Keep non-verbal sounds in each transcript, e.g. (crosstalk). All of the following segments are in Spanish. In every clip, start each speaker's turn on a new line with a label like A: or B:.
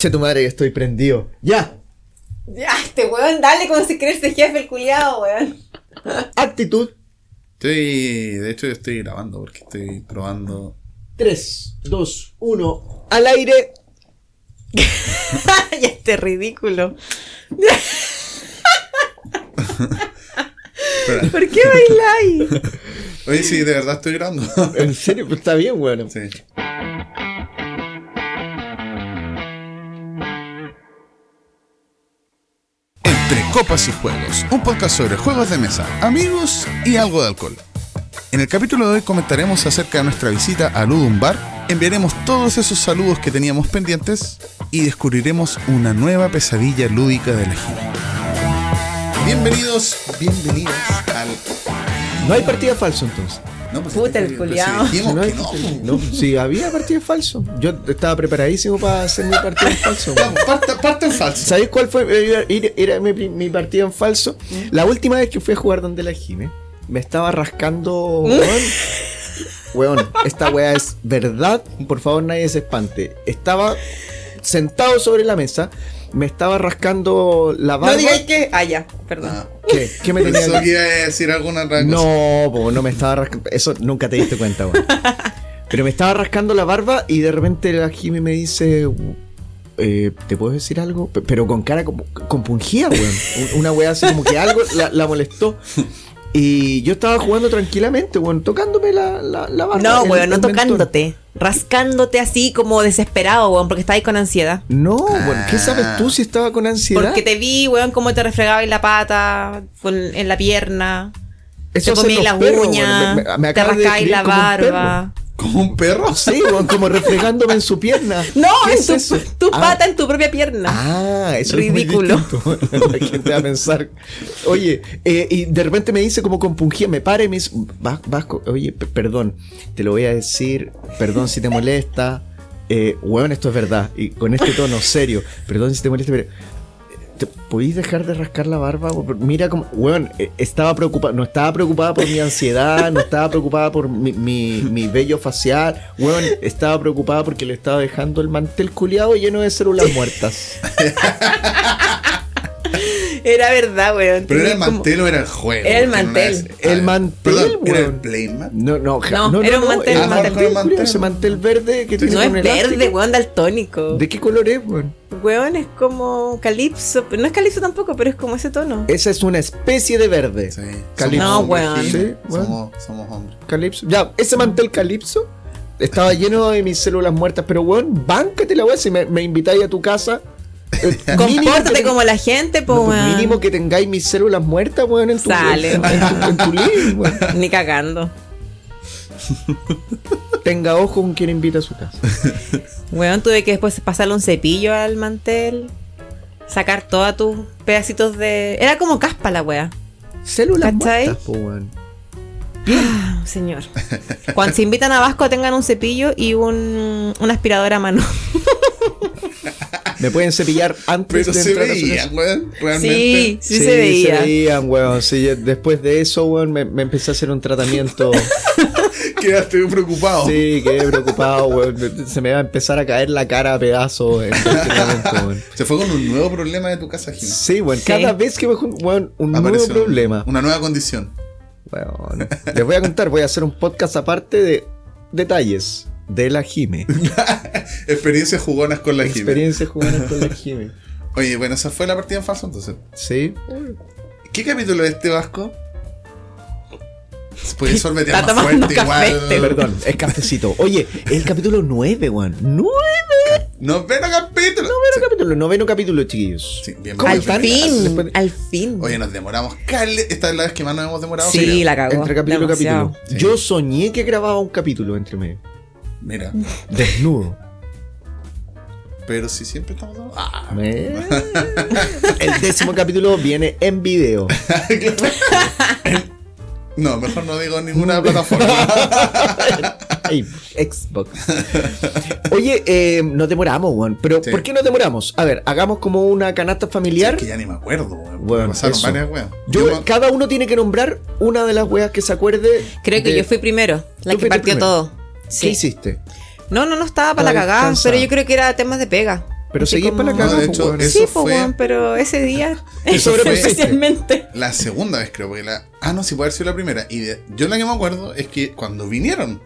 A: Che, tu madre, que estoy prendido. ¡Ya!
B: Ya, este weón, dale como si creerse jefe el culiado, weón. (laughs)
A: Actitud
C: Estoy, de hecho, yo estoy grabando porque estoy probando.
A: 3, 2, 1. Al aire.
B: ya este ridículo.
C: Espera.
B: ¿Por qué
A: (laughs)
B: bailáis?
C: Oye, sí, de verdad estoy grabando. (laughs)
A: ¿En serio? Pues está bien, weón.
C: sí. Entre Copas y Juegos, un podcast sobre juegos de mesa, amigos y algo de alcohol. En el capítulo de hoy comentaremos acerca de nuestra visita a Ludum Bar, enviaremos todos esos saludos que teníamos pendientes y descubriremos una nueva pesadilla lúdica de la gira. Bienvenidos, bienvenidos al
A: No hay partida falso entonces.
C: No, pues,
B: Puta,
C: si-
B: el
C: si
B: culiao.
C: dijimos
A: No,
C: que
A: hay-
C: no,
A: no, sí, había partida falso. Yo estaba preparadísimo para hacer mi partida en falso. weón.
C: Vamos, Parta, parta en falso.
A: ¿Sabéis cuál fue era, era mi, mi partida en falso?
B: ¿Mm?
A: La última vez que fui a jugar donde la Jime, me estaba rascando.
B: ¿Mm?
A: Weón. Weón, esta weá es verdad. Por favor, nadie se espante. Estaba sentado sobre la mesa, me estaba rascando la barba.
B: No digáis que. Ah, ya, perdón.
C: Ah,
A: ¿Qué? ¿Qué me
B: (laughs)
A: tenía
C: pensó que iba a decir alguna otra cosa.
A: No, po, no me estaba rascando. Eso nunca te diste cuenta, weón. Pero me estaba rascando la barba y de repente la Jimmy me dice. eh, ¿Te puedo decir algo? P- Pero con cara como- compungida, weón. Un- Una weá así como que algo la, la molestó. Y yo estaba jugando tranquilamente, weón, tocándome la, la, la barba.
B: No,
A: el-
B: weón, no
A: el mentón.
B: tocándote. Rascándote así como desesperado, weón, porque estabas con ansiedad.
A: No, weón, ¿qué sabes tú si estaba con ansiedad?
B: Porque te vi, weón, cómo te refregabas en la pata, con- en la pierna.
A: Eso
B: te
A: hacen
B: comí
A: los
B: las
A: perros,
B: uñas,
A: weón. Me- me- me
B: te
A: acabas de
B: rascáis la
A: describir como un perro.
B: barba.
C: ¿Como un perro?
A: Sí, weón, como reflejándome en su pierna.
B: No,
A: ¿Qué
B: en
A: es
B: tu,
A: eso?
B: tu
A: Ah,
B: pata en tu propia pierna.
A: Ah, eso
B: Ridículo.
A: es muy distinto. (laughs) La gente va a pensar. Oye, eh, y de repente me dice como compungía, me para y me dice, "Vas- Vasco, oye, p- perdón, te lo voy a decir, perdón si te molesta. Eh, weón, esto es verdad. Y con este tono serio, perdón si te molesta, pero. eh, ¿Te podís dejar de rascar la barba? Mira como. Weón, eh, estaba preocupada. No estaba preocupada por mi ansiedad, no estaba preocupada por mi, mi, mi vello facial. Weón, estaba preocupada porque le estaba dejando el mantel culiado lleno de células muertas.
B: Era verdad, weón.
C: ¿Pero era el
B: Tenía como-
C: mantel o era el juego?
B: Era el
C: Porque no
B: mantel.
C: era ese.
A: El
C: Ah,
A: mantel,
C: Perdón, ¿era el
A: weón.
C: playmat?
A: No, no, ja-
B: No, era un mantel,
A: era
C: un mantel.
A: culiao,
C: mantel.
A: ese mantel verde que tiene
B: No
A: con
B: es
A: elástico.
B: verde, weón, daltónico.
A: ¿De qué color es, weón?
B: Weón es como calipso. pero No es calipso tampoco, pero es como ese tono.
A: Esa es una especie de verde.
C: Sí,
A: Calipso.
B: No,
C: somos hombres,
B: weón.
C: Gil.
A: Sí, weón.
C: Somos, somos hombres.
A: Calipso. Ya, ese mantel calipso estaba lleno de mis células muertas. Pero, weón, báncate la weá si me, me invitáis a tu casa. eh, mínimo que
B: (laughs) Compórtate
A: ten-
B: como la gente, po,
A: no, pues,
B: weón.
A: mínimo que tengáis mis células muertas, weón, en tu,
B: Sale.
A: en tu, en tu living, weón.
B: Ni cagando.
A: Tenga ojo con quien invita a su
B: (laughs)
A: casa.
B: Weón, tuve que después pasarle un cepillo al mantel. Sacar todos tus pedacitos de. Era como caspa la wea.
A: Células
B: ¿Cachai?
A: muertas, po, weón.
B: Ah,
A: (laughs)
B: señor. Cuando se invitan a Vasco, tengan un cepillo y un, una aspiradora a mano.
A: Me pueden cepillar antes
C: Pero
A: de
C: se
A: entrar a su casa.
C: veía, weón. Realmente.
B: Sí, sí, se veía.
A: veían, weón. Sí, yo- después de eso, weón, me, me empecé a hacer un (laughs) tratamiento.
C: (laughs) Quedaste preocupado.
A: sí, quedé preocupado, weón. Se me va a empezar a caer la cara a pedazos en cualquier momento, weón.
C: Se fue con un nuevo problema de tu casa, Jim.
A: Sí, weón.
B: Sí.
A: Cada vez que me junto, weón, un
C: Apareció
A: nuevo problema.
C: Una nueva condición.
A: Weón. Les voy a contar, voy a hacer un podcast aparte de detalles de (laughs) la Jime.
C: Experiencias jugonas con la Jim.
A: Experiencias jugadas con la Jime.
C: Oye, bueno, esa fue la partida en falso entonces.
A: Sí.
C: ¿Qué capítulo es este Vasco?
A: (laughs)
C: Puedes sorbetear
B: Está
C: más
B: tomando
C: fuerte
B: café,
C: igual.
B: este
A: Eh, Perdón, es cafecito. Oye, es el capítulo 9, weón. 9
C: Noveno capítulo.
A: capítulo, noveno capítulo, chiquillos.
C: Sí, bien,
A: ¿Cómo
C: bien,
B: Al
A: están? Ah,
B: fin,
A: Después-
B: al fin.
C: Oye, nos demoramos. cale- Esta es la vez que más nos hemos demorado.
B: sí,
C: Mira,
B: la cagó.
A: Entre capítulo y
B: Demasiado.
A: capítulo.
C: Sí.
A: Yo soñé que grababa un capítulo entre medio.
B: (laughs)
C: Mira,
A: Desnudo.
C: pero si siempre estamos. Ah, (laughs)
A: Me- El décimo capítulo viene en video.
C: no, mejor no digo
B: (laughs)
C: ninguna plataforma.
A: Ay, Xbox. Oye, eh, nos demoramos, weón. Pero
C: Sí.
A: ¿por qué nos demoramos? A ver, hagamos como una canasta familiar.
C: que ya ni me acuerdo, weón.
A: Bueno,
C: pasaron
A: eso.
C: varias weas.
A: Yo-
C: me-
A: cada uno tiene que nombrar una de las weas que se acuerde.
B: Creo que
A: de-
B: yo fui primero, la
A: Tú
B: que
A: fuiste
B: partió
A: primero.
B: todo.
A: ¿Qué
B: Sí.
A: hiciste?
B: No, no, no estaba para la
A: Estaba
B: cagada,
A: descansada.
B: pero yo creo que era temas de pega.
A: Pero
B: Así
A: seguís para la
B: como-
A: caga,
C: No, de
A: pues,
C: hecho,
A: weón.
C: es-
B: Sí,
C: Eso
B: po,
C: fue-
B: weón, pero ese día
C: Eso fue- (laughs)
B: especialmente.
C: La segunda vez creo, porque la... Ah, no, sí puede haber sido la primera. Y de- yo la que me acuerdo es que cuando vinieron...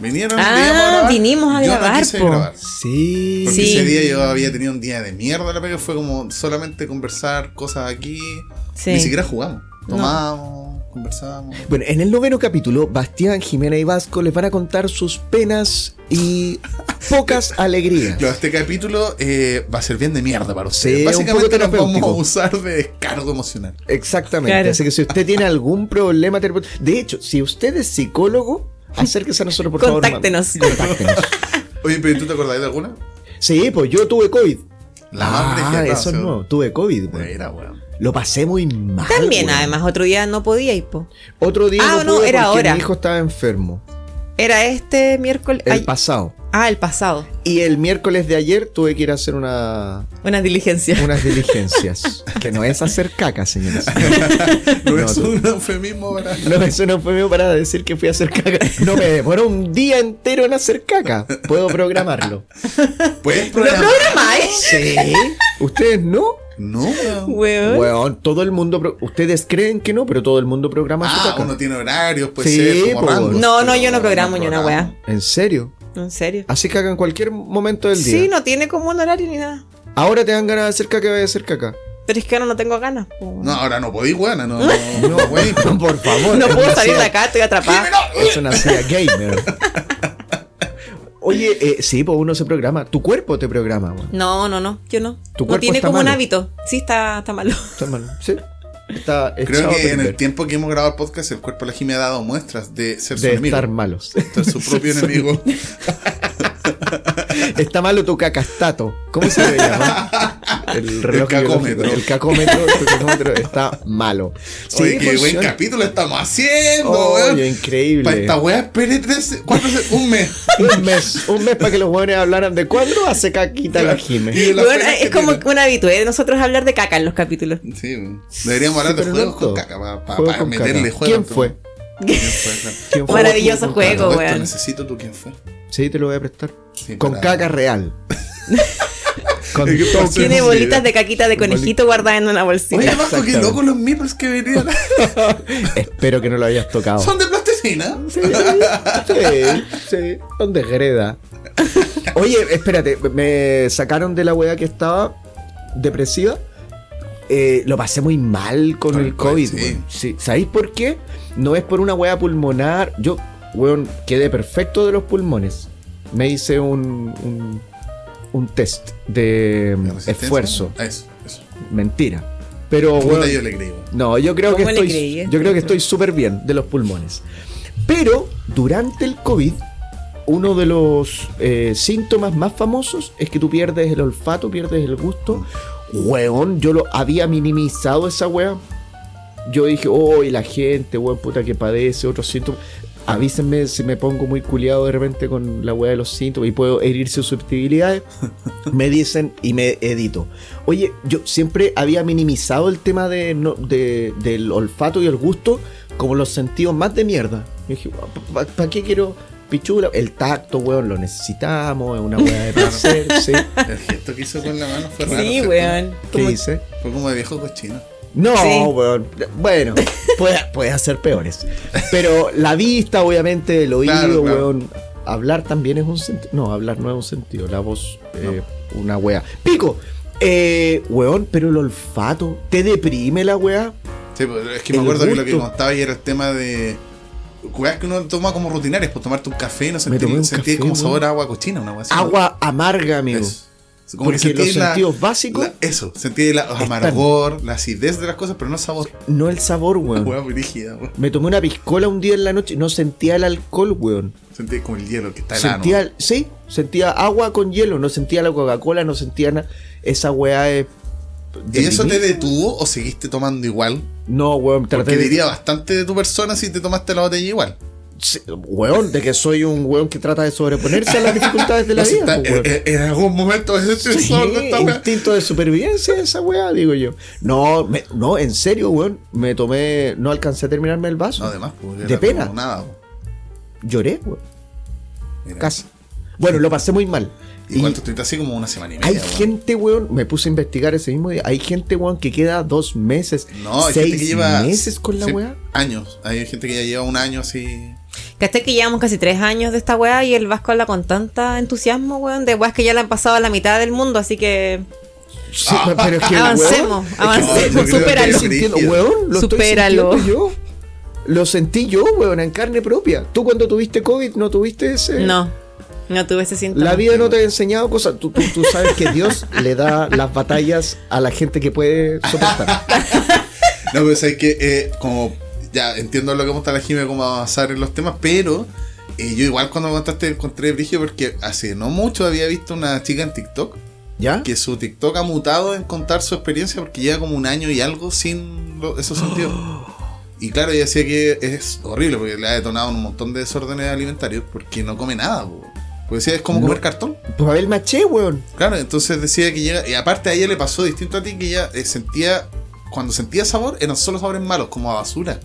C: Vinieron...
B: Ah,
C: digamos,
B: vinimos a
C: yo
B: grabar,
C: No quise
B: po.
C: grabar.
A: Sí.
C: Porque
B: Sí.
C: ese día yo había tenido un día de mierda, la pega fue como solamente conversar cosas aquí.
B: Sí.
C: Ni siquiera jugamos.
B: No.
C: Tomábamos, conversábamos.
A: Bueno, en el noveno capítulo, Bastián, Jimena y Vasco les van a contar sus penas y
C: (laughs)
A: pocas alegrías.
C: Claro, este capítulo eh, va a ser bien de mierda para ustedes.
A: Sí, un poco
C: Básicamente nos vamos a
A: terapéutico.
C: usar de descargo emocional.
A: Exactamente.
B: Claro.
A: Así que si usted tiene algún problema, terapeu- de hecho, si usted es
B: (laughs)
A: psicólogo, acérquese a nosotros, por
B: Contáctenos.
A: favor. hermano. Contáctenos.
C: Oye, pero ¿tú te acordás de alguna?
A: Sí, pues yo tuve COVID.
C: La madre
A: ah,
C: que
A: eso no, tuve COVID, güey.
C: Era, weón.
A: Lo pasé muy mal.
B: También,
A: güey.
B: además, otro día no podía ir, po.
A: Otro día
B: Ah,
A: no,
B: no,
A: pude
B: era
A: porque
B: ahora.
A: mi hijo estaba enfermo.
B: Era este miércoles.
A: El
B: ay-
A: pasado.
B: ah, el pasado.
A: Y el miércoles de ayer tuve que ir a hacer una,
B: Una diligencia.
A: unas diligencias. que no es hacer caca, señores.
C: No,
A: No,
C: es
A: tú-
C: un eufemismo para.
A: (laughs) No, eso no fue mío para decir que fui a hacer caca. No me demoró un día entero en hacer caca. Puedo programarlo.
C: Puedes
B: (laughs) ¿Lo eh?
C: programar.
B: programáis?
A: Sí. ¿Ustedes no?
C: No, weón.
B: Weón.
A: Weón, todo el mundo. pro- Ustedes creen que no, pero todo el mundo programa su
C: Ah,
A: caca.
C: uno tiene horarios, puede
A: pues, Sí,
C: ser como
A: po.
C: rangos,
B: No, no,
C: pero
B: yo no programo ni una
C: programo.
B: weá.
A: ¿En serio?
B: En serio.
A: Así caca en cualquier momento del Ah, día.
B: Sí, no tiene como un horario ni nada.
A: Ahora te dan ganas de hacer caca, voy a hacer caca.
B: Pero es que ahora no tengo ganas. po.
C: No, ahora no podéis, weón. No, no, weón.
A: (laughs) Por favor.
B: (laughs) No
A: es
B: puedo
A: una
B: salir de
A: ciudad-
B: acá, estoy atrapada.
A: Es una ciudad (laughs) gamer. Oye, eh, sí, pues uno se programa. Tu cuerpo te programa, weón.
B: No, no, no, yo no.
A: Tu
B: no
A: cuerpo
B: tiene
A: está
B: como un
A: malo.
B: hábito. Sí, está, está malo.
A: Está mal. Sí. Está
C: Creo
A: echado a
C: que en el
A: perder.
C: tiempo que hemos grabado el podcast, el cuerpo de la Jimmy ha dado muestras de ser su
A: de
C: enemigo.
A: estar malos.
C: Ser su
A: (laughs)
C: propio enemigo.
A: Está malo tu cacastato. ¿Cómo se le
C: (laughs)
A: llama? El reloj
C: cacómetro.
A: biológico. El cacómetro, tu cacómetro está malo. Sí,
C: Oye, qué buen
A: funciona.
C: capítulo estamos haciendo,
A: Oye,
C: weón.
A: increíble.
C: Para esta weá, esperé tres, cuatro, se-
A: (laughs)
C: un mes.
A: Un mes, un mes para que los jóvenes hablaran de cuándo hace caquita la
C: Y
A: Jime.
C: de las
B: Weón,
C: penas
B: es
C: que
B: como
C: tiene.
B: un hábito eh, de nosotros hablar de caca en los capítulos.
C: Sí, weón. deberíamos hablar
A: Sí,
C: de
A: pero
C: juegos
A: no todo.
C: con caca para
A: Juego con
C: meterle
A: caca.
C: juego.
A: ¿Quién
C: pero-
A: fue?
C: ¿Quién fue? Claro.
A: ¿Quién fue?
B: Maravilloso
A: Con
B: juego.
C: Todo esto
B: weón.
C: necesito tú quién fue.
A: caca. Sí, te lo voy a prestar.
C: Sí,
A: Con
C: para-
A: caca
C: (laughs)
A: real. Con
C: ¿Qué pasó?
A: toque.
B: Tiene
C: Sí.
B: bolitas de caquita de conejito guardadas en una bolsita.
C: Oye, Vasco, qué
A: Exactamente.
C: loco los meeples que venían.
A: (laughs) Espero que no lo hayas tocado.
C: Son de plasticina.
A: Sí, sí, sí. Son de greda. Oye, espérate, me sacaron de la weá que estaba depresiva. Eh, lo pasé muy mal con
C: Con
A: el
C: el COVID,
A: COVID,
C: sí.
A: weón. Sí. ¿Sabéis por qué? No es por una weá pulmonar. Yo, weón, quedé perfecto de los pulmones. Me hice un, un, un test de mm,
C: Resistencia.
A: esfuerzo.
C: Ah, Eso, eso.
A: Mentira. Pero,
C: Puta,
A: weón,
C: yo le creí, weón.
A: no, yo creo que
B: ¿Cómo le
A: estoy,
B: creías?
A: yo creo que estoy súper bien de los pulmones. Pero durante el COVID, uno de los eh, síntomas más famosos es que tú pierdes el olfato, pierdes el gusto. Weón, yo lo había minimizado esa wea. Yo dije, oh, y la gente, weón, puta que padece, otros síntomas. Avísenme si me pongo muy culiado de repente con la wea de los síntomas y puedo herir susceptibilidades. (laughs) me dicen y me edito. Oye, yo siempre había minimizado el tema de, no- de- del olfato y el gusto como los sentidos más de mierda. Yo dije, ¿para qué quiero pichula? El tacto, weón, lo necesitamos, es una weá de placer, sí.
C: El gesto que hizo con la mano fue raro.
B: Sí,
C: ¿cierto?
B: weón.
A: ¿Qué
B: Como-
A: hice?
C: Fue como de viejo cochino.
A: No,
B: Sí.
A: weón. Bueno, puede, puede hacer peores. Pero la vista, obviamente, el oído,
C: Claro, claro.
A: weón. Hablar también es un sentido. No, hablar no es un sentido. La voz, eh, una wea. Pico, eh, weón, pero el olfato, ¿te deprime la wea?
C: Sí, pero es que me
A: El
C: acuerdo que lo que
A: gusto.
C: contaba y era el tema de. Weas que uno toma como rutinarias, por tomarte un café, no sentir,
A: tomé un
C: sentir
A: café,
C: como
A: weón.
C: sabor a agua cochina, una wea así.
A: Agua amarga, amigo.
C: Eso. Como
A: Porque
C: que sentí
A: los
C: la-
A: sentidos básicos,
C: la- eso, sentí la- los
A: Están.
C: amargor, la acidez de las cosas, pero no sabor.
A: no el sabor,
C: Una
A: weón.
C: wea muy rígida, weón.
A: Me tomé una piscola un día en la noche, no sentía el alcohol, weón.
C: Sentí como el hielo que está helado.
A: Sentía, el- sí, sentía agua con hielo, no sentía la Coca-Cola, no sentía nada. Esa weá es.
C: ¿Y eso te
A: deprimente.
C: detuvo o seguiste tomando igual?
A: No, weón, traté
C: Porque
A: de.
C: diría bastante de tu persona si te tomaste la botella igual.
A: Sí, Weón, de que soy un weón que trata de sobreponerse a las dificultades de la
C: (laughs) No, si
A: vida.
C: está-
A: pues, weón.
C: en, en algún momento (laughs) es
A: Sí,
C: sensor de esta wea.
A: instinto de supervivencia esa weá, digo yo. No, me- no, en serio, weón. Me tomé. No alcancé a terminarme el vaso.
C: No, además, pues,
A: De
C: era
A: pena.
C: como Nada, po.
A: Lloré, weón.
C: Mira.
A: Casi. Bueno, lo pasé muy mal.
C: Y,
A: Y-
C: cuánto estuviste así como una semana y media.
A: Hay
C: weón.
A: gente, weón, me puse a investigar ese mismo día. Hay gente, weón, que queda dos meses.
C: No, hay
A: seis
C: gente que lleva.
A: meses con la
C: sí,
A: weá.
C: Años. Hay gente que ya lleva un año así.
B: ¿Cachai que llevamos casi tres años de esta weá y el Vasco habla con tanta entusiasmo, weón, de weas que ya le han pasado a la mitad del mundo, así que
A: Sí, pero es que el
B: avancemos,
A: weón-
C: es que no,
B: avancemos,
C: yo creo que
A: Estoy
B: supéralo.
C: sí.
A: sintiendo-
C: Brígido.
A: weón, lo estoy
B: Supéralo.
A: sintiendo yo. Lo sentí yo, weón, en carne propia. Tú cuando tuviste COVID no tuviste ese.
B: No, no tuve ese síntoma.
A: La vida no te ha enseñado cosas. Tú, tú- tú sabes que Dios le da las batallas a la gente que puede soportar.
C: No, pero es que eh, como ya entiendo lo que monta la Jimmy, cómo avanzar en los temas, pero eh, yo igual cuando me contaste encontré Brigio porque hace no mucho había visto una chica en TikTok
A: ¿Ya?
C: que su TikTok ha mutado en contar su experiencia porque lleva como un año y algo sin lo- esos sentidos. Y claro, ella decía que es horrible porque le ha detonado un montón de desórdenes alimentarios porque no come nada. po. Pues decía, es como
A: No.
C: comer cartón.
A: Pues Abel Maché, weón.
C: Claro, entonces decía que llega. Y aparte a ella le pasó distinto a ti que ella eh, sentía. Cuando sentía sabor, eran solo sabores malos, como a basura.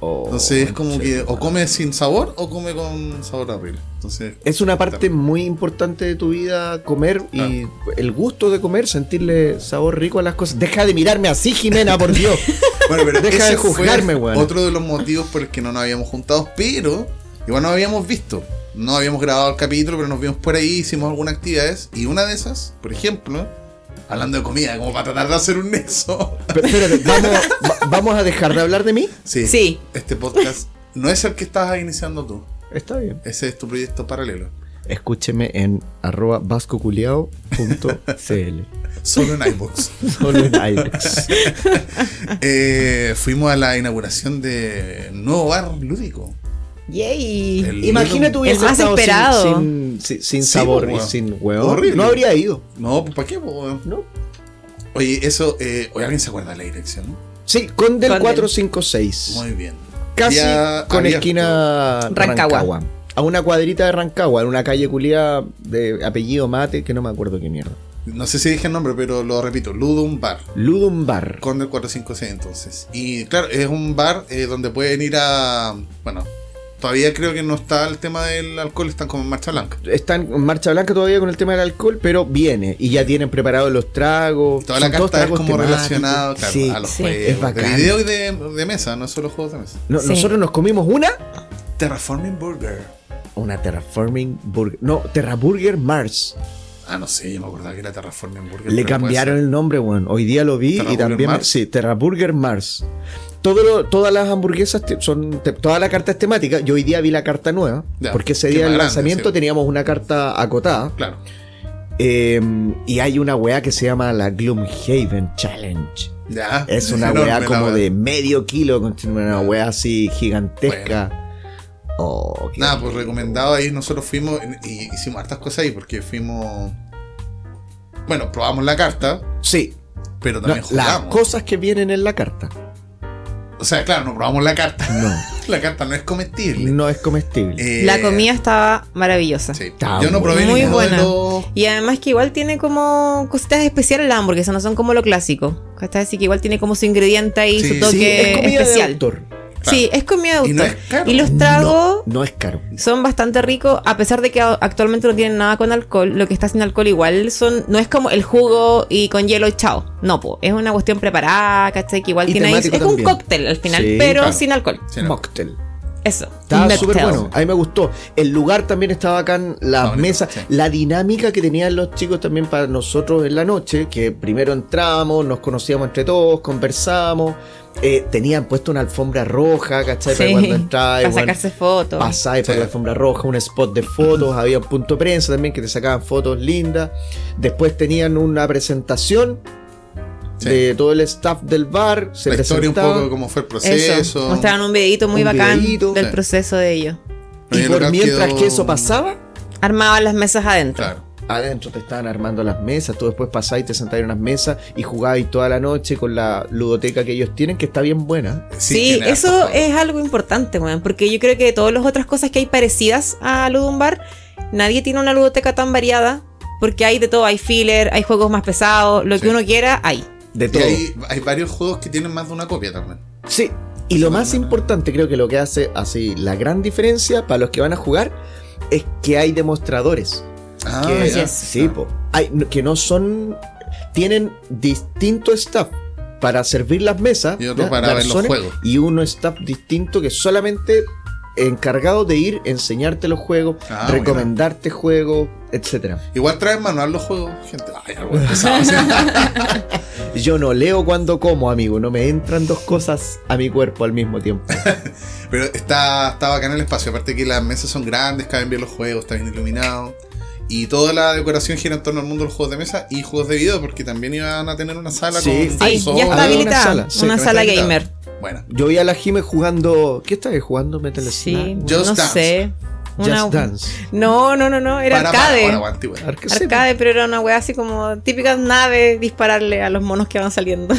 A: Oh,
C: Entonces es como que o come sin sabor o come con sabor horrible. Entonces,
A: Es una parte muy importante de tu vida comer y el gusto de comer, sentirle sabor rico a las cosas. Deja de mirarme así, Jimena, por
C: (laughs)
A: Dios.
C: bueno, pero
A: Deja
C: ese
A: de
C: fue
A: juzgarme, weón.
C: Otro de los motivos por el que no nos habíamos juntado, pero igual nos habíamos visto. No habíamos grabado el capítulo, pero nos vimos por ahí, hicimos algunas actividades. Y una de esas, por ejemplo, hablando de comida, como para tratar de hacer
A: (laughs)
C: un nexo.
A: Pero espérate, ¿vamos, va- ¿vamos a dejar de hablar de mí?
B: Sí.
C: Este podcast no es el que estabas iniciando tú.
A: Está bien.
C: Ese es tu proyecto paralelo.
A: Escúcheme en arroba vascoculiao.cl.
C: Solo
A: (laughs)
C: en iBox.
A: Solo en iBooks.
C: Eh, fuimos a la inauguración de nuevo bar lúdico.
B: Yay.
C: El-
A: Imagina tu
B: El más esperado.
A: sin, sin- sin
C: Sí, pues,
A: sabor
C: weón.
A: y sin huevo.
C: Horrible.
A: No habría ido,
C: No, ¿para qué? po, weón?
A: ¿no?
C: Oye, eso. Eh, oye, ¿alguien se acuerda de la dirección?
A: Sí, Condel
B: Condel.
A: 456.
C: Muy bien.
A: Casi
C: Día
A: con
C: abierto.
A: esquina
B: Rancagua.
A: Rancagua. A una cuadrita de Rancagua, en una calle culia de apellido Mate, que no me acuerdo qué mierda.
C: No sé si dije el nombre, pero lo repito. Ludum Bar.
A: Ludum Bar.
C: Con el 456 entonces. Y claro, es un bar eh, donde pueden ir a... Bueno, todavía creo que no está el tema del alcohol, están como en marcha blanca.
A: Están en marcha blanca todavía con el tema del alcohol, pero viene. Y ya tienen preparados los tragos.
C: Toda la
A: Son todos
C: carta es
A: tragos
C: como
A: temáticos.
C: relacionada claro,
A: Sí.
C: a los
B: sí.
A: Es
C: juegos de
A: bacán.
C: video y de, de mesa, no solo juegos de mesa.
A: No,
B: Sí.
A: Nosotros nos comimos una.
C: Terraforming Burger.
A: Una Terraforming Burger. No, Terraburger Mars.
C: Ah, no sé, yo me acordaba que era Terraforming Burger.
A: Le
C: pero
A: cambiaron
C: puede
A: el nombre, weón. Hoy día lo vi y
C: ¿Terraburger
A: también. me-
C: Mars?
A: Sí, Terraburger Mars. Todo lo- todas las hamburguesas te- son. te- toda la carta es temática. Yo hoy día vi la carta nueva.
C: Ya,
A: porque ese
C: que
A: día
C: más
A: del
C: grande,
A: lanzamiento
C: sí.
A: teníamos una carta acotada.
C: ser. Claro.
A: Eh, y hay una weá que se llama la Gloomhaven Challenge.
C: Ya.
A: Es una
C: Enorme
A: weá
C: la
A: como
C: weá.
A: de medio kilo. con Una weá así gigantesca. Oh, qué
C: Nada, pues
A: rico.
C: recomendado ahí. Nosotros fuimos y hicimos hartas cosas ahí porque fuimos. Bueno, probamos la carta,
A: Sí.
C: pero
A: no,
C: también
A: las
C: jugamos.
A: cosas que vienen en la carta.
C: O sea, claro, no probamos la carta. (laughs)
A: No.
C: La carta no es comestible.
A: No es comestible.
C: Eh,
B: La comida estaba maravillosa.
C: sí.
A: Está
C: Yo no probé
B: muy
C: ninguno
B: buena.
C: de los.
B: Y además que igual tiene como cositas especiales la hamburguesa, no son como lo clásico. ¿Cachai? Así que igual tiene como su ingrediente ahí,
C: Sí,
B: su
C: sí,
B: toque
A: es comida
B: Eh, especial.
A: de autor.
B: Sí, es comida de
C: Y
B: autor.
C: no es caro.
B: Y los tragos
A: No, no es caro.
B: son bastante ricos, a pesar de que a- actualmente no tienen nada con alcohol, lo que está sin alcohol igual son, no es como el jugo y con hielo y chao. No, po, es una cuestión preparada, ¿cachai? Que igual
A: Y
B: tiene ahí. Es
A: temático
B: un
A: también.
B: cóctel al final,
A: Sí,
B: pero
C: claro.
B: sin alcohol.
C: Sí, no.
A: Mocktail.
B: Eso.
A: Estaba
B: mocktail.
A: súper bueno. A mí me gustó. El lugar también estaba acá en
C: Está
A: las
C: bonito,
A: mesas.
C: sí.
A: La dinámica que tenían los chicos también para nosotros en la noche, que primero entramos, nos conocíamos entre todos, conversamos. eh, tenían puesto una alfombra roja, ¿cachai? Para
B: Sí,
A: cuando entrabas.
B: para
A: bueno,
B: sacarse fotos.
A: pasáis por
C: Sí.
A: la alfombra roja, un spot de fotos, había un punto prensa también que te sacaban fotos lindas. Después tenían una presentación
C: Sí.
A: de todo el staff del bar. Se
C: la historia un
A: presentaba.
C: poco de cómo fue el proceso.
B: Eso. Mostraron un videito muy
A: Un
B: bacán
A: videíto.
B: del
C: Sí.
B: proceso de ellos.
A: Y
C: Oye, el
A: por
C: local
A: mientras
C: quedó-
A: que eso pasaba,
B: Armaban las mesas adentro.
C: Claro.
A: adentro te estaban armando las mesas. Tú después pasáis, te sentáis en unas mesas y jugáis toda la noche con la ludoteca que ellos tienen, que está bien buena.
B: Sí,
C: tiene
B: eso
C: hartos juegos.
B: es algo importante, weón. Porque yo creo que de todas las otras cosas que hay parecidas a Ludumbar, nadie tiene una ludoteca tan variada. Porque hay de todo, hay filler, hay juegos más pesados, lo
C: Sí.
B: que uno quiera, hay.
A: De
C: Y
A: todo.
C: hay, hay varios juegos que tienen más de una copia también.
A: Sí, y lo más importante, creo que lo que hace así la gran diferencia para los que van a jugar es que hay demostradores.
C: Ah,
A: que,
B: ya.
A: sí, po. Hay- no- que no son. Tienen distinto staff para servir las mesas.
C: Y otro
A: ¿ya?
C: para ver los
A: Garzones,
C: juegos.
A: Y uno staff distinto que solamente encargado de ir, enseñarte los juegos,
C: Ah, mira.
A: recomendarte juegos, etcétera.
C: Igual traen manual los juegos, gente. Ay, algo (laughs) pesado, o sea,
A: Yo no leo cuando como, amigo. No me entran dos cosas a mi cuerpo al mismo tiempo.
C: Pero está, está bacán el espacio. Aparte que las mesas son grandes, caben bien los juegos, está bien iluminado. Y toda la decoración gira en torno al mundo de los juegos de mesa y juegos de video, porque también iban a tener una sala
A: Sí,
C: con
B: Sí,
C: consolas.
B: ya está
A: Había una
B: habilitada. Una
A: sala,
B: sala,
A: sí,
C: Pero está habilitada.
B: gamer.
C: Bueno,
A: Yo vi a la Jime jugando. ¿Qué estabas jugando? Metal
B: Sí,
A: Slug.
C: Just
B: no
C: Dance.
B: sé.
A: Just
B: Una-
A: Dance.
B: No, no, no, no, era
C: para, para,
B: arcade.
C: para, aguante, bueno.
A: Ar- que sepa.
B: arcade, pero era una weá así como típicas naves dispararle a los monos que van saliendo.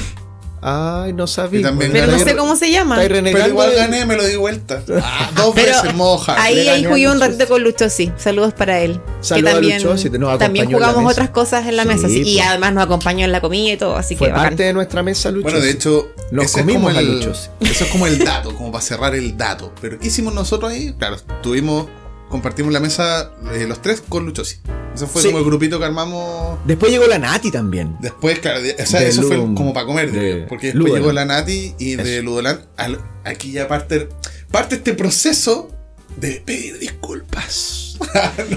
A: Ay, no sabía.
C: Y también
B: Pero no
C: Está ahí-
B: sé cómo se llama.
A: Estáis renegando
C: Pero igual
A: de-
C: gané, me lo
A: (laughs)
C: di vuelta. Ah, dos
B: Pero
C: veces moja.
B: ahí,
A: le
B: ahí
A: ganó
B: jugué
A: a
B: un
A: Lucho.
B: ratito con Lucho, sí. Saludos para él.
A: Saludos a Lucho, si te- nos acompañó
B: también
A: en la
B: jugamos
A: mesa.
B: otras cosas en la
A: Sí,
B: mesa. sí, y
A: pues.
B: además nos acompañó en la comida y todo, así
A: Fue
B: que bacán.
A: parte de nuestra mesa, Lucho.
C: Bueno, de hecho,
A: Nos
C: ese
A: comimos
C: es
A: a
C: como el,
A: Luchos.
C: Eso es como el dato, como para cerrar el dato. Pero ¿qué hicimos nosotros ahí? Claro, tuvimos, compartimos la mesa eh, los tres con Luchosi. Eso fue
A: Sí.
C: como el grupito que armamos.
A: Después llegó la Nati
C: (laughs)
A: también.
C: Después, claro, de- o sea,
A: De
C: eso fue
A: Ludum.
C: como para comer,
A: De
C: digo, porque después
A: Ludoland.
C: llegó la Nati y de
A: Eso.
C: Ludoland. al- aquí ya parte, parte este proceso de pedir disculpas.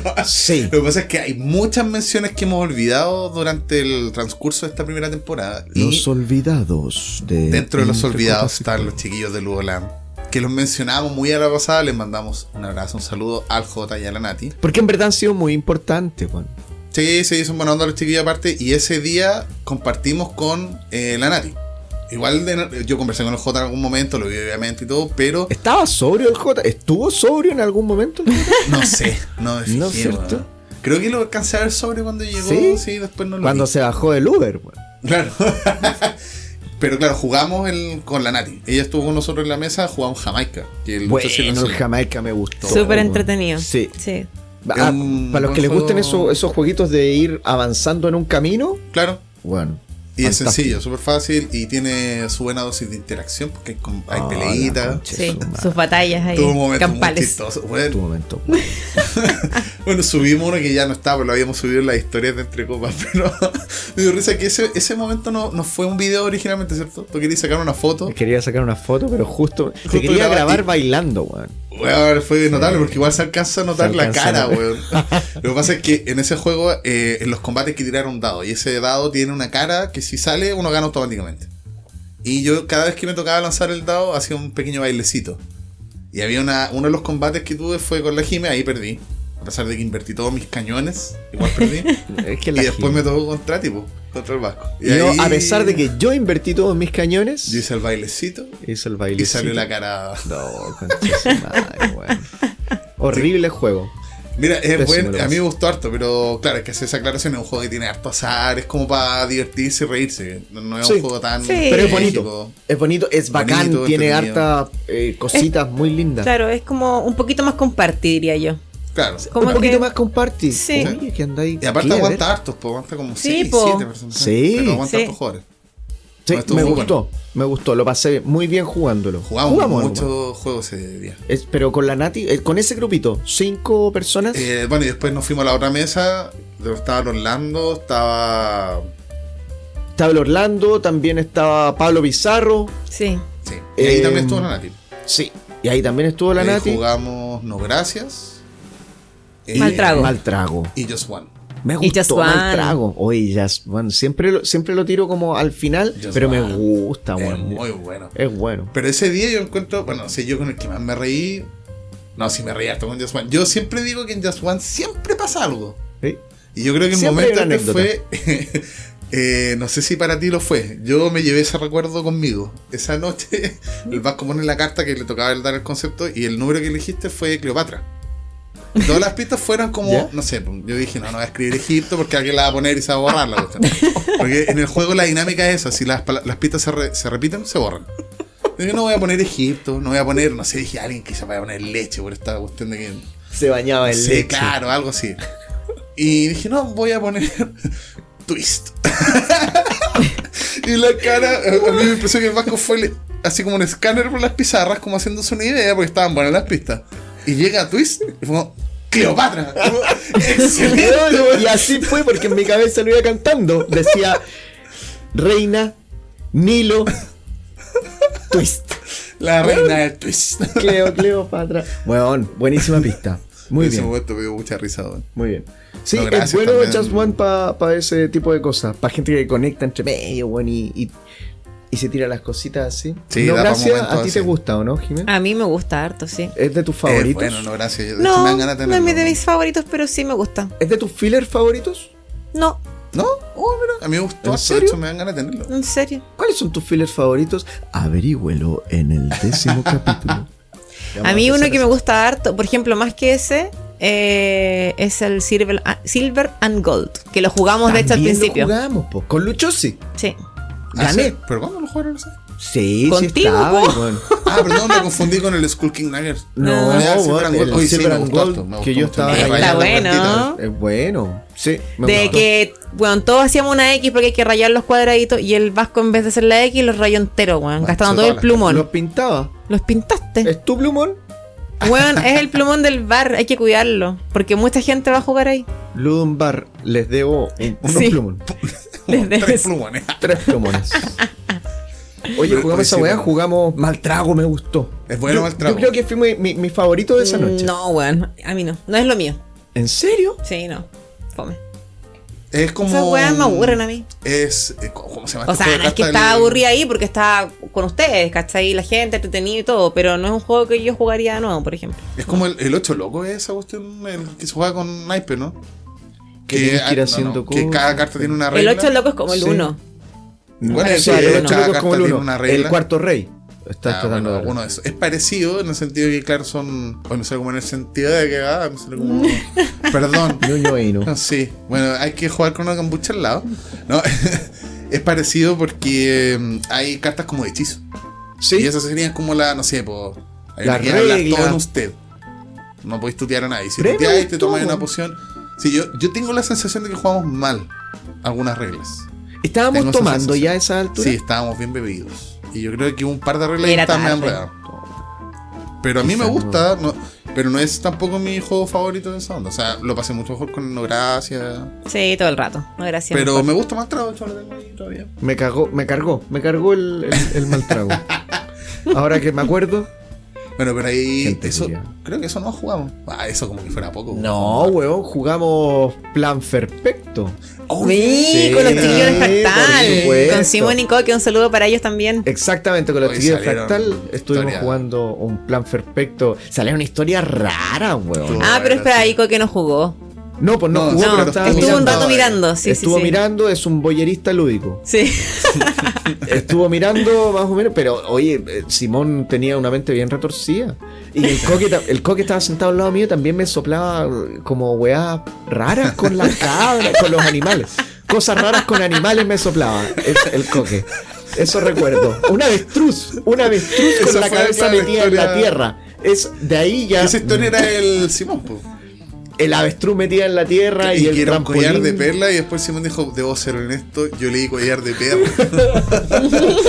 C: No,
A: Sí.
C: Lo que pasa es que hay muchas menciones que hemos olvidado durante el transcurso de esta primera temporada. y
A: Los olvidados de.
C: dentro de los olvidados están los chiquillos de Ludoland, que los mencionamos muy a la pasada. Les mandamos un abrazo, un saludo al J y a la Nati.
A: Porque en verdad han sido muy importantes, Juan.
C: Sí, sí, son buena onda los chiquillos aparte. Y ese día compartimos con eh, la Nati. Igual de- yo conversé con el J en algún momento, lo vi obviamente y todo,
A: (laughs)
C: pero
A: ¿Estaba sobrio el J? ¿Estuvo sobrio en algún
B: (laughs)
A: momento?
C: no sé, no me fijé,
A: ¿No es cierto?
C: weón. Creo que lo alcancé a ver sobre cuando llegó, sí,
A: ¿Sí?
C: después no lo
A: Cuando
C: vi.
A: se bajó del Uber, Juan.
C: Claro. (laughs) pero claro, jugamos el- con la Nati. Ella estuvo con nosotros en la mesa, jugamos Jamaica. que el
A: Bueno,
C: Lucho sí lo
A: el
C: enseñó.
A: Jamaica me gustó.
B: Súper
A: Juan.
B: entretenido.
A: Sí.
B: Sí.
A: Ah,
C: un
A: para los que
C: buen
A: les gusten
C: juego.
A: esos, esos jueguitos de ir avanzando en un camino,
C: Claro.
A: bueno.
C: Y es
A: fantástico.
C: sencillo, súper fácil y tiene su buena dosis de interacción porque hay, com- hay
A: Ah, la
C: peleitas.
A: concha.
B: Sí,
A: Su madre.
B: sus batallas ahí.
C: Tuvo un momento muy
B: campales.
C: chistoso.
A: En tu
C: Bueno,
A: momento.
C: bueno, subimos uno que ya no estaba, pero lo habíamos subido en las historias de Entre Copas. (laughs) Pero me dio risa que ese, ese momento no, no fue un video originalmente, ¿cierto? Tú querías sacar una foto.
A: Quería sacar una foto, pero justo.
C: Justo
A: te quería
C: grabaste.
A: grabar bailando, weón.
C: Weón, fue notable porque igual se alcanza a notar
A: Se
C: la
A: alcanza
C: cara,
A: a notar.
C: weón.
A: (laughs)
C: Lo que pasa es que en ese juego, eh, en los combates hay que tirar un dado y ese dado tiene una cara que si sale uno gana automáticamente. Y yo cada vez que me tocaba lanzar el dado hacía un pequeño bailecito. Y había una, uno de los combates que tuve fue con la Jime, ahí perdí. A pesar de que invertí todos mis cañones, igual
A: (laughs)
C: perdí.
A: Es que
C: y
A: la
C: después me
A: gente-
C: tocó contra tipo, contra el Vasco. Y
A: Yo,
C: ahí
A: a pesar de que yo invertí todos mis cañones,
C: yo hice el bailecito
A: hice el
C: y
A: baile.
C: salió la cara.
A: No, concha su madre, weón. Horrible juego.
C: Mira, es
A: Pésimo
C: bueno,
A: lo
C: a
A: hace.
C: mí me gustó harto, pero claro, es que hacer esa aclaración es un juego que tiene harto azar, es como para divertirse y reírse. No, no es un
A: Sí.
C: juego tan.
B: Sí.
A: Pero es
C: trágico.
A: bonito. Es bonito, es bacán,
C: Bonito,
A: tiene
C: entretenido.
A: hartas eh, cositas muy lindas.
B: Claro, es como un poquito más compartir, diría yo.
C: Claro.
B: Como
A: un poquito
B: que-
A: más compartir.
B: Sí.
A: Oye, que andáis. ¿eh?
C: Y aparte
A: clever.
C: aguanta hartos, pues aguanta como
B: Sí,
C: 6,
B: po.
C: 7 personas.
A: Sí.
C: Pero aguanta
B: Sí.
C: hartos jugadores.
A: Sí,
C: No, estuvo
A: me
C: muy
A: gustó, me gustó, lo pasé muy bien jugándolo.
C: Jugamos,
A: ¿no?
C: muchos juegos ese día.
A: Es- pero con la Nati, eh, con ese grupito, cinco personas.
C: Eh, bueno, y después nos fuimos a la otra mesa, donde estaba Orlando, estaba.
A: estaba el Orlando, también estaba Pablo Pizarro.
B: Sí.
C: Sí. Y ahí
A: Eh,
C: también estuvo la Nati.
A: Sí, y ahí también estuvo la
C: Ahí
A: Nati.
C: Eh, Jugamos No Gracias. eh,
B: Mal Trago.
A: Mal trago.
C: Y Just One.
A: Me
B: Y Just
A: gustó mal
B: One.
A: trago. Oye, Just One, siempre lo, siempre lo tiro como al final,
C: Just
A: pero
C: One.
A: me gusta,
C: Es
A: weón.
C: Eh, muy bueno.
A: Es bueno.
C: Pero ese día yo encuentro, bueno, no sé, yo con el que más me reí. No, sí me reí harto con Just One. Yo siempre digo que en Just One siempre pasa algo.
A: ¿sí?
C: Y yo creo que en
A: Siempre hay
C: momento
A: una
C: este fue. (laughs) eh, no sé si para ti lo fue. Yo me llevé ese recuerdo conmigo. Esa noche,
A: (laughs)
C: el Vasco pone la carta que le tocaba el dar el concepto y el número que elegiste fue Cleopatra. Y Todas las pistas fueron
A: (laughs)
C: como,
A: ¿Ya?
C: no sé, yo dije, no, no voy a escribir Egipto porque alguien la va a poner y se va a borrar la cuestión. Porque en el juego la dinámica es esa, si las, pala- las pistas se, re- se repiten, se borran. Yo no voy a poner Egipto, no voy a poner, no sé, dije alguien que se vaya a poner leche por esta cuestión de que
A: Se bañaba en
C: sí,
A: leche.
C: claro, algo así. Y dije, no, voy a poner (laughs) twist. (laughs) y la cara, a a mí me impresionó que el vasco fue le- así como un escáner por las pizarras, como haciéndose una idea, porque estaban buenas las pistas. Y llega a twist y fue como, Cleopatra.
A: (laughs)
C: Excelente.
A: (laughs) Y así fue porque en mi cabeza lo iba cantando. Decía Reina, (laughs) Nilo, Twist.
C: La reina del twist.
A: Cleo, Cleopatra. Weón, buenísima pista. Muy
C: en ese
A: bien,
C: momento me dio mucha risa, weón. Eh,
A: muy bien. Sí,
C: No,
A: es
C: gracias
A: bueno
C: también.
A: Just One para ese tipo de cosas. Para gente que conecta entre medio, weón, y, y, y se tira las cositas así.
C: Sí,
A: no,
C: da pa'
A: gracias.
C: momentos
A: A ti te
C: así.
A: gusta, ¿o no, Jimena?
B: A mí me gusta harto, sí.
A: Es de tus
C: Eh,
A: favoritos.
C: bueno, no, gracias. De hecho,
B: No,
C: me dan
B: no
C: ganas de
B: es mi- de
C: tenerlo.
B: mis favoritos, pero sí me gusta.
A: ¿Es de tus fillers favoritos?
B: No,
C: ¿No? Oh, mira, a mí me gustó.
A: ¿En
C: harto,
A: serio?
C: De hecho, me dan ganas de tenerlo.
B: en serio.
A: ¿Cuáles son tus fillers favoritos? Averígüelo en el
C: (laughs)
A: décimo capítulo.
B: A mí uno que me gusta harto, por ejemplo, más que ese, eh, es el Silver, ah, Silver and Gold, que lo jugamos de hecho al
A: También lo
B: principio.
A: jugamos, po. Con Luchosi.
B: Sí.
C: Ah,
A: Gané.
C: sí. ¿Pero cuándo lo jugaron? No sé.
A: Sí, sí
B: Contigo,
A: estaba,
B: po. (laughs)
A: weón.
C: Ah, perdón, me confundí con el Skull King Nuggets.
A: No,
C: Ya,
A: no,
C: Silver and Gold. Oye, sí, me gustó harto, me
A: que
C: gustó
A: yo
C: mucho.
A: estaba
C: Me
A: ahí.
B: Está
C: rayaron las
B: bueno.
C: cartitas.
A: Es bueno, sí. me
B: De
A: gustó.
B: que, bueno, todos hacíamos una X porque hay que rayar los cuadraditos y el vasco en vez de hacer la X los rayó entero, weón,
C: Macho,
B: gastando todo
C: todas
B: el
C: las-
B: plumón.
A: Los pintaba.
B: Los pintaste.
A: ¿Es tu plumón?
B: (laughs) Weón, es el plumón del bar, hay que cuidarlo, porque mucha gente va a jugar ahí.
A: Ludum Bar, les debo un- unos
B: Sí.
A: plumones.
B: Desde
C: Tres
B: ese.
C: plumones.
A: Tres
C: (laughs)
A: plumones. Oye,
C: Pero-
A: jugamos
C: oye,
A: esa
C: sí,
A: weá,
C: bueno.
A: jugamos mal trago, me gustó.
C: Es bueno
A: Yo-
C: Maltrago.
A: Yo creo que fue mi, mi- mi favorito de esa noche.
B: Mm, No, weón, a mí no. No es lo mío.
A: ¿En serio?
B: Sí, no. Fome.
C: Es como.
B: Esas weas me aburren a mí.
C: Es. eh, ¿Cómo se llama?
B: O sea,
C: este juego de
B: no es que
C: cartas?
B: estaba
C: El-
B: aburrida ahí porque estaba con ustedes, ¿cachai? La gente, entretenido y todo, pero no es un juego que yo jugaría de nuevo, por ejemplo.
C: Es como el, el 8 loco, ¿eh? esa cuestión, el que se juega con naipe, ¿no?
A: Que tienes que ir
C: ah,
A: haciendo
C: que
A: cosas.
C: cada carta tiene una
B: El
C: regla.
B: 8 loco es como el
A: Sí.
B: 1.
A: Bueno,
B: el
A: sí,
B: cuatro,
A: el
B: no.
A: ocho
C: Cada
A: loco es como el
C: carta tiene
A: uno.
C: una regla.
A: El cuarto rey. Estás
C: Ah,
A: tratando
C: bueno,
A: de
C: alguno de esos. Es parecido en el sentido de que, claro, son. Bueno, no sé, como en el sentido de que. Ah, no sé,
B: (laughs)
C: como. Perdón.
A: Ñoño e Eino.
C: (laughs) Ah, Sí, bueno, hay que jugar con una cambucha al lado. No, (laughs) es parecido porque eh, hay cartas como de hechizo. Y
A: Sí.
C: esas serían como la, no sé, pues.
A: La
C: La regla.
A: regla.
C: todo en usted. No podéis tutear a nadie. Si
A: Pero me
C: tuteáis, te
A: gustó,
C: tomáis una
A: weón.
C: poción. Sí, yo, yo tengo la sensación de que jugamos mal algunas reglas.
A: Estábamos
C: Tengo esa
A: tomando
C: sensación.
A: ya a esa altura.
C: Sí, estábamos bien bebidos. Y yo creo que hubo un par de reglas que
B: Era
C: estaban medio
B: tarde.
C: enredadas. Pero a mí me
A: Quizás
C: gusta, no- pero no es tampoco mi juego favorito de esa onda. O sea, lo pasé mucho mejor con No Gracia.
B: Sí, todo el rato. No, gracias.
C: Pero
B: mejor.
C: me gusta más trabajo, lo tengo ahí todavía.
A: Me cagó, me cargó, me cargó el, el- el mal
C: (laughs)
A: trago. Ahora que me acuerdo.
C: Bueno, pero ahí.
A: Gente
C: eso,
A: culiao.
C: creo que eso no jugamos. Ah, eso como que fuera poco.
A: No, weón, jugamos plan perfecto.
C: Oh,
B: Sí,
A: Sí,
B: con los chiquillos de
A: por
B: fractal.
A: supuesto. Eh,
B: Con Simón y Coque, un saludo para ellos también.
A: Exactamente, con los
C: Hoy
A: chiquillos de
C: salieron
A: fractal estuvimos
C: historia.
A: jugando un plan perfecto. Salió una historia rara, weón.
C: Tú-
B: Ah, pero
C: Bueno,
B: espera,
C: sí.
B: ahí Coque no jugó.
A: No, pues no,
C: No,
A: jugó,
C: sí,
A: pero eh,
B: No,
C: estaba
B: estuvo un
C: mirando.
B: rato mirando. Sí,
A: estuvo
B: sí, sí.
A: mirando, es un boyerista lúdico.
B: Sí. (laughs)
A: Estuvo mirando más o menos, pero oye, eh, Simón tenía una mente bien retorcida. Y el coque, ta- el coque estaba sentado al lado mío también me soplaba eh, como weas raras con las cabras, con los animales. Cosas raras con animales me soplaba es- el coque. Eso recuerdo. Un avestruz, un avestruz con
C: Esa
A: la
C: fue
A: cabeza
C: la
A: metida en la
C: historia-
A: tierra. Es de ahí ya
C: Esa historia era el Simón, po.
A: el avestruz metida en la tierra Ah, y,
C: Y,
A: el
C: que era un
A: trampolín.
C: collar de perla y después Simón dijo, debo ser honesto, yo leí collar
B: (laughs)
C: de perla.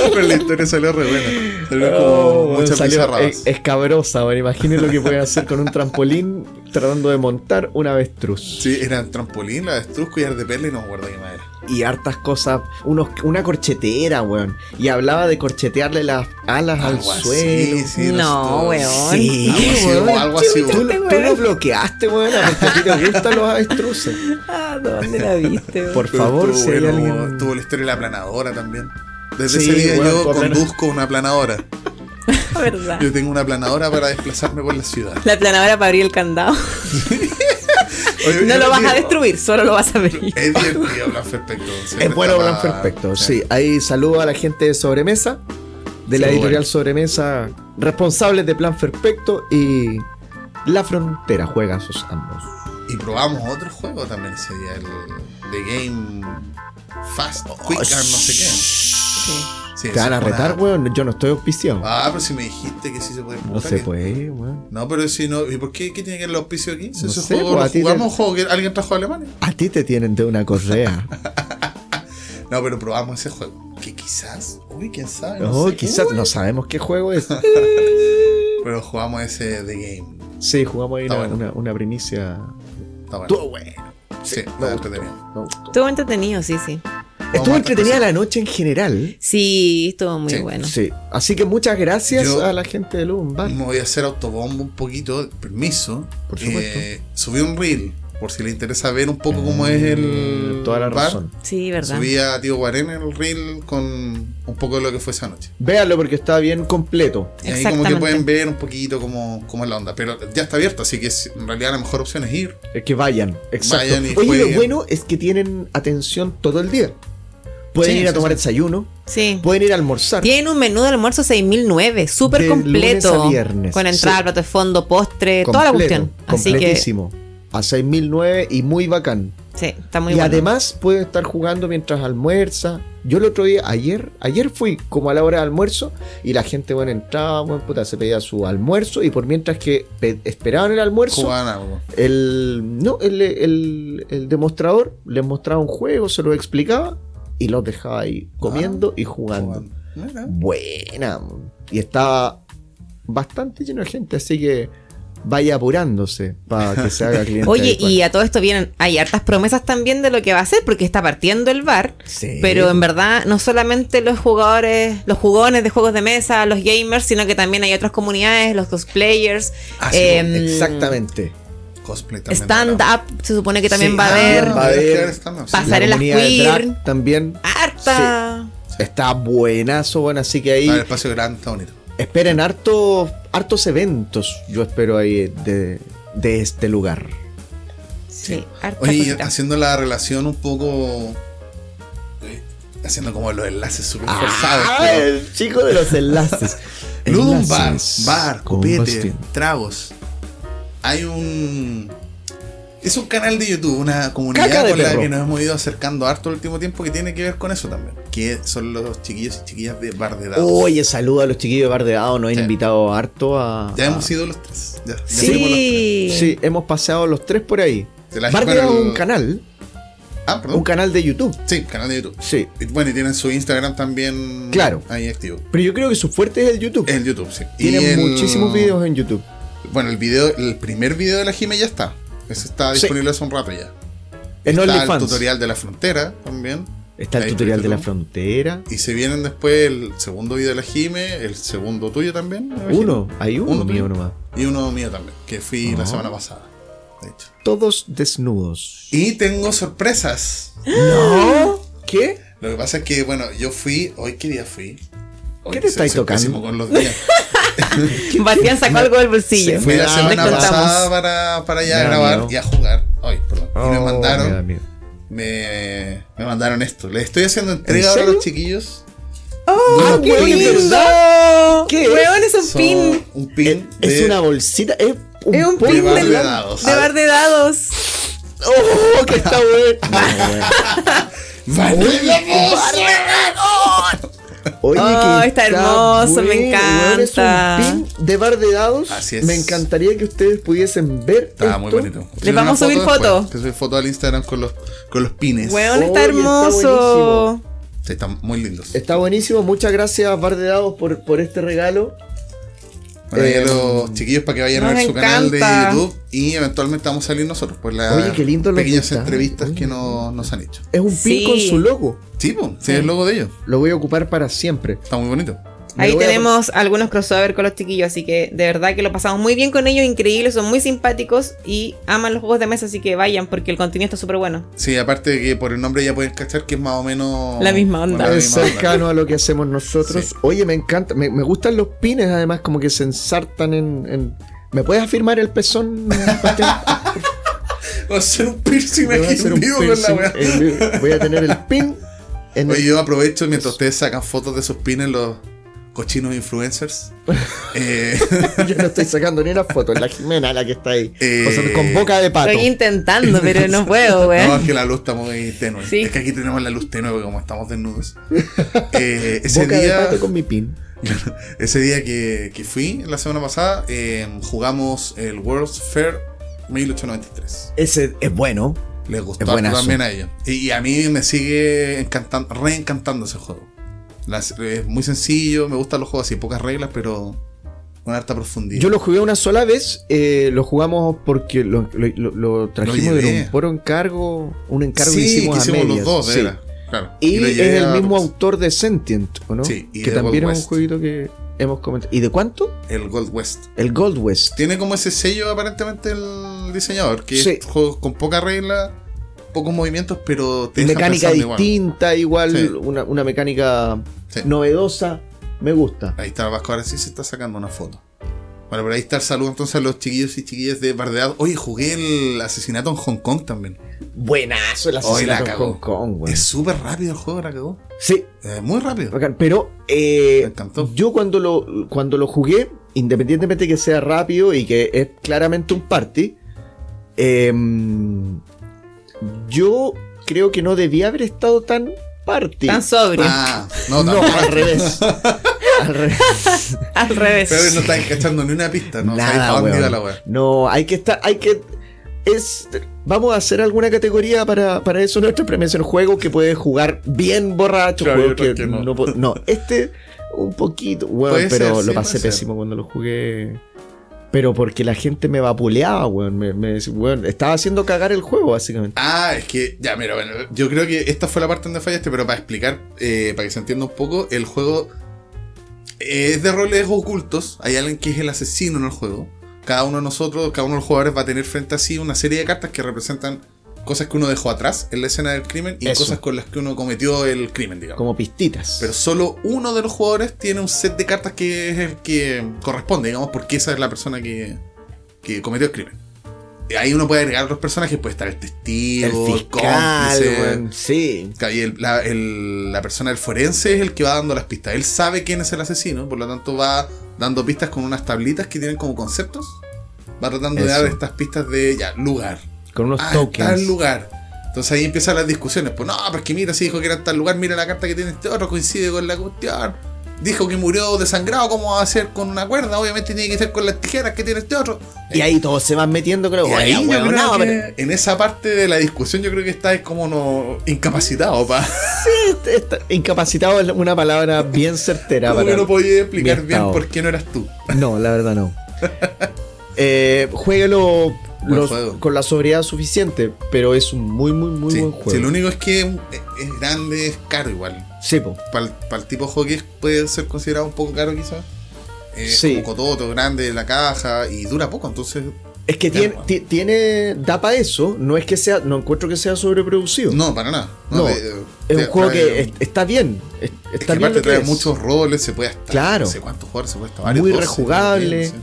C: pero la historia salió re buena. Salió
A: Oh,
C: como
A: bueno,
C: muchas
A: salió eh.
C: pizarras.
A: es- escabrosa, bueno, imaginen lo que pueden hacer con un trampolín tratando de montar un avestruz.
C: Sí, era el trampolín, la avestruz, collar de perla y no me acuerdo qué más era.
A: Y hartas cosas, unos, una corchetera, weón. Y hablaba de corchetearle las alas al
C: Algo así,
A: suelo.
C: sí, no sé
B: No,
C: todo.
B: weón.
A: Sí,
C: Algo así,
A: weón.
C: hubo, algo así.
A: Tú,
C: hubo.
A: tú lo bloqueaste, weón, porque a ti te gustan los avestruces.
B: Ah, ¿dónde la viste?
A: (laughs) Por
C: Pero
A: favor,
C: estuvo
A: si hay
C: bueno,
A: alguien...
C: Tuvo la historia de la aplanadora también. Desde
A: Sí,
C: ese día
A: bueno,
C: yo
A: por menos.
C: conduzco una aplanadora.
B: La verdad.
C: Yo tengo una aplanadora para desplazarme por
B: (laughs)
C: la ciudad.
B: La planadora para abrir el candado.
C: Oye,
B: No
C: es
B: lo vas a
C: divertido.
B: destruir, solo lo vas a abrir.
C: Es divertido hablar perfecto.
A: Es bueno plan perfecto, sí. Ahí saludo a la gente de Sobremesa, de la
C: Sí,
A: editorial
C: bueno.
A: Sobremesa, responsables de Plan Perfecto y La Frontera juegan sus ambos.
C: Y probamos otro juego también ese día, el The Game Fast Quick and no sé qué. Sí,
A: Oh, Te van a
C: esa
A: retar,
C: fue una-
A: weón. Yo no estoy auspiciado.
C: Ah, pero si me dijiste que sí se puede
A: no
C: preguntar
A: se
C: que-
A: puede, weón.
C: No, pero si no. ¿Y por qué, qué tiene que ver el auspicio aquí? Si
A: No
C: ese
A: sé,
C: juego
A: pues,
C: lo
A: a ti te-
C: jugamos un juego que alguien trajo de Alemania.
A: A ti te tienen de una correa.
C: No, pero probamos ese juego. Que quizás. Uy, quién sabe. (laughs) No
A: oh,
C: sé.
A: quizás
C: Uy, (laughs)
A: no sabemos qué juego es.
C: Pero jugamos ese The Game.
A: Sí, jugamos ahí
C: Está
A: una,
C: bueno.
A: una, una primicia.
C: Está bueno.
A: Estuvo bueno.
C: Sí,
A: me
C: me
A: gustó,
C: gusta también.
A: me gustó.
B: Estuvo entretenido, sí, sí.
A: Estuvo
C: a
A: entretenida la noche en general.
B: Sí, estuvo muy
C: Sí,
B: bueno.
A: Sí. Así que muchas gracias
C: Yo-
A: a la gente de Lumbar.
C: Me voy a hacer autobombo un poquito, permiso.
A: Por supuesto.
C: Eh, subí un reel, por si le interesa ver un poco cómo es el.
A: Eh, Mm, Toda la
C: bar.
A: razón.
B: Sí, verdad.
C: Subí a Tío Guarén el reel con un poco de lo que fue esa noche.
A: Véanlo porque está bien completo.
C: Y ahí como que
B: Exactamente.
C: pueden ver un poquito cómo, cómo es la onda. Pero ya está abierto, así que es- en realidad la mejor opción es ir.
A: Es que vayan. Exacto.
C: Vayan y
A: Oye,
C: jueguen.
A: lo bueno es que tienen atención todo el día. Pueden
C: Sí,
A: ir a
C: sí,
A: tomar
C: sí.
A: desayuno,
B: Sí.
A: pueden ir a almorzar.
B: Tiene un menú de almuerzo 6009, súper
A: De
B: completo.
A: lunes a viernes,
B: con entrada,
A: sí.
B: plato de fondo, postre, toda la
A: Completo,
B: cuestión. Así que sí,
A: completísimo. A 6009 y muy bacán.
B: está muy
A: y
B: bueno.
A: además pueden estar jugando mientras almuerza. Yo el otro día, ayer, ayer fui como a la hora de almuerzo y la gente, bueno, entraba, bueno, puta, se pedía su almuerzo y por mientras que pe- esperaban el almuerzo,
C: Jugaban algo.
A: el, no, el, el- el demostrador les mostraba un juego, se lo explicaba y los dejaba ahí comiendo y jugando.
C: Jugaban. Mira.
A: Buena. Y estaba bastante lleno de gente, así que vaya apurándose para que se haga cliente.
B: Oye,
A: habitual.
B: y a todo esto vienen, hay hartas promesas también de lo que va a ser, porque está partiendo el bar.
A: Sí.
B: Pero en verdad, no solamente los jugadores, los jugones de juegos de mesa, los gamers, sino que también hay otras comunidades, los cosplayers.
C: Ah, sí,
B: em,
A: Exactamente.
C: Cosplay también.
B: Stand-up, se supone que también
A: Sí,
B: va a
A: ah,
B: haber.
A: va a haber-
C: stand-up, sí.
B: Pasa- pasarelas
A: La comunidad de
B: queer.
A: drag también
B: Harta.
A: está buenazo, bueno, así que ahí
C: Ah, el espacio grande está bonito.
A: esperen hartos, hartos eventos, yo espero ahí de, de este lugar.
B: Sí, harta.
C: Oye, y
B: cosita.
C: haciendo la relación un poco. eh, Haciendo como los enlaces súper forzados.
A: Ah,
C: pero-
A: el chico de los enlaces.
C: (laughs) Ludum Bar,
A: Enlaces
C: bar,
A: con
C: copete,
A: Bastián.
C: tragos. Hay un. Es un canal de YouTube, una
A: Caca
C: comunidad
A: de
C: con la
A: perro.
C: que nos hemos ido acercando harto el último tiempo que tiene que ver con eso también. Que son los chiquillos y chiquillas de Bar de Dados.
A: Oye, saluda a los chiquillos de Bar de Dado, nos han
C: Sí.
A: invitado harto a...
C: ya
A: a-
C: hemos ido los tres. Ya, ya fuimos los
B: Sí.
C: tres.
A: Sí, hemos paseado los tres por ahí.
C: Se la
A: Bar de
C: chupan
A: Dado es un
C: el-
A: canal,
C: Ah, perdón.
A: un canal de YouTube.
C: sí, canal de YouTube.
A: Sí,
C: Y bueno, y tienen su Instagram también.
A: Claro.
C: Ahí activo.
A: pero yo creo que su fuerte es el YouTube.
C: El YouTube, sí. Y
A: Tienen
C: el-
A: muchísimos videos en YouTube.
C: Bueno, el video, el primer video de la Jime ya está. Ese está
A: Sí.
C: disponible hace un rato ya.
A: En
C: está el
A: OnlyFans.
C: tutorial de la frontera también.
A: Está el
C: Ahí,
A: tutorial de la
C: YouTube.
A: frontera.
C: Y se vienen después el segundo video de la Jime, el segundo tuyo también. me imagino.
A: Uno, hay uno,
C: Uno
A: mío
C: tuyo.
A: nomás.
C: Y uno mío también, que fui la
A: Ah.
C: semana pasada. De hecho.
A: Todos desnudos.
C: Y tengo sorpresas.
A: ¿No? ¿Qué?
C: Lo que pasa es que, bueno, yo fui. ¿Hoy qué día fui? Hoy
A: ¿Qué te
C: soy-
A: estáis
C: soy
A: tocando?
C: pésimo con los
A: (laughs)
C: días.
B: Bastián sacó algo del bolsillo.
A: Sí,
C: Fui
A: Me
C: la
A: da-
C: semana
B: les contamos.
C: pasada para, para allá
A: Me
C: a
A: da
C: grabar
A: miedo.
C: y a jugar. Hoy, perdón. y me
A: Oh,
C: mandaron.
A: me da miedo.
C: me, me mandaron esto. Les estoy haciendo entrega ahora a
A: serio?
C: los chiquillos.
B: ¡Oh,
C: pues,
A: Ah,
B: qué
A: weón,
B: lindo!
A: ¿es verdad? ¿Qué es?
B: Weón, es un
C: Son
B: pin. Eh,
C: Un
A: Es,
C: pin.
A: es
C: Eh, de-
A: una bolsita. Es un,
B: Es un
A: polvo.
B: pin
C: bar de
B: del-
C: dados.
B: de bar de dados.
A: ¡Oh, que
C: (laughs)
A: está bueno!
C: (laughs) ¡Vanilla Moss!
A: Oye,
B: Oh,
A: que
B: está
A: bueno,
B: hermoso, me
A: weón, es un
B: encanta.
A: pin de bar de dados.
C: Así es.
A: Me encantaría que ustedes pudiesen ver.
C: Estaba
A: esto.
C: muy bonito.
B: Les vamos a subir foto.
C: fotos. subir foto al Instagram con los, con los pines.
B: Weón,
A: Oye,
B: está
A: está
B: hermoso.
C: Sí, están muy lindos.
B: Eh,
A: Está buenísimo. Muchas gracias, bar de dados, por, por este regalo.
C: Bueno, ahí a
A: eh,
C: los chiquillos para que vayan a
B: nos
C: ver su canal de
B: em, encanta.
C: YouTube y eventualmente vamos a salir nosotros por las
A: Oye, qué lindo lo que
C: pequeñas
A: está.
C: entrevistas que
A: Oye.
C: nos, nos han hecho.
A: Es un
B: Sí.
A: pin con su logo.
C: Sí, po, sí, el logo de ellos.
A: Lo voy a ocupar para siempre.
C: Está muy bonito.
A: Me
B: Ahí
A: voy a-
B: tenemos algunos crossover con los chiquillos, así que de verdad que lo pasamos muy bien con ellos, increíbles, son muy simpáticos y aman los juegos de mesa, así que vayan porque el contenido está súper bueno.
C: Sí, aparte de que por el nombre ya pueden cachar que es más o menos
B: La misma onda.
C: la
A: Es
C: misma onda.
A: cercano a lo que hacemos nosotros.
C: Sí.
A: Oye, me encanta. Me, me gustan los pines, además, como que se ensartan en. en- ¿Me puedes afirmar el pezón? Bastián?
C: (laughs) Va a ser un piercing
A: Me voy a
C: aquí
A: hacer
C: en
A: un
C: vivo con la
A: piercing eh.
C: weá.
A: en vivo. Voy a tener el pin en
C: Oye,
A: el.
C: yo aprovecho mientras ustedes sacan fotos de sus pines, los cochinos
A: (laughs)
C: influencers. eh,
A: (laughs) Yo no estoy sacando ni una foto, es la Jimena la que está ahí.
C: Eh.
A: O sea, con boca de pato.
B: Estoy intentando,
A: (laughs)
B: pero no puedo,
C: No, es
B: weón.
C: que la luz está muy tenue.
B: Sí.
C: Es que aquí tenemos la luz tenue porque como
A: (laughs)
C: estamos desnudos. Eh, ese,
A: Boca de
C: día,
A: pato con mi pin.
C: ese día que, que fui, la semana pasada, eh, jugamos el World's Fair 1893.
A: Ese es bueno.
C: Les gustó
A: Es buenazo.
C: también a ellos. Y, y a mí me sigue encantando, reencantando ese juego. Las- es muy sencillo, me gustan los juegos así, pocas reglas, pero con harta profundidad.
A: Yo lo jugué una sola vez, eh, lo jugamos porque lo, lo- lo- lo trajimos
C: llevé.
A: de un, por un encargo, un encargo
C: sí,
A: que hicimos,
C: que hicimos
A: a medias.
C: los dos, de
A: sí.
C: veras, Claro.
A: Y,
C: lo
A: es
C: llevé
A: el
C: a-
A: mismo autor de Sentient, ¿o no?
C: Sí, y
A: que
C: de
A: también
C: Gold
A: es un
C: West.
A: jueguito que hemos comentado. ¿Y de cuánto?
C: El Gold West.
A: El Gold West.
C: Tiene como ese sello aparentemente el diseñador, que
A: Sí.
C: es juegos con poca regla, pocos movimientos, pero te dejan
A: mecánica
C: pensando igual.
A: distinta, igual,
C: Sí.
A: una, una mecánica
C: Sí.
A: novedosa. Me gusta.
C: Ahí está Vasco, ahora sí se está sacando una foto. Bueno, pero ahí está el saludo entonces a los chiquillos y chiquillas de Bardeado. Oye, jugué el asesinato en Hong Kong también.
A: Buenazo el
C: Hoy la
A: asesinato en
C: cagó.
A: Hong Kong, güey.
C: Es súper rápido el juego, la cagó.
A: Sí,
C: Eh, muy rápido.
A: bacán. Pero eh,
C: Me encantó.
A: yo cuando lo, cuando lo jugué, independientemente que sea rápido y que es claramente un party, em, yo creo que no debía haber estado tan party.
B: Tan sobrio.
C: Ah, no,
A: no,
C: no,
A: al revés. Al revés.
B: Al revés.
C: Pero no están cachando ni una pista, no sabéis para dónde
A: weón.
C: iba la wea.
A: No, hay que estar, hay que. Es, vamos a hacer alguna categoría para, para eso. Nuestra premisa en juego que puede jugar bien borracho.
C: Claro,
A: juegos
C: yo creo
A: que
C: que no.
A: no. po- no, este un poquito. weón,
C: Puede
A: pero
C: ser, sí,
A: lo pasé
C: puede ser.
A: pésimo cuando lo jugué. Pero porque la gente me vapuleaba, weón. Me, me decía, weón, estaba haciendo cagar el juego, básicamente.
C: Ah, es que, ya, mira, bueno, yo creo que esta fue la parte donde fallaste, pero para explicar, eh, para que se entienda un poco, el juego eh, es de roles ocultos, hay alguien que es el asesino en el juego, cada uno de nosotros, cada uno de los jugadores va a tener frente a sí una serie de cartas que representan cosas que uno dejó atrás en la escena del crimen y
A: Eso.
C: cosas con las que uno cometió el crimen, digamos.
A: Como pistitas.
C: Pero solo uno de los jugadores tiene un set de cartas que es el que corresponde, digamos, porque esa es la persona que, que cometió el crimen. Y Ahí uno puede agregar otros personajes, puede estar el
A: el
C: testigo,
A: fiscal,
C: cómplice.
A: weón. Sí.
C: Claro, y el- la, el- la persona del forense es el que va dando las pistas. Él sabe quién es el asesino, por lo tanto va dando pistas con unas tablitas que tienen como conceptos. Va tratando de
A: Eso.
C: dar estas pistas de ya, lugar.
A: Con unos
C: Ah,
A: tokens.
C: tal lugar. Entonces ahí empiezan las discusiones. Pues no, pero es que mira, si dijo que era en tal lugar, mira la carta que tiene este otro, coincide con la cuestión. Dijo que murió desangrado, ¿cómo va a ser con una cuerda? Obviamente tiene que ser con las tijeras que tiene este otro.
A: Y ahí todos se van metiendo, creo.
C: Y ahí
A: "Oye,
C: yo
A: weón,
C: creo
A: no,
C: que
A: pero-
C: en esa parte de la discusión yo creo que está es como no incapacitado para
A: Este- este- incapacitado es una palabra bien certera
C: (laughs) Como
A: para.
C: que no podía explicar
A: mi
C: bien
A: estado.
C: por qué no eras tú.
A: No, la verdad
C: (laughs)
A: no. Eh, juéguelo
C: Buen
A: los-
C: juego.
A: con la sobriedad suficiente, pero es un muy, muy, muy
C: Sí.
A: buen
C: Sí,
A: juego.
C: lo único es que es, es grande, es caro igual.
A: Sí, po.
C: Para el tipo de juego que es, puede ser considerado un poco caro quizás. Es
A: Sí.
C: como cototo, grande la caja y dura poco, entonces...
A: Es que
C: Ya,
A: tiene,
C: bueno.
A: ti- tiene. Da para eso. No es que sea. No encuentro que sea sobreproducido.
C: No, para nada.
A: No,
C: de-
A: es
C: de-
A: un juego
C: trae-
A: que es- está bien. es-
C: es
A: está
C: que
A: bien. lo
C: aparte
A: que
C: trae
A: es.
C: muchos roles, se puede hasta...
A: Claro.
C: No sé cuántos jugadores se puede hasta
A: Muy
C: 12,
A: rejugable.
C: 10,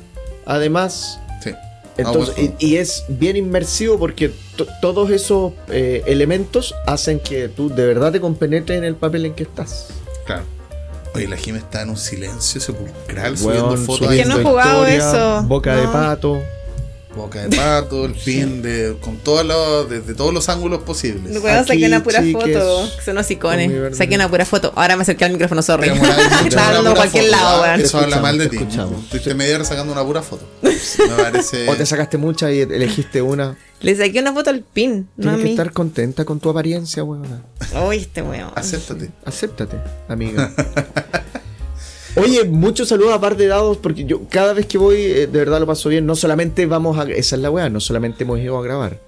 A: Además.
C: Sí.
A: Entonces,
C: buen juego.
A: y, y es bien inmersivo porque to- todos esos eh, elementos hacen que tú de verdad te compenetres en el papel en que estás.
C: Claro. Oye, la Jim está en un silencio sepulcral subiendo
A: Weón,
C: fotos
B: subiendo
C: ahí
B: Que no
C: en
B: he jugado eso,
A: Boca de
B: no.
A: pato.
C: Boca de
A: (laughs)
C: pato, el pin de. con todos los. desde todos los ángulos posibles.
B: Weón,
A: Aquí,
B: saqué una pura
A: chiques,
B: foto. Son unos
A: con mi verde.
B: icones. Saqué una pura foto. Ahora me acerqué al micrófono, sorry. (laughs)
C: Tenemos una- tenemos una
B: Estaba hablando
C: pura
B: a cualquier
C: foto,
B: lado,
C: ¿verdad?
B: weón.
C: Eso habla mal de
A: Te
C: ti.
A: escuchamos.
C: Estuviste media hora sacando una pura
A: (laughs)
C: foto. Me parece.
A: O te sacaste muchas y elegiste una.
B: Le saqué una foto al pin, no a
A: Tienes que
B: mí.
A: estar contenta con tu apariencia, weona.
B: Uy, este weón.
C: Acéptate.
A: Acéptate, amiga. (laughs) Oye, muchos saludos a par de dados, porque yo cada vez que voy, eh, de verdad lo paso bien. No solamente vamos a. Esa es la weá, no solamente hemos ido a grabar.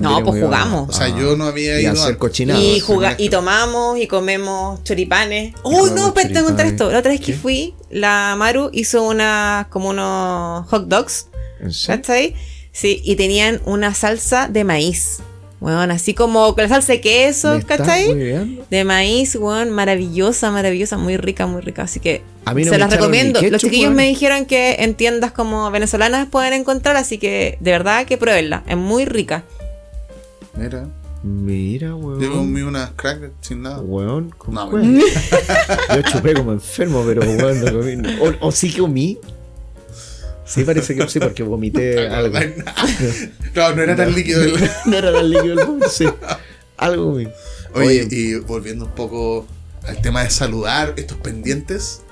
B: No,
A: hemos
B: pues
A: ido a- Ah,
B: jugamos.
C: O sea, yo no había
A: Y
C: ido.
A: hacer
C: antes.
A: cochinadas.
B: Y,
A: sí,
B: juga-
C: mira.
B: y tomamos y comemos choripanes. Uy,
A: comemos
B: no, espera, tengo que contar
A: choripanes.
B: esto. La otra vez que
A: ¿Qué?
B: fui, la Maru hizo unas, como unos hot dogs.
A: ¿En serio?
B: ¿Cachai? Sí, y tenían una salsa de maíz. Weón, así como con la salsa de queso,
A: ¿Me estás
B: ¿cachai?
A: hueveando?
B: De maíz, weón, maravillosa, maravillosa, muy rica, muy rica. Así que
A: A mí no
B: se
A: me
B: las
A: echaron ni
B: recomiendo. Los
A: ketchup,
B: chiquillos
A: weón.
B: me dijeron que en tiendas como venezolanas pueden encontrar, así que de verdad que pruébenla. Es muy rica.
C: Mira,
A: Mira, weón.
C: yo comí unas crackers sin nada.
A: Weón, ¿cómo
C: No,
A: fue? Yo chupé como enfermo, pero weón, no comí. O, o sí que comí. Sí, parece que sí, porque vomité algo.
C: Claro, no era tan líquido el.
A: (laughs) No era tan líquido el vómito, sí. Algo comí.
C: Oye,
A: Oye.
C: y volviendo un poco al tema de saludar estos pendientes.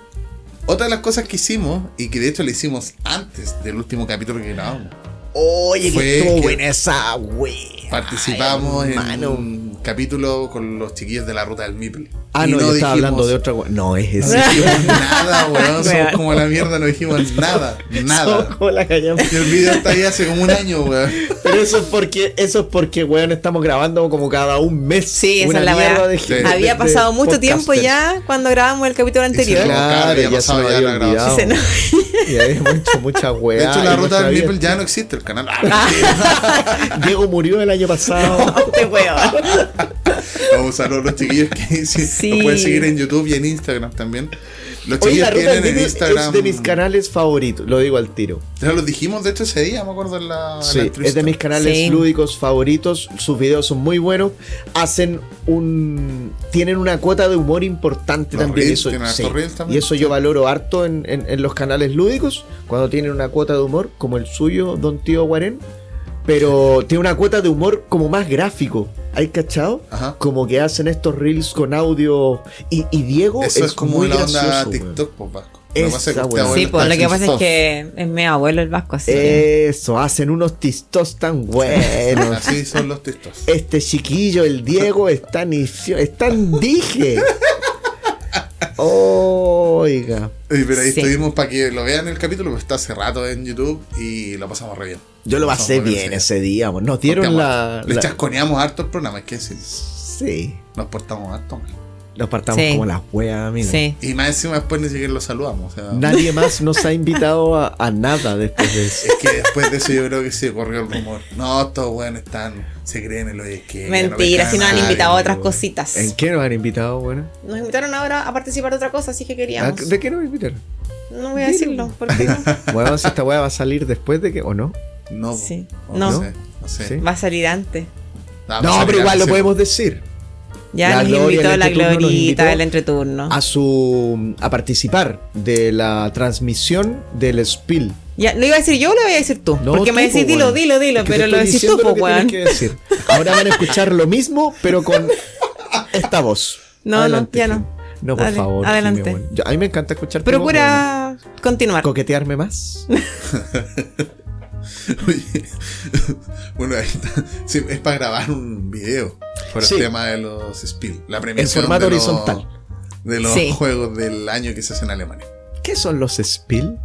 C: Otra de las cosas que hicimos, y que de hecho le hicimos antes del último capítulo que grabamos,
A: Oye,
C: Fue
A: que estuvo
C: que
A: buena esa wea.
C: participamos
A: Ay,
C: en
A: hermano.
C: un capítulo con los chiquillos de la ruta del Miple.
A: Ah,
C: Y
A: no, yo estaba
C: dijimos-
A: hablando de otra. gua- No, es
C: No
A: ese.
C: dijimos nada, weón. Somos
B: Weón.
C: como la mierda,
B: (laughs)
C: no dijimos nada. (laughs) Nada.
A: Ojo, la callamos.
C: Y el video está ahí hace como un año, weón.
A: Pero eso es porque, eso es porque, weón, estamos grabando como cada un mes.
B: Sí, esa
A: Una
B: es la
A: mierda
B: weá.
A: de gente-
B: Había
A: de
B: pasado mucho tiempo
A: podcasters.
B: ya cuando grabamos el capítulo anterior.
C: Claro, había
A: Claro, ya
C: pasado
A: se nos
C: ya
A: había
C: la grabación.
A: olvidado.
B: Se nos-
A: Y habíamos hecho mucha weá.
C: De hecho,
A: y
C: la ruta
A: nuestra
C: del
A: vida-
C: Maple ya no existe el canal. Ah,
A: (laughs) Diego murió el año pasado.
B: (laughs) Este weón.
C: (laughs) Vamos a saludar a los chiquillos que (laughs) sí,
B: Sí.
C: nos pueden seguir en YouTube y en Instagram también. Los
A: Oye, la
C: chiquillos
A: ruta del
C: tienen en
A: Maple
C: Instagram.
A: es de mis canales favoritos, lo digo al tiro.
C: Ya los dijimos, de hecho, ese día, me acuerdo en la, en la
A: Sí,
C: entrevista.
A: es de mis canales
B: Sí.
A: lúdicos favoritos. Sus videos son muy buenos. Hacen un. Tienen una cuota de humor importante
C: Los
A: también.
C: reels,
A: eso,
C: tienen
A: sí.
C: hartos reels también.
A: Y eso yo valoro harto en, en- en los canales lúdicos. Cuando tienen una cuota de humor, como el suyo, Don Tío Guarén. Pero tiene una cuota de humor como más gráfico. ¿Hay cachado?
C: Ajá.
A: Como que hacen estos reels con audio. Y, y Diego
C: Eso es, como
A: muy
C: la onda
A: gracioso, weón.
C: TikTok, pues vasco.
A: Esa
C: que usted
A: weá.
C: ahora
B: Sí,
C: está
B: pues lo que pasa es
C: chistoso.
B: que es mi abuelo el vasco, así. que-
A: Eso, hacen unos tistos tan buenos.
C: Así son los textos.
A: Este chiquillo, el Diego, es tan, icio- es tan dije. Oiga.
C: Oye, Pero ahí
B: Sí.
C: estuvimos para que lo vean el capítulo, porque está hace rato en YouTube y lo pasamos re bien.
A: Yo lo
C: Vamos
A: pasé
C: a poner
A: bien
C: serio.
A: ese día. amor. Nos
C: Porque,
A: dieron la,
C: Le
A: la-
C: chasconeamos harto el programa, es que sí,
A: Sí.
C: nos portamos harto mal.
A: Nos partamos
B: Sí.
A: como las weas, amigo.
B: Sí.
C: Y más encima después ni siquiera lo saludamos. o sea,
A: Nadie más nos ha invitado a, a nada después de eso.
C: es que después de eso yo creo que se corrió el rumor. No, estos weones están, se creen en lo de que.
B: Mentira, si nos han
A: nadie,
B: invitado a otras
A: weón.
B: cositas.
A: ¿En qué nos han invitado, bueno?
B: Nos invitaron ahora a participar de otra cosa, así que
A: ¿A-
B: queríamos.
A: Ah, ¿De qué nos invitaron?
B: No voy a
A: Dilo.
B: decirlo, porque no.
A: Bueno, si esta wea va a salir después de que. ¿O no?
C: No, po.
B: Sí.
C: O
B: No.
C: sé, no sé.
A: Sí.
B: va a salir antes.
C: Ah,
A: No,
C: pues,
A: pero
C: mira,
A: igual lo
C: sí.
A: podemos decir.
B: Ya
A: La
B: nos
A: Gloria,
B: invitó
A: el
B: la
A: entreturno, nos
B: glorita
A: invitó Ah.
B: del entreturno.
A: a su a participar de la transmisión del spill.
B: Ya, ¿Lo iba a decir yo o lo iba a decir tú?
A: No,
B: porque
A: tú,
B: me decís,
A: po,
B: dilo,
A: weón.
B: dilo, dilo,
A: Es que te
B: pero lo
A: estoy
B: decís tú,
A: diciendo
B: po,
A: lo que tienes
B: weón.
A: que decir. Ahora van a escuchar lo mismo, pero
B: (laughs)
A: con esta voz.
B: No, no, ya no.
A: Jimmy. No, por
B: Dale,
A: favor.
B: adelante.
A: Jimmy, bueno. Yo- a mí me encanta escuchar tu voz,
B: Procura continuar.
A: pero coquetearme
B: (laughs)
A: más.
C: Oye, (laughs) bueno, ahí está. Sí, es para grabar un video por
A: Sí.
C: el tema de los spill. La premiación
A: formato
C: de los-
A: horizontal.
C: de los
B: Sí.
C: juegos del año que se hacen en Alemania.
A: ¿Qué son los spill?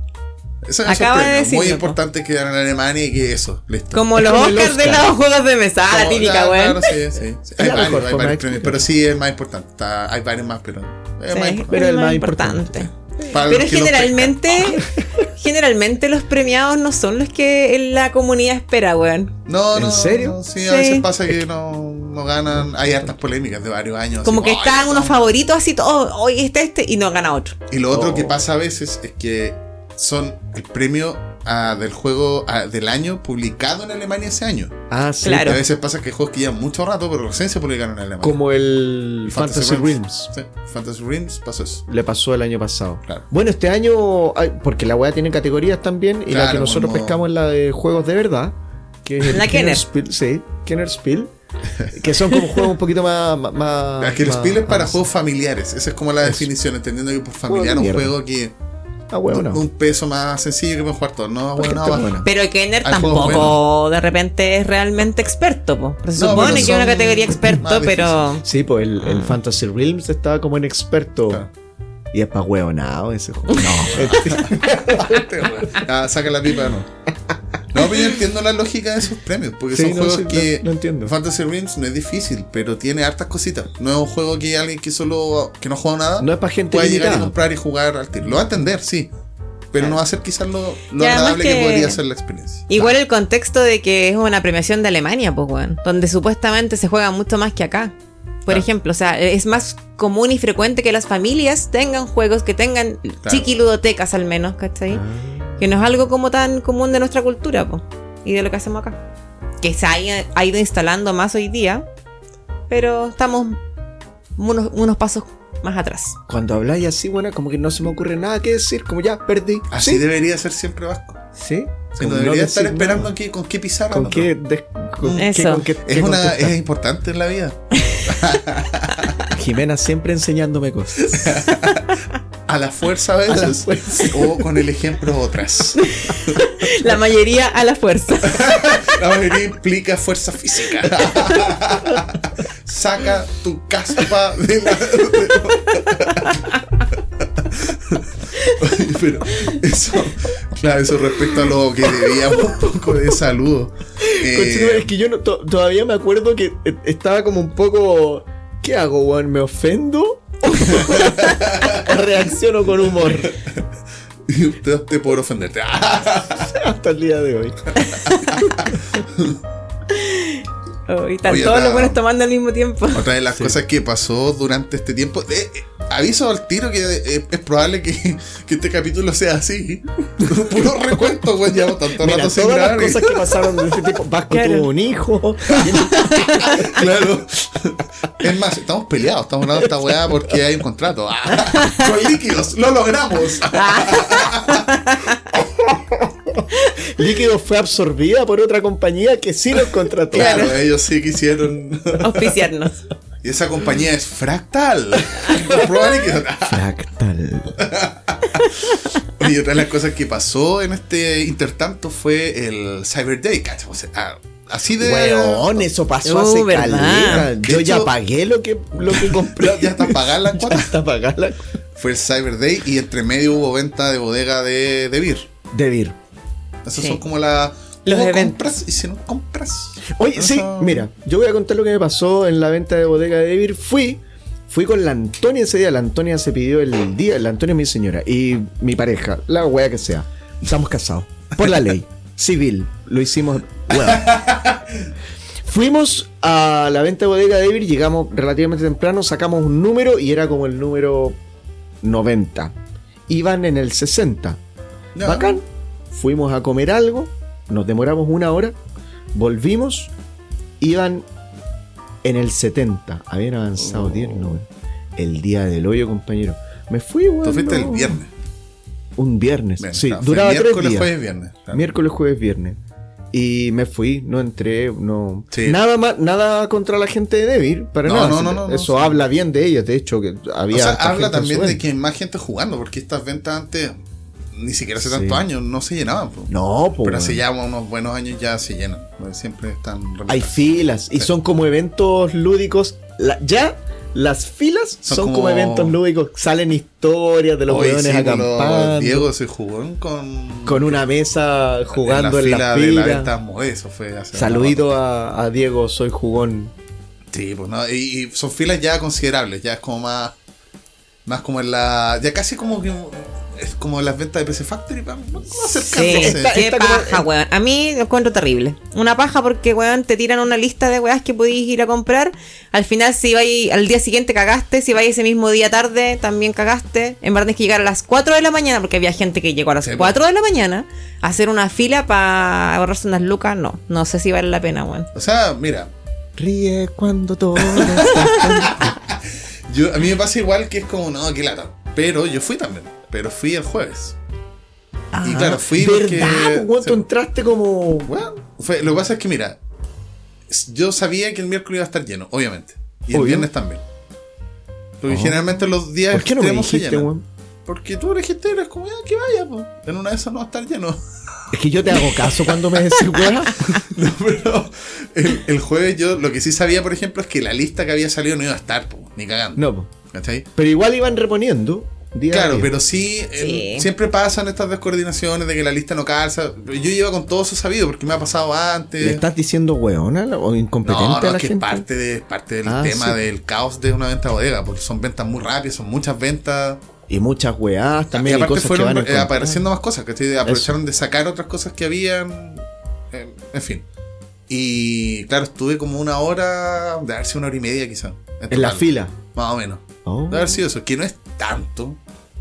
C: Eso es
B: Acaba de decirlo,
C: muy
B: po.
C: importante que ganan en Alemania y que eso, listo.
B: Como
A: Es
B: los
A: como el
B: Oscars de
A: Oscar.
B: los juegos de mesa, ah, la
C: Como-
B: típica,
C: claro,
B: weón.
C: claro, sí, sí, sí. Hay
A: la
C: varios,
A: mejor
C: hay
A: forma de
C: varios premios, pero sí es el más importante. Está- hay varios más, pero es el más
B: Sí,
C: importante.
A: pero el
B: es
A: más
C: Para
B: Pero
C: los que los
B: generalmente,
C: (laughs)
B: generalmente los premiados no son los que la comunidad espera, weón.
C: pescan. No,
A: ¿En
C: no,
A: serio?
C: no, sí,
B: Sí.
C: a veces pasa que no, no ganan. Hay hartas polémicas de varios años. así
B: Como que
C: "Ay,
B: están
C: no".
B: unos favoritos así, todo, hoy está este y no gana otro.
C: Y lo otro
A: Oh.
C: que pasa a veces es que son el premio ah, del juego ah, del año publicado en Alemania ese año.
A: Ah, sí.
B: Claro.
C: Y a veces pasa que hay juegos que llevan mucho rato, pero recién se publicaron en Alemania.
A: Como el Fantasy Realms.
C: Sí, Fantasy Realms pasó eso.
A: le pasó el año pasado.
C: Claro.
A: Bueno, este año, ay, porque la weá tiene categorías también, y la que
C: Claro, pues,
A: nosotros
C: como-
A: pescamos es la de juegos de verdad, que es el
B: La Kenner.
A: Spiel, sí, Kenner Spiel, que son como juegos un poquito más... más- más-
C: Es que el
A: más-
C: Spiel es para
A: más-
C: juegos familiares. Esa es como la definición, entendiendo que por familiar
A: ah, Juego de
C: un
A: mierda.
C: juego que
A: Ah, bueno, no.
C: un peso más sencillo que pueden jugar todos. No, bueno,
A: gente
C: no, bueno.
A: buena.
B: Pero Kenner
C: Hay juegos
B: tampoco de repente es realmente experto, po. Pero Se
C: No,
B: supone
C: pero
B: que es una
C: son
B: categoría experto,
C: más
B: pero.
A: Sí, pues el, el Fantasy Realms estaba como en experto.
C: Ah. Claro.
A: Y es para hueonado ese
C: (laughs)
A: juego. No.
C: Este, weón. Ah, saca la pipa, no. No, pero yo entiendo la lógica de esos premios, porque
A: Sí,
C: son
A: no,
C: juegos
A: sí,
C: que.
A: lo- lo entiendo.
C: Fantasy Realms no es difícil, pero tiene hartas cositas. No es un juego que alguien que solo. que no juega nada.
A: No es para gente
C: pueda llegar y
A: limitada.
C: comprar y jugar al tiro. Lo va a entender, sí. Pero no va a ser quizás lo, lo
B: Y además
C: agradable que...
B: que-
C: podría ser la experiencia.
B: Igual el contexto de que es una premiación de Alemania, pues, weón. Donde supuestamente se juega mucho más que acá. Por
C: Claro.
B: ejemplo, o sea, es más común y frecuente que las familias tengan juegos, que tengan chiquiludotecas al menos, ¿cachai?
A: Ah.
B: Que no es algo como tan común de nuestra cultura, po, y de lo que hacemos acá. Que se haya- ha ido instalando más hoy día, pero estamos unos, unos pasos más atrás.
A: Cuando habláis así, bueno, como que no se me ocurre nada que decir, como ya perdí.
C: Así
A: ¿Sí?
C: debería ser siempre Vasco.
A: ¿Sí.
C: Si
A: Como
C: no debería estar
A: decir nada.
C: esperando que, con qué pizarra.
A: ¿Con
C: no,
A: qué, des- con qué-
B: Eso.
A: con qué-
C: Es,
A: qué
C: una,
A: contestar?
C: es importante en la vida.
A: Jimena siempre enseñándome cosas.
C: A la fuerza a veces. O con el ejemplo otras.
B: La mayoría a la (laughs) fuerza.
C: La mayoría implica fuerza física. Saca tu caspa de la. Oye, Pero eso, claro, eso respecto a lo que debíamos un poco de saludo. Eh,
A: (laughs) Continúa, es que yo no- to- todavía me acuerdo que eh, estaba como un poco. ¿Qué hago, weón? ¿Me ofendo? (laughs) Reacciono con humor (laughs)
C: y usted opte por ofenderte.
A: hasta el día de hoy.
B: Oh, y están
C: Oye,
B: todos
C: la-
B: los buenos tomando al mismo tiempo. (laughs)
C: Otra de las cosas que pasó durante este tiempo. eh, eh, aviso al tiro que eh, es probable que, que este capítulo sea así. (laughs) Puro recuento, güey. Llevamos tanto
A: Mira,
C: rato
A: todas
C: sin
A: las
C: grabar. y-
A: cosas que pasaron de ese (laughs) tipo. Vasco
B: Claro.
A: tuvo un (laughs) hijo.
C: (laughs) Claro. Es más, estamos peleados. Estamos hablando de esta weá porque hay un contrato. Ah, con líquidos. Lo logramos.
A: Líquido fue absorbida por otra compañía que sí los contrató.
C: Claro, ellos sí quisieron.
B: Auspiciarnos.
C: Y esa compañía es Fractal. Comprueba líquidos.
A: Fractal.
C: Y otra de las cosas que pasó en este intertanto fue el Cyber Day, ¿cachai? O sea, ah, así de.
A: Weón, eso pasó
B: Uh,
A: hace
B: ¿verdad?
A: caleta. Yo
C: De
A: ya
C: hecho-
A: pagué lo que, lo que compré.
C: Ya- ya hasta pagar la cuota.
A: Hasta pagar la
C: Fue el Cyber Day y entre medio hubo venta de bodega de, de beer.
A: De Vir.
C: Esas
B: Sí.
C: son como la.
B: Los
C: hubo
B: eventos.
C: compras y si no compras.
A: Oye, sí,
C: Ajá.
A: mira, yo voy a contar lo que me pasó en la venta de bodega de Vir. Fui, fui con la Antonia ese día. La Antonia se pidió el día. La Antonia es mi señora y mi pareja, la wea que sea. Estamos casados. Por la ley. Civil. Lo hicimos. weón. Fuimos a la venta de bodega de Vir, llegamos relativamente temprano, sacamos un número y era como el número 90. Iban en el 60.
C: Ya.
A: Bacán. Fuimos a comer algo, nos demoramos una hora, volvimos, iban en el 70. Habían avanzado
C: Oh.
A: 10, no. weón. El día del hoyo, compañero. Me fui, weón.
C: Tú fuiste
A: no.
C: el viernes.
A: Un viernes.
C: Bien,
A: sí,
C: claro, fue
A: duraba tres
C: miércoles,
A: días.
C: jueves, viernes. claro.
A: Miércoles, jueves, viernes. Y me fui, no entré, no.
C: Sí.
A: Nada más, nada contra la gente de Devir, para
C: No,
A: nada.
C: no, no, no,
A: Eso
C: no, sí.
A: habla bien de ella, de hecho, que había.
C: O sea,
A: harta
C: habla
A: gente en
C: también
A: su
C: de
A: evento.
C: que hay más gente jugando, porque estas ventas antes, ni siquiera hace
A: Sí.
C: tantos años, no se llenaban. po.
A: No, pues.
C: Pero hace ya unos buenos años ya se llenan. pues, Siempre están rematadas.
A: Hay filas y
C: Sí.
A: son como eventos lúdicos. La- ya las filas son,
C: Son
A: como...
C: como-
A: eventos lúdicos. Salen historias de los
C: Hoy
A: hueones
C: sí,
A: acampando.
C: los- Diego se jugó con,
A: Con una mesa jugando en la fila.
C: de la venta Modé, eso fue hace
A: Saludito a, a Diego, soy jugón.
C: Sí, pues no, y, y son filas ya considerables, ya es como más. Más como en la. Ya casi como que. Es como las ventas de PC Factory, vamos, no
B: Sí,
C: acercándose.
A: Está-
B: qué
A: está como-
B: paja, weón. A mí lo encuentro terrible. Una paja porque, weón, te tiran una lista de weas que podéis ir a comprar. Al final, si vais al día siguiente, cagaste. Si vais ese mismo día tarde, también cagaste. En verdad, tienes que llegar a las 4 de la mañana, porque había gente que llegó a las
C: Sí, pues.
B: 4 de la mañana a hacer una fila para ahorrarse unas lucas. No, no sé si vale la pena, weón.
C: O sea, mira,
A: Ríe cuando todo está
C: yo, a mí me pasa igual que es como, no, qué lata. Pero yo fui también, pero fui el jueves. (laughs) y claro, fui porque.
A: Ah, ¿Verdad? po, weón?
C: sí,
A: Tú entraste como.
C: Bueno, fue- lo que pasa es que, mira, s- yo sabía que el miércoles iba a estar lleno, obviamente. Y el
A: Obvio.
C: viernes también. Porque generalmente los días
A: ¿Por qué no me
C: extremos se
A: dijiste,
C: llenan.
A: weón?
C: Porque tú elegiste, eres como, ya, que vaya, po. en una de esas no va a estar lleno. (laughs)
A: Es que yo te hago caso cuando me decís, weón.
C: No, pero el, el jueves yo lo que sí sabía, por ejemplo, es que la lista que había salido no iba a estar, po, ni cagando.
A: No, po.
C: ¿Cachai?
A: pero igual iban reponiendo. día a
C: Claro,
A: día.
C: pero sí, eh,
B: Sí.
C: siempre pasan estas descoordinaciones de que la lista no calza. Yo llevo con todo eso sabido porque me ha pasado antes.
A: ¿Le estás diciendo weona la- o incompetente
C: No, no,
A: a la
C: es que es
A: gente?
C: parte, de, es parte del
A: Ah,
C: tema
A: sí.
C: del caos de una venta de bodega, porque son ventas muy rápidas, son muchas ventas.
A: Y muchas weás también.
C: y
A: y
C: aparte
A: cosas que
C: fueron
A: van
C: eh,
A: encontrando.
C: apareciendo más cosas, que aprovecharon de sacar otras cosas que habían. eh, en fin. Y claro, estuve como una hora, de haber sido una hora y media quizá.
A: En la
C: total,
A: fila.
C: Más o menos.
A: Oh.
C: De haber sido eso, que no es tanto,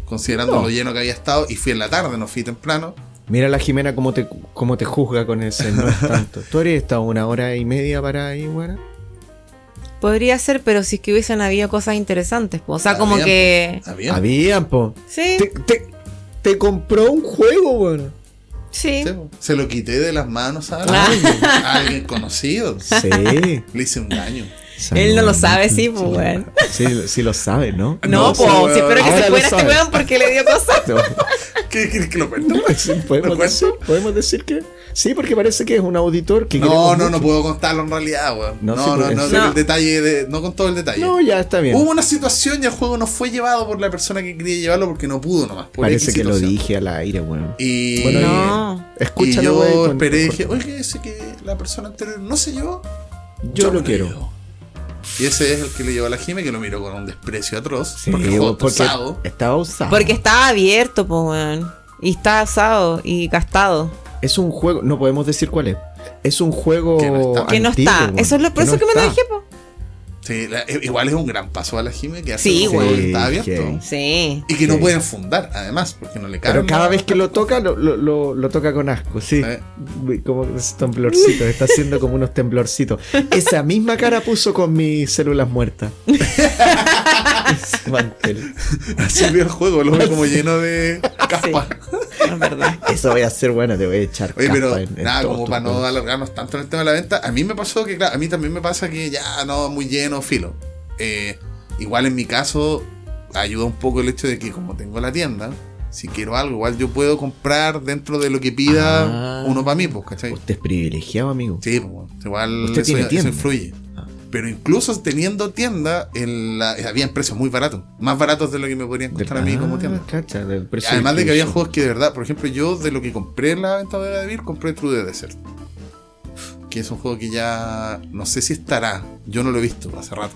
C: considerando
A: No.
C: lo lleno que había estado, y fui en la tarde, no fui temprano.
A: Mira la Jimena cómo te, cómo te juzga con ese no es tanto. ¿Tú habrías estado una hora y media para ahí, weona?
B: Podría ser, pero si es que hubiesen habido cosas interesantes. po. O sea, como
C: Habían,
A: Eh,
B: que.
C: habían.
A: Habían, po.
B: Sí,
A: Te, te- te compró un juego, weón.
B: sí.
C: Sí, po. Se lo quité de las manos a alguien, a alguien conocido.
A: Sí. (laughs)
C: Le hice un daño.
B: Él no lo sabe, sí, pues,
A: bueno.
B: weón.
A: Sí, sí lo sabe, ¿no?
B: No,
C: No,
B: pues,
C: sí, weón.
B: espero que
A: Ahora
B: se
A: lo
B: fuera este
A: sabe.
B: weón porque le dio cosas. (laughs)
C: ¿Qué quieres que lo cuente?
A: (laughs) Sí, ¿podemos,
C: ¿Lo
A: decir,
C: cuento?
A: podemos decir que sí, porque parece que es un auditor que
C: No,
A: queremos
C: no, no
A: mucho.
C: puedo contarlo en realidad, weón.
A: No,
C: No, no,
A: sí,
C: no,
A: porque-
C: no,
B: No.
C: el detalle de- no con todo el detalle.
A: No, ya está bien.
C: Hubo una situación y el juego no fue llevado por la persona que quería llevarlo porque no pudo nomás. por
A: Parece
C: X
A: que lo
C: situación.
A: dije al aire, weón.
C: Y,
A: Bueno,
B: No.
C: y
A: Escúchalo,
C: yo
A: güey, con-
C: esperé y
A: con-
C: dije, oye, ese que la persona anterior no se llevó.
A: Yo lo
C: me
A: quiero.
C: llevo". Y ese es el que le llevó a la Jime que lo miró con un desprecio atroz.
A: Sí,
C: porque
A: güey,
C: el juego
A: porque
C: está usado.
A: estaba usado.
B: Porque estaba abierto, pues, weón. Y está asado y gastado.
A: es un juego, no podemos decir cuál es. Es un juego
C: Que no está.
B: Que no
A: antiguo,
B: está.
A: güey,
B: Eso es lo, por eso que me lo
A: está.
B: dije, pues.
C: Sí, la- e- igual es un gran paso a la Jime que hace
B: Sí,
C: que el juego
A: güey.
C: está abierto.
A: Sí.
B: Sí.
C: Y que no
A: Sí.
C: pueden fundar, además, porque no le caben.
A: Pero cada vez que lo toca, lo, lo- lo- lo toca con asco, sí.
C: Eh.
A: Como esos temblorcitos, está haciendo como unos temblorcitos. Esa misma cara puso con mis células muertas. Ese mantel.
C: (laughs) Así vio el juego, lo veo como lleno de caspa.
B: Es verdad.
A: Eso voy a hacer bueno, te voy a echar.
C: Oye, pero
A: caspa en- en
C: nada,
A: todo
C: como
A: tu
C: para no
A: cuerpo.
C: alargarnos tanto en el tema de la venta, a mí me pasó que, claro, a mí también me pasa que ya no, muy lleno, filo. Eh, igual en mi caso, ayuda un poco el hecho de que como tengo la tienda, si quiero algo, igual yo puedo comprar dentro de lo que pida
A: Ah.
C: uno para mí, pues, ¿cachai?
A: Usted es privilegiado, amigo.
C: Sí, pues, bueno, igual
A: Usted
C: eso,
A: tiene
C: eso
A: tienda.
C: influye.
A: Ah.
C: Pero incluso teniendo tienda, el, la, habían precios muy baratos, más baratos de lo que me podrían
A: De-
C: costar a mí como
A: Ah,
C: tienda.
A: cacha, del precio
C: Además de que había
A: incluso.
C: juegos que de verdad, por ejemplo, yo de lo que compré en la venta de Vir, compré True the Desert. Que es un juego que ya no sé si estará. Yo no lo he visto hace rato.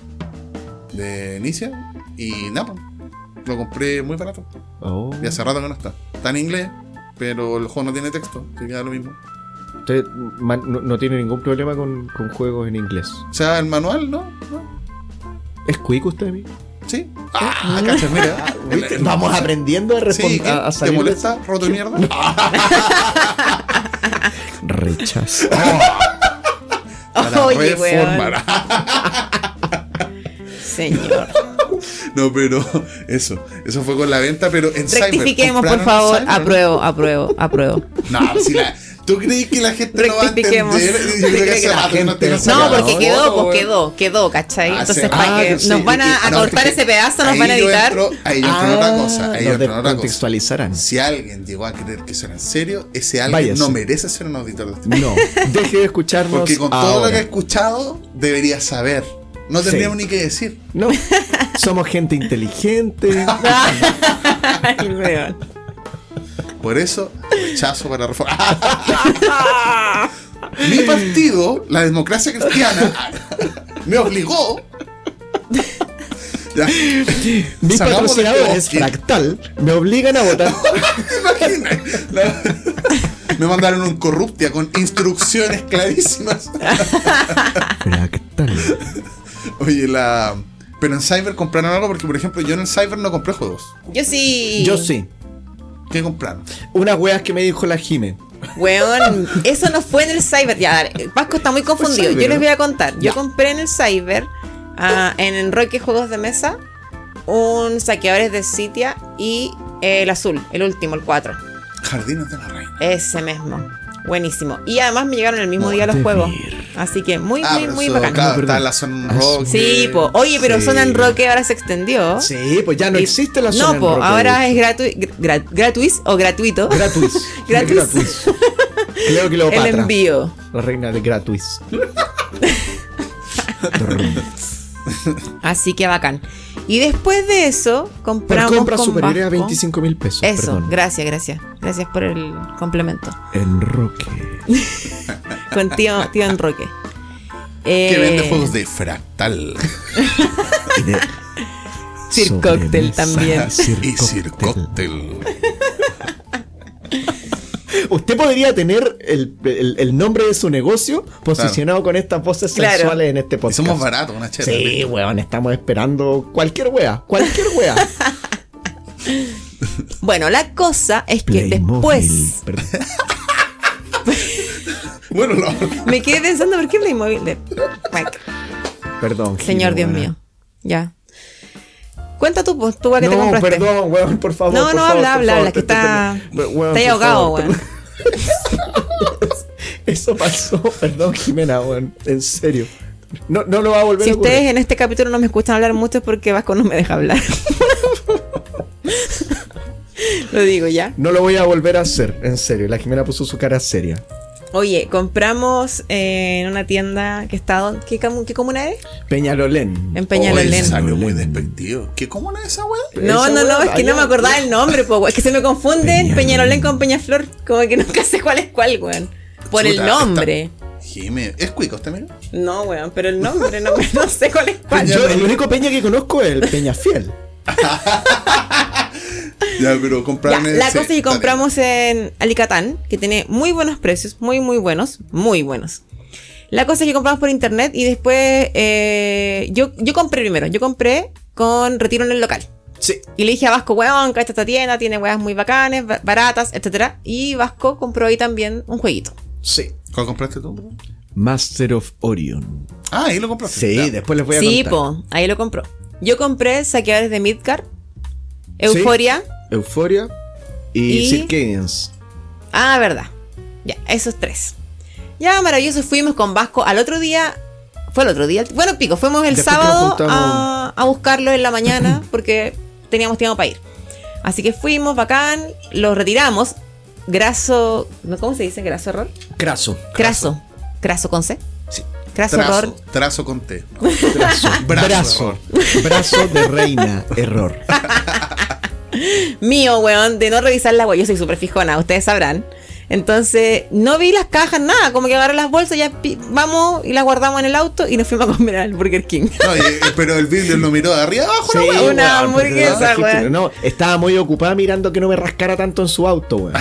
C: De Inicia. Y nada, pues, lo compré muy barato.
A: Oh.
C: Y hace rato que no está. Está en inglés, pero el juego no tiene texto. Así que da lo mismo.
A: Usted man- no, no tiene ningún problema con, con juegos en inglés.
C: O sea, el manual, ¿no? ¿No?
A: ¿Es cuico usted, amigo?
C: Sí. Ah, cachas, mira.
A: (laughs)
C: El- el-
A: Vamos aprendiendo a
C: Eh, Sí,
A: responder
C: ¿qué?
A: a, a
C: ¿Te
A: salir de-
C: molesta? ¿Roto
A: (laughs)
C: de mierda? (laughs)
A: Rechazo.
C: Para
B: Oye, weón.
C: reformar.
B: Señor.
C: No, pero eso, eso fue con la venta, pero en (laughs) Cyber.
B: Rectifiquemos, por
C: ¿compraron
B: favor.
C: en Cyber?
B: Apruebo, apruebo,
C: (laughs)
B: apruebo.
C: No, si la, ¿tú crees que la gente no va a
B: Rectifiquemos.
C: entender? Yo creo que
B: Creo que
C: hace
B: la
C: rato que no
A: gente-
C: tiene
B: No,
A: Ya,
C: Cyber.
B: porque
A: no,
B: quedó,
A: no,
B: pues quedó, quedó, ¿cachai?
C: Ah,
B: Entonces,
C: sí.
B: para
A: Ah,
B: que
C: sí,
B: nos van
C: y-
B: a, a
C: no,
B: cortar
C: es que
B: ese pedazo, nos
C: ahí
B: van a
C: yo
B: editar. Ah.
C: entro- ahí yo entro en otra cosa, ahí yo
A: Nos
C: entro en otra cosa.
A: descontextualizarán.
C: Si alguien llegó a creer que eso era en serio, ese alguien
A: Váyase.
C: no merece ser un auditor de este
A: No, deje de escucharnos.
C: Porque con todo lo
A: ahora.
C: que ha escuchado, debería saber. No
A: Sí.
C: tendríamos ni que decir.
A: No, somos gente
C: (laughs)
A: inteligente.
B: (laughs) Ay, weón.
C: Por eso, rechazo para reformar. Ah, Mi partido, la democracia cristiana, me obligó. Ya.
A: Mis
C: Salgamos de este
A: patrocinadores,
C: bosque.
A: Fractal, me obligan a
C: (laughs)
A: votar.
C: ¿Te imaginas? La- Me mandaron un corruptia con instrucciones clarísimas.
A: Fractal.
C: Oye, la. Pero en Cyber compraron algo porque, por ejemplo, yo en el Cyber no compré juegos.
B: Yo sí.
A: Yo sí.
C: ¿Qué compraron?
A: Unas weas que me dijo la Jime.
B: Weón, eso no fue en el cyber. Ya, dale, Vasco está muy confundido.
A: cyber,
B: Yo
A: ¿no?
B: les voy a contar. Yo
A: Ya.
B: compré en el cyber, ah, en Roque Juegos de Mesa, un saqueadores de Sitia y el azul, el último, el 4.
C: Jardines de la Reina.
B: Ese mismo. Buenísimo. Y además me llegaron el mismo día los
A: de
B: juegos.
A: ver.
B: Así que muy,
C: Ah,
B: muy,
C: pero
B: muy
C: eso,
B: bacán.
C: claro,
A: No,
C: está
A: perdón.
C: la Zona
A: Ah,
C: Rock.
B: Sí, po. Oye, pero
A: Sí.
B: Zona en Roque ahora se extendió.
A: Sí, pues ya no
B: Y-
A: existe la
B: No,
A: zona. eh.
B: po.
A: (laughs)
B: Ahora es gratu- gra- gratuis o gratuito (laughs)
A: Gratuis.
B: Gratuis.
A: Gratuis. Creo que lo
B: el envío.
A: La reina de
B: (laughs)
A: Gratuis.
B: Así que bacán. Y después de eso,
A: Por
B: compramos.
A: compras
B: con
A: superiores a
B: Vasco-
A: 25 mil pesos.
B: Eso,
A: perdón.
B: gracias, gracias. Gracias por el complemento. (laughs)
A: Enroque.
B: Con
A: (laughs)
B: tío, tío Enroque.
C: Que
B: Eh,
C: vende juegos de fractal.
B: Sir
A: Sobre
B: Cóctel
A: mesa. (laughs)
B: también.
C: y
A: Cóctel.
C: Sir Cóctel.
A: Usted podría tener el, el- el nombre de su negocio posicionado con estas voces
B: Claro.
A: sensuales en este
C: Y
A: podcast.
C: somos baratos, una chela.
A: (laughs) Sí, weón, estamos esperando cualquier wea, cualquier wea.
B: Bueno, la cosa es (laughs) que
A: Playmobil,
B: después
A: perdón.
C: Bueno, no.
B: me quedé pensando, ¿por qué Playmobil? De- Bueno,
A: Perdón. Gil,
B: señor Dios
A: weón.
B: mío. Ya. Cuenta tú, pues, tú a que te
A: no,
B: compraste.
A: perdón, weón, por favor.
B: No,
A: por
B: no,
A: favor,
B: habla,
A: por
B: habla,
A: favor,
B: habla, que
A: te- te-
B: está-
A: te- (laughs) weón,
B: Está
A: por
B: ahogado,
A: favor, (laughs)
B: weón.
A: (laughs) Eso pasó, perdón, Jimena, weón. En serio. No, no lo va a volver
B: Si
A: a ocurrir.
B: ustedes en este capítulo no me escuchan hablar mucho es porque Vasco no me deja hablar. (laughs) Lo digo ya.
A: No lo voy a volver a hacer, en serio. La Jimena puso su cara seria.
B: Oye, compramos eh, en una tienda que está... don- ¿Qué, camu- qué comuna es?
A: Peñalolén.
B: En
C: Oye,
B: Peñalolén.
C: salió muy despectivo. ¿Qué cómo es esa weá?
B: No,
A: Esa
B: no, no,
A: weá,
B: es que no me
A: allá,
B: acordaba el nombre, po, weón. es que se me confunden
A: Peñalolén.
B: Peñalolén con Peñaflor, como que nunca sé cuál es cuál, weón. Por el
C: Chuta,
B: nombre.
C: Jime, ¿es cuico este amigo?
B: No, weón, pero el nombre, no, (laughs) no sé cuál es cuál.
A: Yo, el único peña que conozco es el Peña Fiel.
C: Ya,
B: (laughs)
C: pero
B: Ya,
C: compraron
B: la cosa es que compramos en Alicatán, que tiene muy buenos precios, muy, muy buenos, muy buenos. La cosa es que compramos por internet y después eh, yo, yo compré primero, yo compré con retiro en el local.
A: Sí.
B: Y le dije a Vasco, weón, que esta tienda tiene weas muy bacanes, ba- baratas, etcétera. Y Vasco compró ahí también un jueguito.
A: Sí.
C: ¿Cuál compraste tú?
A: Master of Orion.
C: Ah, ahí lo compraste.
A: Sí,
C: Ya.
A: después les voy a
B: Sí,
A: contar.
B: po, ahí lo compró. Yo compré saqueadores de Midgar, Euforia.
A: Euforia y,
B: Y-
A: Circadians.
B: Ah, verdad. Ya, esos tres. Ya, maravilloso, fuimos con Vasco al otro día. Fue el otro día. Bueno, pico, fuimos el
A: Después que nos
B: sábado
A: juntamos.
B: a, a buscarlo en
A: (laughs)
B: la mañana porque teníamos tiempo para ir. Así que fuimos, bacán, los retiramos. Graso. ¿no? ¿Cómo se dice? ¿Graso error?
A: Craso.
B: Craso. Craso con C.
A: Sí.
B: Craso error.
C: Trazo, trazo con T. No.
A: Brazo.
C: (laughs) Brazo.
A: Brazo. Brazo de reina. Error.
B: mío, weón, de no revisar las weas. Yo soy súper fijona, ustedes sabrán. Entonces, no vi las cajas, nada. Como que agarré las bolsas, ya pi- vamos y las guardamos en el auto y nos fuimos a comer al Burger King.
C: No, y- y- pero el Biblio lo miró de arriba abajo. ¿no?
B: weón, (laughs) una
A: weón, porque
B: hamburguesa,
A: no trajiste-
B: weón.
A: No, estaba muy ocupada mirando que no me rascara tanto en su auto,
B: (laughs)
A: weón.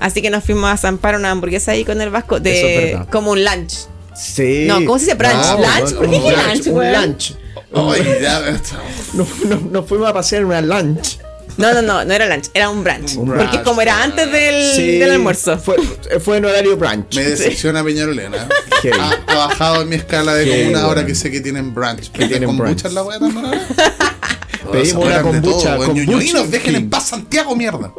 B: Así que nos fuimos a zampar una hamburguesa ahí con el vasco
A: Eso es
B: de
A: verdad.
B: como un lunch.
A: Sí.
B: No, ¿cómo se dice? Brunch,
A: weón,
B: lunch, ¿por qué
A: un
B: dije lunch,
A: un
B: weón?
A: lunch.
C: Ay, ya, está.
A: Nos, nos- nos fuimos a pasear en una lunch.
B: No, no, no, no era lunch, era un brunch.
A: Un
B: porque
C: brunch,
B: como era
C: weón.
B: antes del,
A: Sí,
B: Mm, del almuerzo.
A: Fue, fue en horario brunch.
C: Me decepciona
A: (laughs)
C: Peñarolena.
A: Heavy.
C: Ha, ha bajado en mi escala de
A: Heavy,
C: como una hora
A: weón.
C: que sé que tienen brunch. Pero
A: tienen
C: con
A: brunch.
C: muchas la weá tan mala.
A: (laughs) Pedimos una kombucha,
C: con
A: kombucha
C: Ñoñinos, dejen en
A: King.
C: paz Santiago, mierda.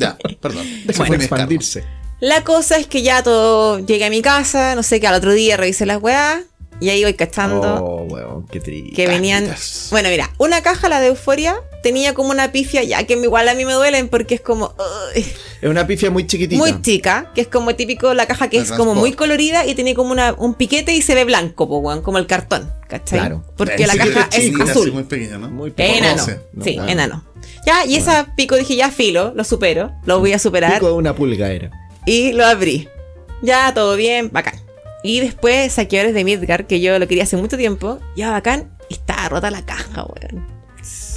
C: Ya,
B: (laughs)
C: perdón. Ese
A: Deja
C: fue mi escarno.
A: expandirse.
B: La cosa es que ya todo llegué a mi casa, no sé qué, al otro día revisé las weas y ahí voy cachando
A: Oh, weón, qué triste.
B: que venían.
C: cajitas.
B: Bueno, mira, una caja, la de Euforia, tenía como una pifia ya que igual a mí me duelen porque es como. "Ugh".
A: Es una pifia muy chiquitita.
B: muy chica, que es como típico la caja que
C: De
B: es como
C: transporte.
B: muy colorida y tiene como una, un piquete y se ve blanco, po, weón, como el cartón, ¿cachai?
A: Claro.
B: Porque
C: Eh,
B: la
C: sí,
B: caja
C: sí,
B: es
C: sí, así Muy
B: azul.
C: pequeña, ¿no? Ah,
A: Muy pequeña.
B: Enano.
C: rosa,
A: ¿no?
B: sí,
A: Claro.
B: enano. Ya, y esa pico dije, ya filo, lo supero, lo voy a superar
A: Pico de una pulga era.
B: y lo abrí. Ya, todo bien, bacán. Y después saqueadores de Midgar, que yo lo quería hace mucho tiempo, ya bacán, y estaba rota la caja, weón.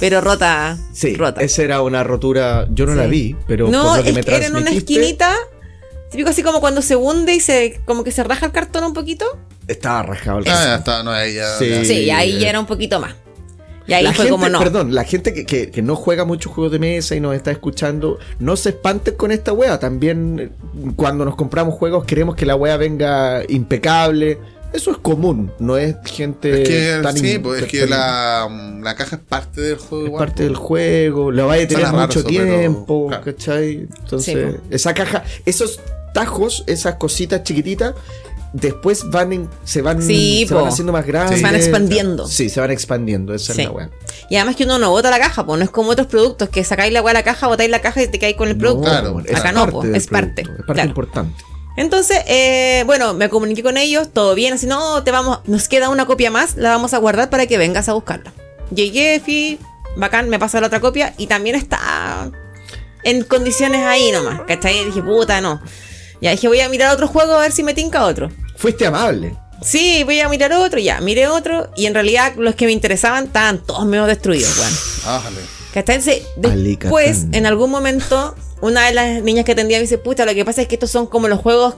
B: Pero rota,
A: Sí,
B: rota.
A: esa era una rotura. Yo no
B: Sí.
A: la vi, pero
B: no,
A: por lo que
B: es
A: me
B: que era en una
A: transmitiste,
B: esquinita, típico así como cuando se hunde y se como que se raja el cartón un poquito.
A: Estaba rascado el
C: Ah,
A: resto.
C: ya está, no, ahí ya.
A: Sí. eh,
C: ya.
B: Sí, y ahí ya era un poquito más. Y ahí
A: la
B: fue
A: gente,
B: como no.
A: Perdón, la gente que, que- que no juega muchos juegos de mesa y nos está escuchando, no se espanten con esta wea. También eh, cuando nos compramos juegos queremos que la wea venga impecable. Eso es común, no es gente
C: Es que,
A: tan
C: sí,
A: in-
C: pues es que la, la caja es parte del juego.
A: es
C: igual, pues.
A: parte del juego, la vaya a tener
C: Suena raro
A: mucho
C: eso, pero-
A: tiempo,
C: claro.
A: ¿cachai? Entonces,
B: Sí,
A: esa caja, esos tajos, esas cositas chiquititas, después van en- se van,
B: Sí,
A: se van
B: po.
A: haciendo más grandes.
C: Se van
B: expandiendo.
A: Sí, se van expandiendo, esa
B: Sí.
A: es la wea.
B: Y además que uno no bota la caja, pues no es como otros productos que sacáis la weá a la caja, botáis la caja y te quedáis con el producto.
C: claro,
A: amor,
B: acá no, po,
A: del
B: es parte,
A: producto, Es parte
B: claro.
A: importante.
B: Entonces, eh, bueno, me comuniqué con ellos, todo bien, así no, te vamos, nos queda una copia más, la vamos a guardar para que vengas a buscarla. Llegué, fui, bacán, me pasó la otra copia y también está en condiciones ahí nomás, ¿cachai? Y dije, puta, no. Ya dije, voy a mirar otro juego a ver si me tinca otro.
A: Fuiste amable.
B: Sí, voy a mirar otro, ya, miré otro y en realidad los que me interesaban estaban todos medio destruidos, weón.
C: Ájale.
B: ¿Cachai? Entonces, Después,
A: Alicatán.
B: en algún momento, una de las niñas que atendía me dice, puta, lo que pasa es que estos son como los juegos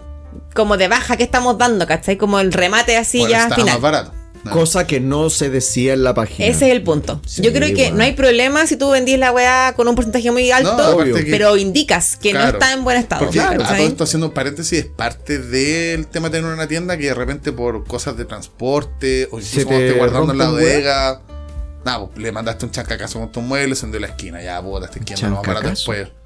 B: como de baja que estamos dando, ¿cachai? Como el remate así
C: Bueno,
B: ya
C: estaba más
B: final.
C: barato. No.
A: Cosa que no se decía en la página.
B: Ese es el punto.
A: Sí,
B: Yo creo que
A: bueno.
B: no hay problema si tú vendís la weá con un porcentaje muy alto,
C: No,
A: obvio.
C: aparte que-
B: pero indicas que no
C: claro.
B: está en buen estado.
C: Porque
B: ¿cachai?
C: a todo esto haciendo un paréntesis, es parte del tema de tener una tienda que de repente por cosas de transporte o
A: Se
C: incluso
A: te
C: cuando estés guardando en la
A: rompe un
C: bodega, nada, pues, le mandaste un chancacazo con tus muebles, en de la esquina, ya puta, esta esquina no va a parar
A: Chancacazo.
C: después.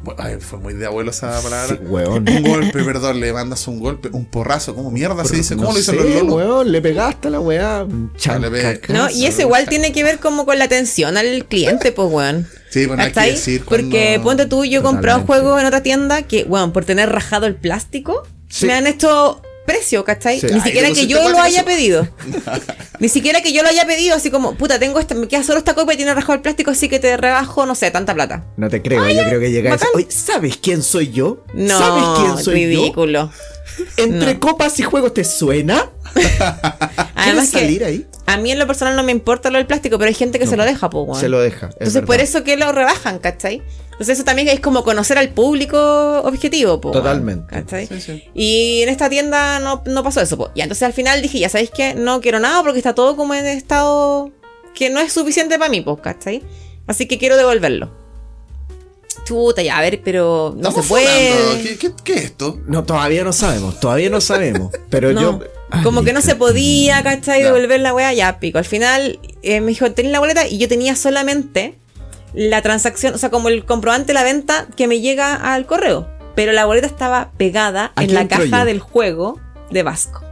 C: Bueno, ay, fue muy de abuelo esa palabra.
A: Sí, weón.
C: Un golpe, perdón, le mandas un golpe, un porrazo, ¿cómo mierda se Ah, dice? ¿Cómo
A: No
C: lo dicen
A: sé,
C: los lolos?
A: weón, le pegaste a la weá. Chancaca.
B: No, y eso igual tiene que ver como con la atención al cliente, pues, weón.
C: Sí, bueno, hay que
B: ¿Cachai?
C: decir cuando-
B: Porque ponte tú, yo he comprado
A: Totalmente.
B: juegos en otra tienda que, weón, por tener rajado el plástico,
A: Sí.
B: me han hecho precio, ¿cachai?
A: Sí.
B: Ni
A: Ay,
B: siquiera
C: le
B: que
C: pusiste
B: yo lo
C: cuatro
B: haya
C: pesos.
A: (laughs)
B: pedido. Ni siquiera que yo lo haya pedido, así como, puta, tengo esta, me queda solo esta copa y tiene rajado el plástico, así que te rebajo, no sé, tanta plata.
A: No te creo, yo creo que llegáis.
B: bacán.
A: Oye, ¿sabes quién soy yo?
B: No,
A: ¿Sabes quién soy
B: ridículo.
A: yo? Entre
B: No.
A: copas y juegos, ¿te suena? ¿Quieres
B: Además
A: salir
B: que
A: ahí?
B: a mí en lo personal no me importa lo del plástico, pero hay gente que se lo deja, pues, weón.
A: Se lo deja. es
B: Entonces por
A: verdad.
B: eso que lo rebajan, ¿cachai? Entonces eso también es como conocer al público objetivo, po,
A: Totalmente.
B: ¿cachai?
C: Sí, sí.
B: Y en esta tienda no, no pasó eso, po. Y entonces al final dije, ya sabéis que no quiero nada porque está todo como en estado que no es suficiente para mí, po, ¿cachai? Así que quiero devolverlo. Chuta, ya, a ver, pero no se
C: Estamos
B: puede.
C: funando. ¿Qué, qué, qué es esto?
A: No, todavía no sabemos, todavía no
B: (laughs)
A: sabemos. Pero
B: No,
A: yo. Ay,
B: como que no se podía, ¿cachai?
C: Ya.
B: Devolver la wea, ya pico. Al final eh, me dijo, tenés la boleta y yo tenía solamente la transacción, o sea, como el comprobante de la venta que me llega al correo. Pero la boleta estaba pegada
A: Aquí
B: en la
A: entro
B: caja
A: yo.
B: del juego
A: (laughs)
B: de Vasco.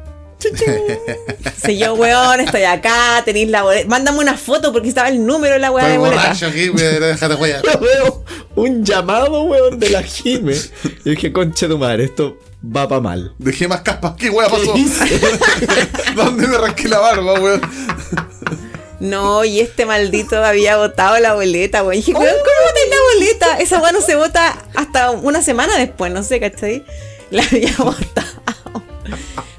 B: Si yo, weón, estoy acá, tenéis la boleta. Mándame una foto porque estaba el número de la wea
C: Estoy
B: de boleta.
C: borracho aquí, voy a dejar de huella.
B: (laughs)
A: Yo (laughs) veo un llamado, weón, de la Jime. Y dije, conche tu madre, esto va pa' mal.
C: Dejé más capas. ¿Qué wea pasó?
A: ¿Qué hice?
C: (laughs) ¿Dónde me arranqué la barba, weón?
B: No, y este maldito había votado la boleta, güey. Dije, weón, ¿cómo votáis la boleta? Esa weá no se vota hasta una semana después, no sé, ¿cachai? La había (laughs) votado.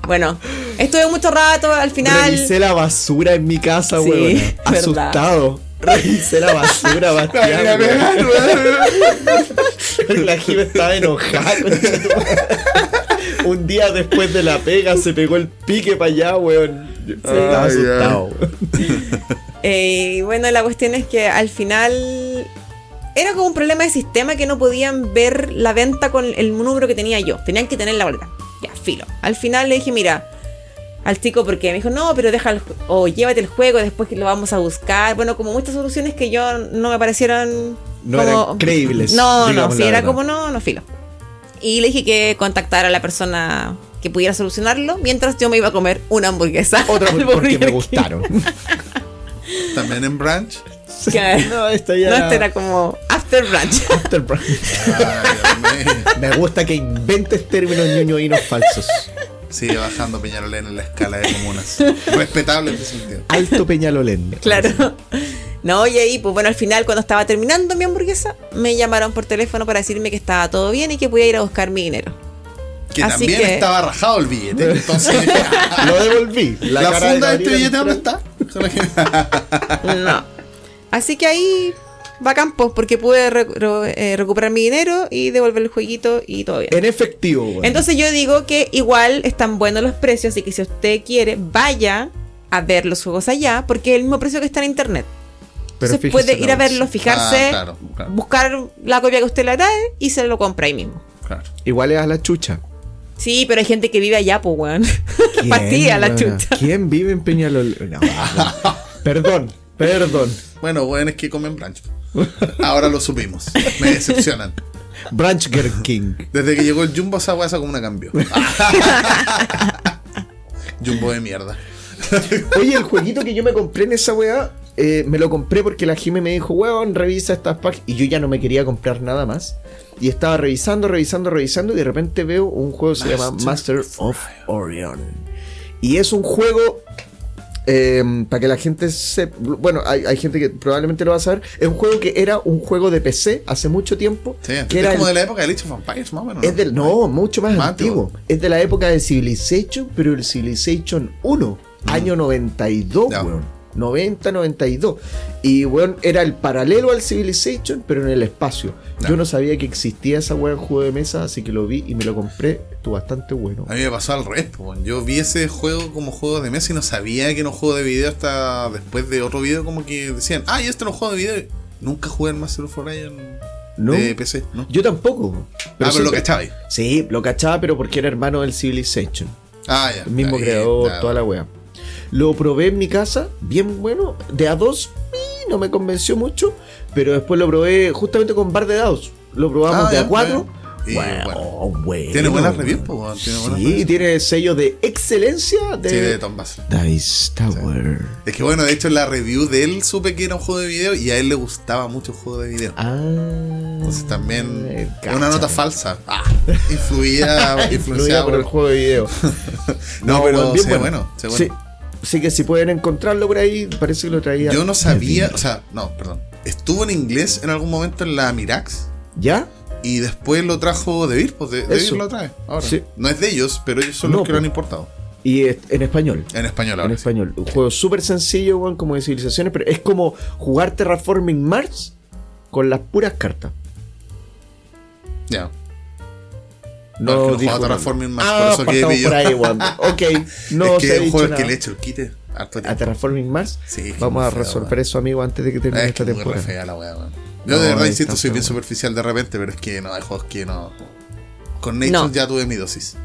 B: Bueno, estuve mucho rato al final.
A: Revisé la basura en mi casa,
B: Sí,
A: weón.
B: verdad.
A: Asustado. Revisé la
B: (laughs)
A: basura,
C: Me
A: Bastián.
C: vine a pegar,
A: weón.
C: weón.
A: La Jime estaba enojada, (laughs) conche tu madre. Un día después de la pega se pegó el pique para allá, weón. Yo Estaba
C: Ay,
A: asustado.
B: Eh, y bueno, la cuestión es que al final era como un problema de sistema que no podían ver la venta con el número que tenía yo. Tenían que tener la boleta. Ya, filo. Al final le dije, mira, al chico porque me dijo, no, pero deja el ju- o llévate el juego, después que lo vamos a buscar. Bueno, como muchas soluciones que yo no me parecieron...
A: No
B: como-
A: eran creíbles,
B: No, no,
A: digamos
B: sí,
A: la
B: era
A: verdad.
B: como no, no filo. Y le dije que contactara a la persona que pudiera solucionarlo mientras yo me iba a comer una hamburguesa.
A: Otra
B: (laughs) al
A: por- porque me
B: Burger King.
A: gustaron.
C: También en branch.
B: (laughs) Claro.
A: No, esta ya
B: No,
A: era-
B: este
A: (laughs)
B: era como after brunch. (laughs)
A: After brunch.
C: Ay, Dios mío.
A: Me gusta que inventes términos ñoñoínos falsos.
C: Sigue bajando Peñalolén en la escala de comunas. Respetable en ese sentido.
A: Alto Peñalolén.
B: Claro. No, y ahí, pues bueno, al final cuando estaba terminando mi hamburguesa, me llamaron por teléfono para decirme que estaba todo bien y que podía ir a buscar mi dinero.
C: Que
B: Así
C: también
B: que-
C: estaba rajado el billete. Entonces,
A: Lo devolví.
C: la,
A: cara
C: funda de este
A: Gabriel
C: billete, ¿dónde
A: Trump.
C: está?
B: No. Así que ahí va campo, porque pude re- ro- eh, recuperar mi dinero y devolver el jueguito y todo bien.
A: En efectivo, weón.
B: Entonces yo digo que igual están buenos los precios, así que si usted quiere, vaya a ver los juegos allá, porque es el mismo precio que está en internet. Entonces
A: fíjese
B: puede ir a
A: nomás.
B: verlo, fijarse,
C: Ah, claro, claro.
B: buscar la copia que usted le trae y se lo compra ahí mismo.
C: Claro.
A: Igual es a la chucha.
B: Sí, pero hay gente que vive allá, pues, weón.
A: (laughs) ¿Quién,
B: Partida la
A: weona?
B: chucha.
A: ¿Quién vive en Peñalolén? No, weón. perdón, perdón.
C: Bueno, bueno, es que comen branch. Ahora lo supimos. Me decepcionan.
A: Branchger King.
C: Desde que llegó el Jumbo, esa guasa como una cambió. (laughs) Jumbo de mierda.
A: Oye, el jueguito que yo me compré en esa weá, eh, me lo compré porque la Jime me dijo, weón, revisa estas páginas. Y yo ya no me quería comprar nada más. Y estaba revisando, revisando, revisando. Y de repente veo un juego que se llama
C: Master
A: Master of Orion. Y es un juego. eh, para que la gente se. Bueno, hay, hay gente que probablemente lo va a saber. Es un juego que era un juego de PC hace mucho tiempo.
C: Sí,
A: que
C: es
A: era
C: como
A: el-
C: de la época de Age of Vampires, más o menos.
A: es del, no, mucho más,
C: Más
A: antiguo.
C: antiguo.
A: Es de la época de Civilization, pero el Civilization 1, año 92,
C: Mm. Ya.
A: weón. 90, 92. Y, weón, era el paralelo al Civilization, pero en el espacio.
C: Ya.
A: Yo no sabía que existía esa weón juego de mesa, así que lo vi y me lo compré. Estuvo bastante bueno.
C: A mí me pasó al revés, po, weón. yo vi ese juego como juego de mesa y no sabía que era un juego de video hasta después de otro video como que decían, ah, y este era un juego de video. Nunca jugué en Master of Orion
A: ¿No?
C: de PC, ¿no?
A: Yo tampoco.
C: ah, pero lo
A: siempre-
C: cachaba ahí.
A: Sí, lo cachaba, pero porque era hermano del Civilization.
C: Ah, ya.
A: El mismo
C: está bien,
A: creador,
C: está
A: toda la wea. Lo probé en mi casa, bien bueno, de a dos, y no me convenció mucho, pero después lo probé justamente con bar de dados. lo probamos
C: Ah,
A: de
C: ya,
A: a cuatro.
C: bueno. Y,
A: Bueno,
C: bueno.
A: oh, bueno.
C: Tiene buenas reviews, po, weón, tiene buenas
A: Sí,
C: reviews.
A: tiene sello de excelencia de,
C: Sí, de Tom Basil.
A: Dice Tower.
C: Es que bueno, de hecho en la review de él supe que era un juego de video y a él le gustaba mucho el juego de video.
A: Ah.
C: Entonces también
A: eh,
C: es una
A: cacha.
C: nota falsa. Ah,
A: (laughs)
C: influía,
A: Influida
C: influenciada
A: por el juego de
C: (laughs)
A: video.
C: No, pero
A: bien
C: se ve bueno, se ve bueno.
A: Sí, sí que si pueden encontrarlo por ahí, parece que lo traía.
C: Yo no sabía, o sea, no, perdón. Estuvo en inglés en algún momento en la Mirax
A: ¿Ya?
C: y después lo trajo De Vir, pues De, De Vir
A: Eso.
C: lo trae. Ahora.
A: Sí.
C: No es de ellos, pero ellos son
A: No,
C: los que lo
A: po.
C: han importado.
A: Y es- en español.
C: En español
A: en
C: ahora. sí.
A: español. Un juego súper sencillo, weón, como de civilizaciones, pero es como jugar Terraforming Mars con las puras cartas.
C: Ya. No,
A: No,
C: es que no
A: dijo
C: jugaba
A: nada.
C: Terraforming Mars,
A: Ah,
C: por eso quedé
A: partamos
C: pillo.
A: por ahí, weón. Ok, no
C: (laughs) es que
A: se ha
C: es un
A: dicho
C: juego al
A: nada.
C: que le he hecho el quite. Harto
A: a
C: tiempo.
A: Terraforming Mars.
C: Sí, es
A: Vamos
C: muy
A: a
C: feo,
A: resolver eso, amigo, antes de que termine
C: Es
A: esta
C: que es muy re
A: temporada.
C: fea la weá, weón. Yo
A: No,
C: de verdad,
A: es
C: insisto,
A: tan
C: soy bien
A: feo.
C: superficial de repente, pero es que no, hay juegos que no. Con Nations
B: No.
C: ya tuve mi dosis.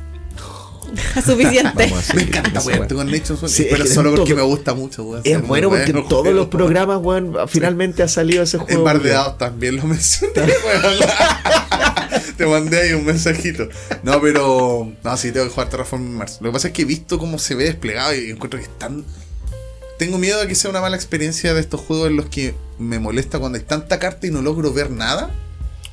B: (laughs) Suficiente.
A: Vamos a
C: Me
A: seguir
C: encanta,
A: esa
C: weón.
A: weá.
C: Con Nations, weón.
A: Sí, es
C: pero
A: que
C: solo
A: en
C: porque
A: todo-
C: me gusta mucho, weón.
A: Es bueno porque en todos los
C: programas
A: programas, weón, finalmente ha salido ese juego.
C: En Bar de
A: weón.
C: Dados también lo (laughs) mencioné, weón. (laughs) Te mandé ahí un mensajito. No, pero. No, sí, tengo que jugar Terraforming Mars. Lo que pasa es que he visto cómo se ve desplegado y encuentro que están. Tengo miedo de que sea una mala experiencia de estos juegos en los que me molesta cuando hay tanta carta y no logro ver nada.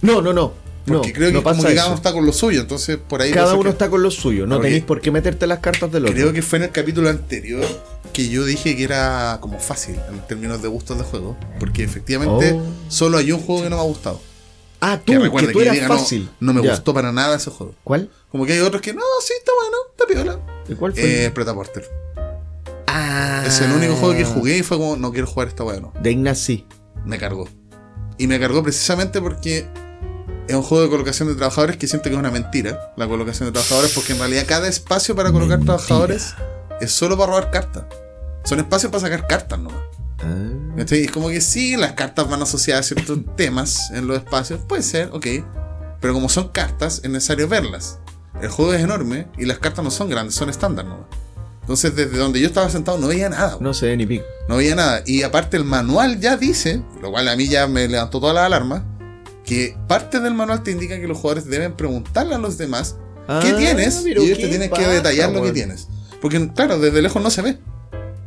A: No, no, no. No,
C: Porque creo
A: no
C: que como
A: pasa
C: que cada uno
A: eso.
C: está con lo suyo, entonces por ahí.
A: Cada
C: puede ser
A: uno
C: que-
A: está con lo suyo. No
C: Ok.
A: tenéis por qué meterte las cartas del otro.
C: Creo que fue en el capítulo anterior que yo dije que era como fácil en términos de gustos de juego. Porque efectivamente
A: Oh.
C: solo hay un juego que no me ha gustado.
A: ah, tú,
C: Que
A: que,
C: recuerde
A: tú
C: que yo
A: eras
C: diga, no,
A: fácil.
C: no me
A: Ya.
C: gustó para nada ese juego.
A: ¿Cuál?
C: Como que hay otros que no, sí, está bueno, está piola.
A: ¿Y ¿Cuál fue?
C: Eh, Preta Porter.
A: ah,
C: Es el único juego que jugué y fue como, no quiero jugar esta bueno.
A: De Ignacy.
C: Me cargó. Y me cargó precisamente porque es un juego de colocación de trabajadores que siento que es una mentira. La colocación de trabajadores, porque en realidad cada espacio para colocar
A: Mentira.
C: trabajadores es solo para robar cartas. Son espacios para sacar cartas nomás.
A: Ah.
C: ¿Cachai? Es como que sí, las cartas van asociadas a ciertos temas en los espacios. Puede ser, ok. Pero como son cartas, es necesario verlas. El juego es enorme y las cartas no son grandes, son estándar nomás. Entonces, desde donde yo estaba sentado no veía nada.
A: No se ve ni pico.
C: No había nada. Y aparte el manual ya dice, lo cual a mí ya me levantó toda la alarma, que parte del manual te indica que los jugadores deben preguntarle a los demás qué
A: Ah,
C: tienes y
A: pero
C: ellos
A: qué
C: te tienen que
A: pasa,
C: detallar lo que
A: weón.
C: tienes. Porque claro, desde lejos no se ve.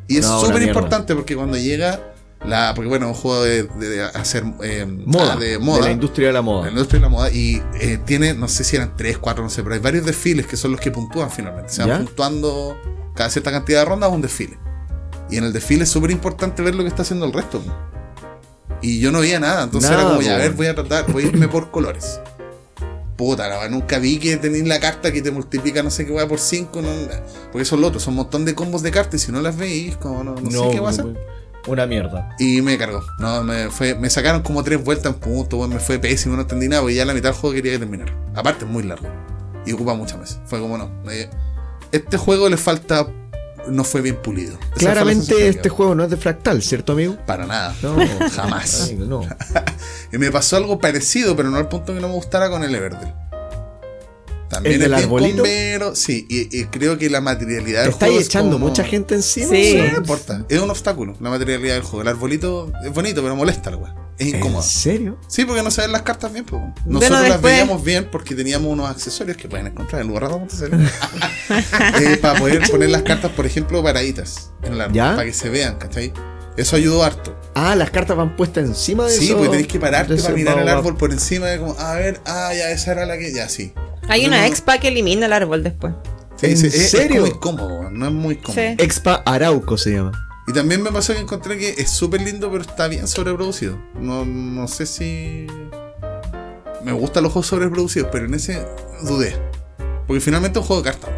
C: Y es
A: No, una
C: súper
A: mierda.
C: importante porque cuando llega la... Porque bueno, es un juego de, de hacer... eh,
A: Moda,
C: ah, de moda.
A: De la industria de la
C: La
A: moda.
C: industria de la moda y eh, tiene, no sé si eran 3, 4, no sé, pero hay varios desfiles que son los que puntúan finalmente. Se van
A: ¿Ya?
C: puntuando cada cierta cantidad de rondas un desfile. Y en el desfile es súper importante ver lo que está haciendo el resto. Y yo no veía nada, entonces
A: Nada,
C: era como, ya, a
A: po.
C: ver, voy a tratar, voy a irme por colores. Puta, la, verdad, nunca vi que tenéis la carta que te multiplica no sé qué weá por 5, porque eso es lo otro, son un montón de combos de cartas y si no las veis, como no, no sé qué va a hacer.
A: Una mierda.
C: Y me cargó. No, me, fue, me sacaron como tres vueltas en punto, weón, me fue pésimo, no entendí nada, porque ya la mitad del juego quería terminar. Aparte es muy largo. Y ocupa muchas meses. Fue como no. eh, este juego le falta. no fue bien pulido. Esa fue la sensación que
A: Claramente
C: me
A: este
C: quedó.
A: juego no es de fractal, ¿cierto, amigo?
C: Para nada.
A: No,
C: (laughs) jamás.
A: amigo, no.
C: Y me pasó algo parecido, pero no al punto que no me gustara con el Everdell. También
A: ¿El del
C: es bien
A: arbolito?
C: bombero. Sí, y, y creo que la
A: Te
C: materialidad del
A: estáis
C: juego es
A: echando
C: como-
A: mucha gente encima.
B: Sí.
A: weón.
C: No importa. Es un obstáculo, la materialidad del juego. El arbolito es bonito, pero molesta la weá. Es
A: ¿En
C: incómodo.
A: serio?
C: Sí, porque no se ven las cartas bien, pues. Nosotros las
B: después-
C: veíamos bien porque teníamos unos accesorios que pueden encontrar en
A: (laughs)
C: lugar de eh, Para poder poner las cartas, por ejemplo, paraditas en el árbol,
A: ¿Ya?
C: para que se vean, ¿cachai? Eso ayudó harto.
A: Ah, las cartas van puestas encima de
C: Sí,
A: eso.
C: porque tenés que pararte
A: de
C: para
A: ese
C: mirar el
A: baobab.
C: árbol por encima de como, a ver, ah, ya, esa era la que. Ya, sí.
B: Hay
C: Yo no-
B: una expa que elimina el árbol después. (laughs)
C: Sí,
A: ¿En
C: sí, es-
A: serio?
C: Es, como incómodo, no es muy cómodo.
B: Sí.
A: Expa Arauco se llama.
C: Y también me pasó que encontré que es súper lindo, pero está bien sobreproducido. No, no sé si. Me gustan los juegos sobreproducidos, pero en ese dudé. Porque finalmente es un juego de cartas.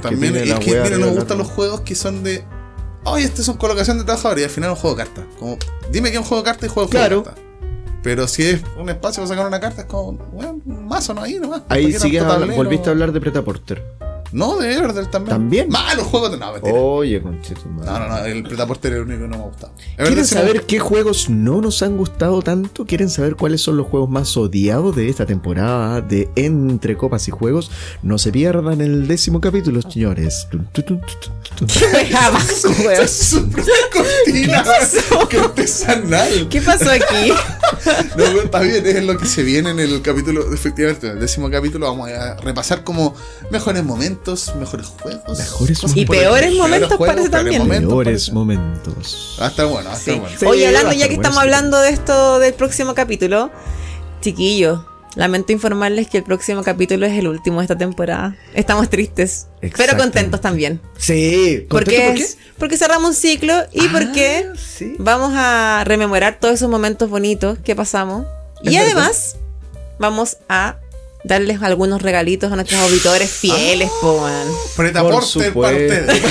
C: También
A: tiene
C: es
A: la
C: que
A: wea
C: mira,
A: arriba de
C: nos
A: la
C: gustan
A: carta.
C: los juegos que son de. Ay, este es un colocación de trabajadores y al final es un juego de cartas. Como, dime que es un juego de cartas y juego de
A: Claro.
C: cartas. Pero si es un espacio para sacar una carta, es como, bueno, un mazo no ahí nomás.
A: Ahí
C: ¿Para qué
A: sigues
C: tanto
A: habla-
C: tablero?
A: volviste a hablar de Preta Porter.
C: No, de Everdell también.
A: ¿También?
C: Malos juegos de nada, mentira.
A: Oye, conchetumadre.
C: No, no, no, el Pretaporte era el único que no me gustaba. Everdell
A: ¿Quieren
C: sí me
A: saber qué juegos no nos han gustado tanto? ¿Quieren saber cuáles son los juegos más odiados de esta temporada de Entre Copas y Juegos? No se pierdan el décimo capítulo, señores. Tun, tun, tun, tun, tun,
C: (laughs)
A: tun. (laughs)
B: Pues, abajo,
C: Esa
B: weón.
C: es su propia cortina. Que artesanal.
B: ¿Qué pasó aquí?
C: No, pero está bien, es lo que se viene en el capítulo. Efectivamente, en el décimo capítulo vamos a repasar como mejores momentos, mejores juegos.
A: Mejores
C: cosas
A: momentos.
C: por
B: Y
C: el-
B: peores momentos
C: juegos,
B: parece
C: peores
B: también.
C: momentos,
A: Peores
C: parece.
A: momentos.
C: Ah, está bueno, ah, está
B: Sí.
C: bueno.
A: Sí,
B: Oye,
A: va
B: hablando
A: a
B: ya
A: estar
B: que
A: bueno,
B: estamos
A: sí.
B: hablando de esto del próximo capítulo, chiquillo, lamento informarles que el próximo capítulo es el último de esta temporada. Estamos tristes, pero
A: Exactamente.
B: contentos también.
A: Sí,
B: ¿Por
A: ¿contento
B: qué? es- Porque cerramos un ciclo y
A: Ah,
B: porque
A: sí.
B: vamos a rememorar todos esos momentos bonitos que pasamos.
A: Es
B: y
A: verdad.
B: además, vamos a darles algunos regalitos a nuestros auditores fieles, po, man.
A: Por
C: Pretaporte
A: supuesto.
C: para
B: (laughs)
C: ustedes.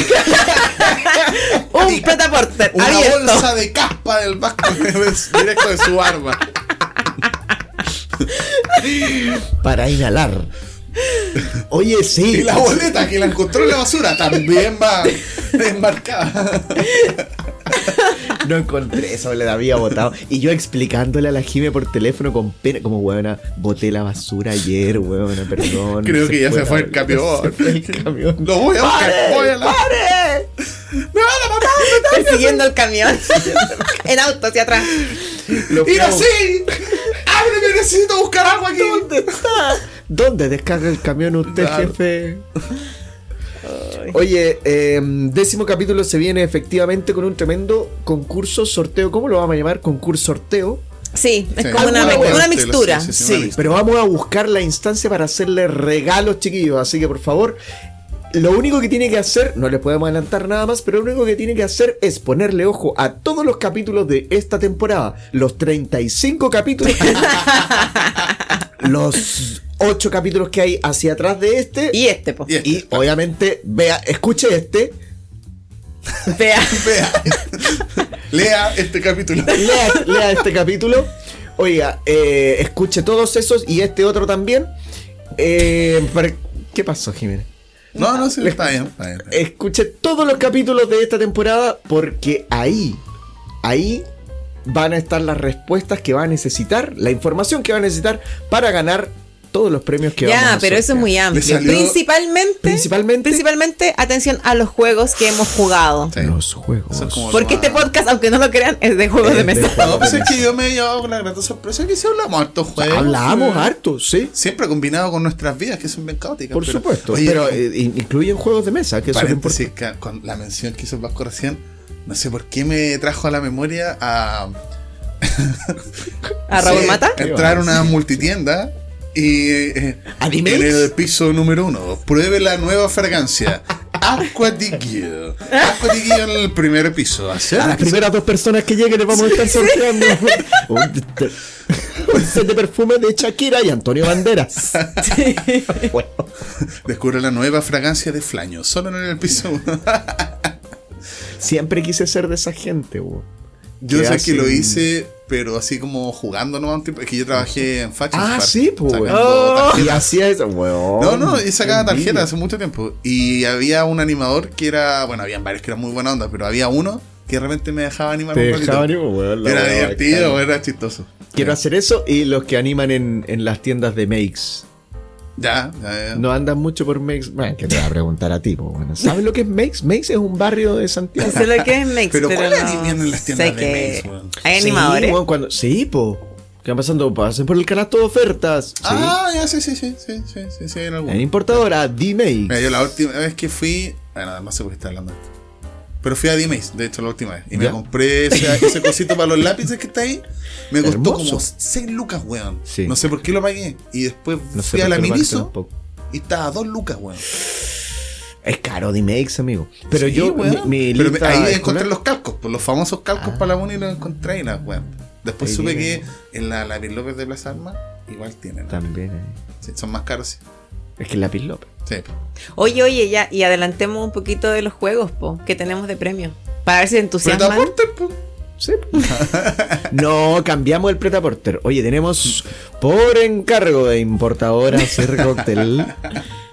B: Un pretaporte
C: Una
B: abierto. (laughs)
C: bolsa de caspa del Vasco Neves directo de su arma.
A: Para inhalar. Oye, sí.
C: (laughs) Y la boleta que la encontró en la basura también
B: (laughs)
C: va desmarcada.
A: No encontré eso, le había botado. Y yo explicándole a la Jime por teléfono con pena, como weona, boté la basura ayer, weona, perdón.
C: Creo que ya se fue
A: la-
C: el camión.
A: Se fue el camión.
C: Lo voy a buscar. voy a la-
B: ¡Pare!
C: ¡Me van a matar!
B: persiguiendo el camión (laughs) en auto hacia atrás.
A: Lo fui
C: ¡Ir
A: a buscar.
C: así! ¡Ábreme! Necesito buscar algo aquí.
A: ¿Dónde descarga el camión usted,
C: Claro.
A: jefe? Oye, eh, décimo capítulo se viene efectivamente con un tremendo concurso, sorteo. ¿Cómo lo vamos a llamar? Concurso sorteo.
B: Sí, es
C: Sí.
B: como una,
A: Alguna
B: me-
A: hueá.
B: una mixtura.
C: Sí, sí, sí.
A: Sí,
C: lista.
A: pero vamos a buscar la instancia para hacerle regalos, chiquillos. Así que por favor, lo único que tiene que hacer, no les podemos adelantar nada más, pero lo único que tiene que hacer es ponerle ojo a todos los capítulos de esta temporada. Los 35
C: (laughs)
A: capítulos. los 8 capítulos que hay hacia atrás de este. Y,
B: Y este, po.
C: Y este, claro.
A: obviamente, vea, escuche este.
B: (laughs) Vea.
C: Vea. Lea este capítulo.
A: lea, lea este capítulo. Oiga, eh, escuche todos esos y este otro también. Eh, para- ¿Qué pasó, Jiménez?
C: No, no, sí, está bien. Está bien.
A: Escuche todos los capítulos de esta temporada porque ahí, ahí van a estar las respuestas que va a necesitar, la información que va a necesitar para ganar todos los premios que vamos a
B: Ya, pero eso es muy
A: sortear.
B: amplio.
C: salió-
B: Principalmente,
A: Principalmente-
B: principalmente, atención a los juegos que hemos jugado.
C: Sí.
A: Los juegos.
C: Eso es como-
B: Porque este podcast, aunque no lo crean, es de juegos
A: Es
B: de
A: de
B: mesa.
A: juegos.
C: No, pues es que yo me he llevado con la gran sorpresa que sí hablamos harto juegos.
A: Hablamos
C: Sí.
A: harto, sí.
C: Siempre combinado con nuestras vidas, que son bien caóticas.
A: Por
C: pero-
A: supuesto.
C: Oye,
A: pero eh, in- incluyen juegos de mesa, que eso es importante.
C: paréntesis, ca- con la mención que hizo el Vasco recién, no sé por qué me trajo a la memoria a.
B: A Raúl
C: sí,
B: Mata.
C: Entrar a una multitienda y. eh,
A: ¿Animes?
C: en el piso número uno, pruebe la nueva fragancia. Aqua di Guio. Aqua di Guio en el primer piso. Así
A: A las primeras dos personas que lleguen les vamos a estar sorteando (laughs) un, un set de perfume de Shakira y Antonio Banderas. Bueno,
C: Descubre la nueva fragancia de Flaño, solo en el piso uno.
A: (laughs) siempre quise ser de esa gente, bo.
C: Yo
A: ¿Qué
C: sé que
A: hacen?
C: lo hice, pero así como jugando nomás un tiempo. Es que yo trabajé en Faction.
A: Ah,
C: Park,
A: sí, pues.
C: sacando
A: Y
C: tarjetas.
A: hacía eso, weón.
C: No, no, y sacaba
A: Envidia.
C: tarjetas hace mucho tiempo. Y había un animador que era. Bueno, habían varios que eran muy buena onda, pero había uno que de repente me dejaba animar
A: Te
C: un ratito.
A: dejaban, weón. la
C: Era
A: weá
C: divertido,
A: bacana.
C: era chistoso.
A: Quiero hacer eso y los que animan en, en las tiendas de Makes.
C: Ya, ya, ya.
A: No andan mucho por Makes. Bueno, que te va a preguntar a ti, po, bueno. ¿Sabes lo que es Makes? Makes es un barrio de Santiago.
C: (laughs)
B: No (laughs) sé lo que es Mex,
C: Pero
B: pero,
C: ¿cuál es
B: no
C: anime en las tiendas
B: sé
C: de
B: que
C: Mex, weón?
B: Hay
A: Sí,
B: animadores.
A: weón, cuando, sí, po. Que van pasando, pasen por el canasto de ofertas. Sí.
C: Ah, ya, sí, sí, sí, sí, sí, sí, sí, en algún.
A: En importadora,
C: Mira,
A: D-Make.
C: yo la última vez que fui. Bueno, además sé por qué está hablando esto. Pero fui a D-Maze, de hecho, la última vez. Y me
A: ¿Ya? (laughs)
C: compré ese, ese cosito para los lápices que está ahí. Me costó
A: Hermoso.
C: como 6 lucas, weón.
A: Sí.
C: No sé por qué lo pagué. Y después fui a la Miniso y estaba a 2 lucas, weón.
A: Es caro D-Makes, amigo. Pero
C: Sí,
A: yo, mi,
C: weón.
A: mi
C: Pero
A: lista
C: ahí
A: escolar-
C: encontré los calcos, pues, los famosos calcos
A: Ah.
C: para la uni los encontré y las weón. Después
A: Ahí
C: supe
A: vienen.
C: que en la Lapis López de Plaza Armas igual tienen.
A: También, eh.
C: Sí, son más caros, sí.
A: Es que el lápiz López.
C: Sí.
B: Oye, oye, ya, y adelantemos un poquito de los juegos, po, que tenemos de premio. Para ver si se
C: Pero
B: entusiasman.
C: te aportan, pues.
A: Sí. (laughs) no, cambiamos el pretaporter. Oye, tenemos por encargo de importadora Ser Cóctel.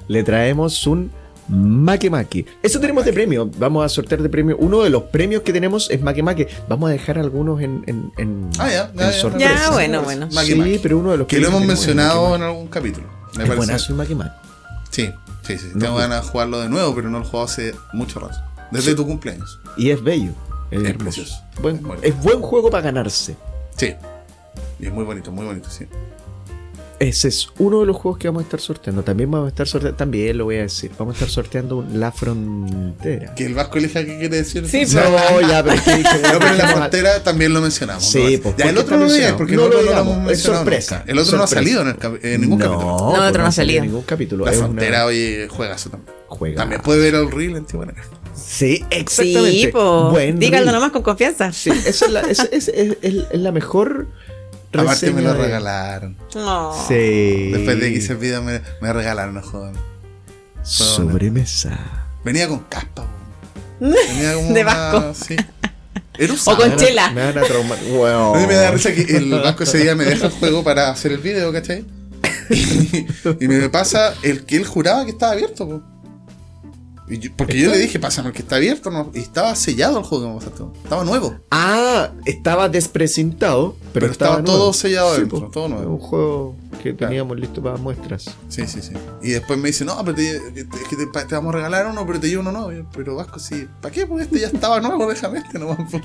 A: le traemos un Make Make. Eso tenemos de premio. Vamos a sortear de premio. Uno de los premios que tenemos es Make Make. Vamos a dejar algunos en, en, en-
C: Ah, ya, ya,
A: en
C: ya.
A: sorpresa.
B: Ya, bueno, bueno.
C: Maki
A: sí,
C: Maki.
A: pero uno de los
C: Que lo
A: premios tenemos
C: hemos
A: es
C: mencionado
A: Maki
C: en algún capítulo. Me
A: Maki. Es
C: parece.
A: buenazo el Make Make.
C: Sí, sí, sí.
A: No. pues.
C: Tengo ganas de jugarlo de nuevo, pero no lo he jugado hace mucho rato. Desde
A: Sí.
C: tu cumpleaños.
A: Y es bello. Es,
C: Es
A: hermoso.
C: precioso.
A: Buen-
C: Es bueno.
A: es buen juego para ganarse.
C: Sí. Y es muy bonito, muy bonito, sí.
A: Ese es uno de los juegos que vamos a estar sorteando. También vamos a estar sorteando, también lo voy a decir, vamos a estar sorteando un La Frontera.
C: Que el vasco elija qué quiere decir.
B: Sí, pues.
C: entonces.
A: No, ya, pero es que dije,
C: (laughs) No, pero en
A: (laughs)
C: la
A: mal.
C: frontera también lo mencionamos.
A: Sí,
C: ¿no?
A: pues,
C: ya, el
A: porque
C: otro
A: está
C: no lo digas
A: mencionado.
C: porque
A: no
C: nosotros
A: lo
C: no lo hemos
A: digamos, es
C: mencionado.
A: sorpresa.
C: nunca. El otro no ha
A: sorpresa.
C: salido en, el cap- en ningún capítulo.
A: pues
B: otro no ha salido.
A: en ningún capítulo.
C: La
A: es una
C: frontera, oye, juegazo también.
A: juega.
C: También puede ver al reel en Tijuana.
A: Sí, exactamente.
B: Sí, po.
A: Buen
B: Díganlo
A: reel.
B: nomás con confianza.
A: Sí, esa es la, esa- esa- es- es- es la mejor
C: Aparte me
A: reseña
C: lo
A: de-
C: regalaron.
B: (laughs) No.
A: Sí.
C: Después de que hice el video me, me regalaron el juego.
A: Sobremesa.
C: Venía con caspa, weón.
B: (laughs)
C: Venía como
B: De
C: una-
B: vasco. (laughs)
C: Sí. Era un
B: O con
C: sábado.
B: chela. Chela.
A: Me van a traumar. Wow.
C: A mí me da risa que
B: (laughs)
C: el vasco ese día me deja el juego para hacer el video, ¿cachai? Y, y me pasa el que él juraba que estaba abierto, po. Y yo- porque yo le dije, pásame el que está abierto, no, y estaba sellado el juego que me pasaste, po. estaba nuevo.
A: Ah, estaba desprecintado, pero,
C: Pero estaba
A: nuevo.
C: todo sellado adentro,
A: po.
C: todo nuevo.
A: Un juego que
C: Claro.
A: teníamos listo para muestras.
C: Sí, sí, sí. Y después me dice, no, pero te, es que te, te vamos a regalar uno, pero te llevo uno nuevo. Y yo, Pero Vasco, sí, ¿para qué? Porque este ya estaba nuevo, (laughs) déjame este nomás. po".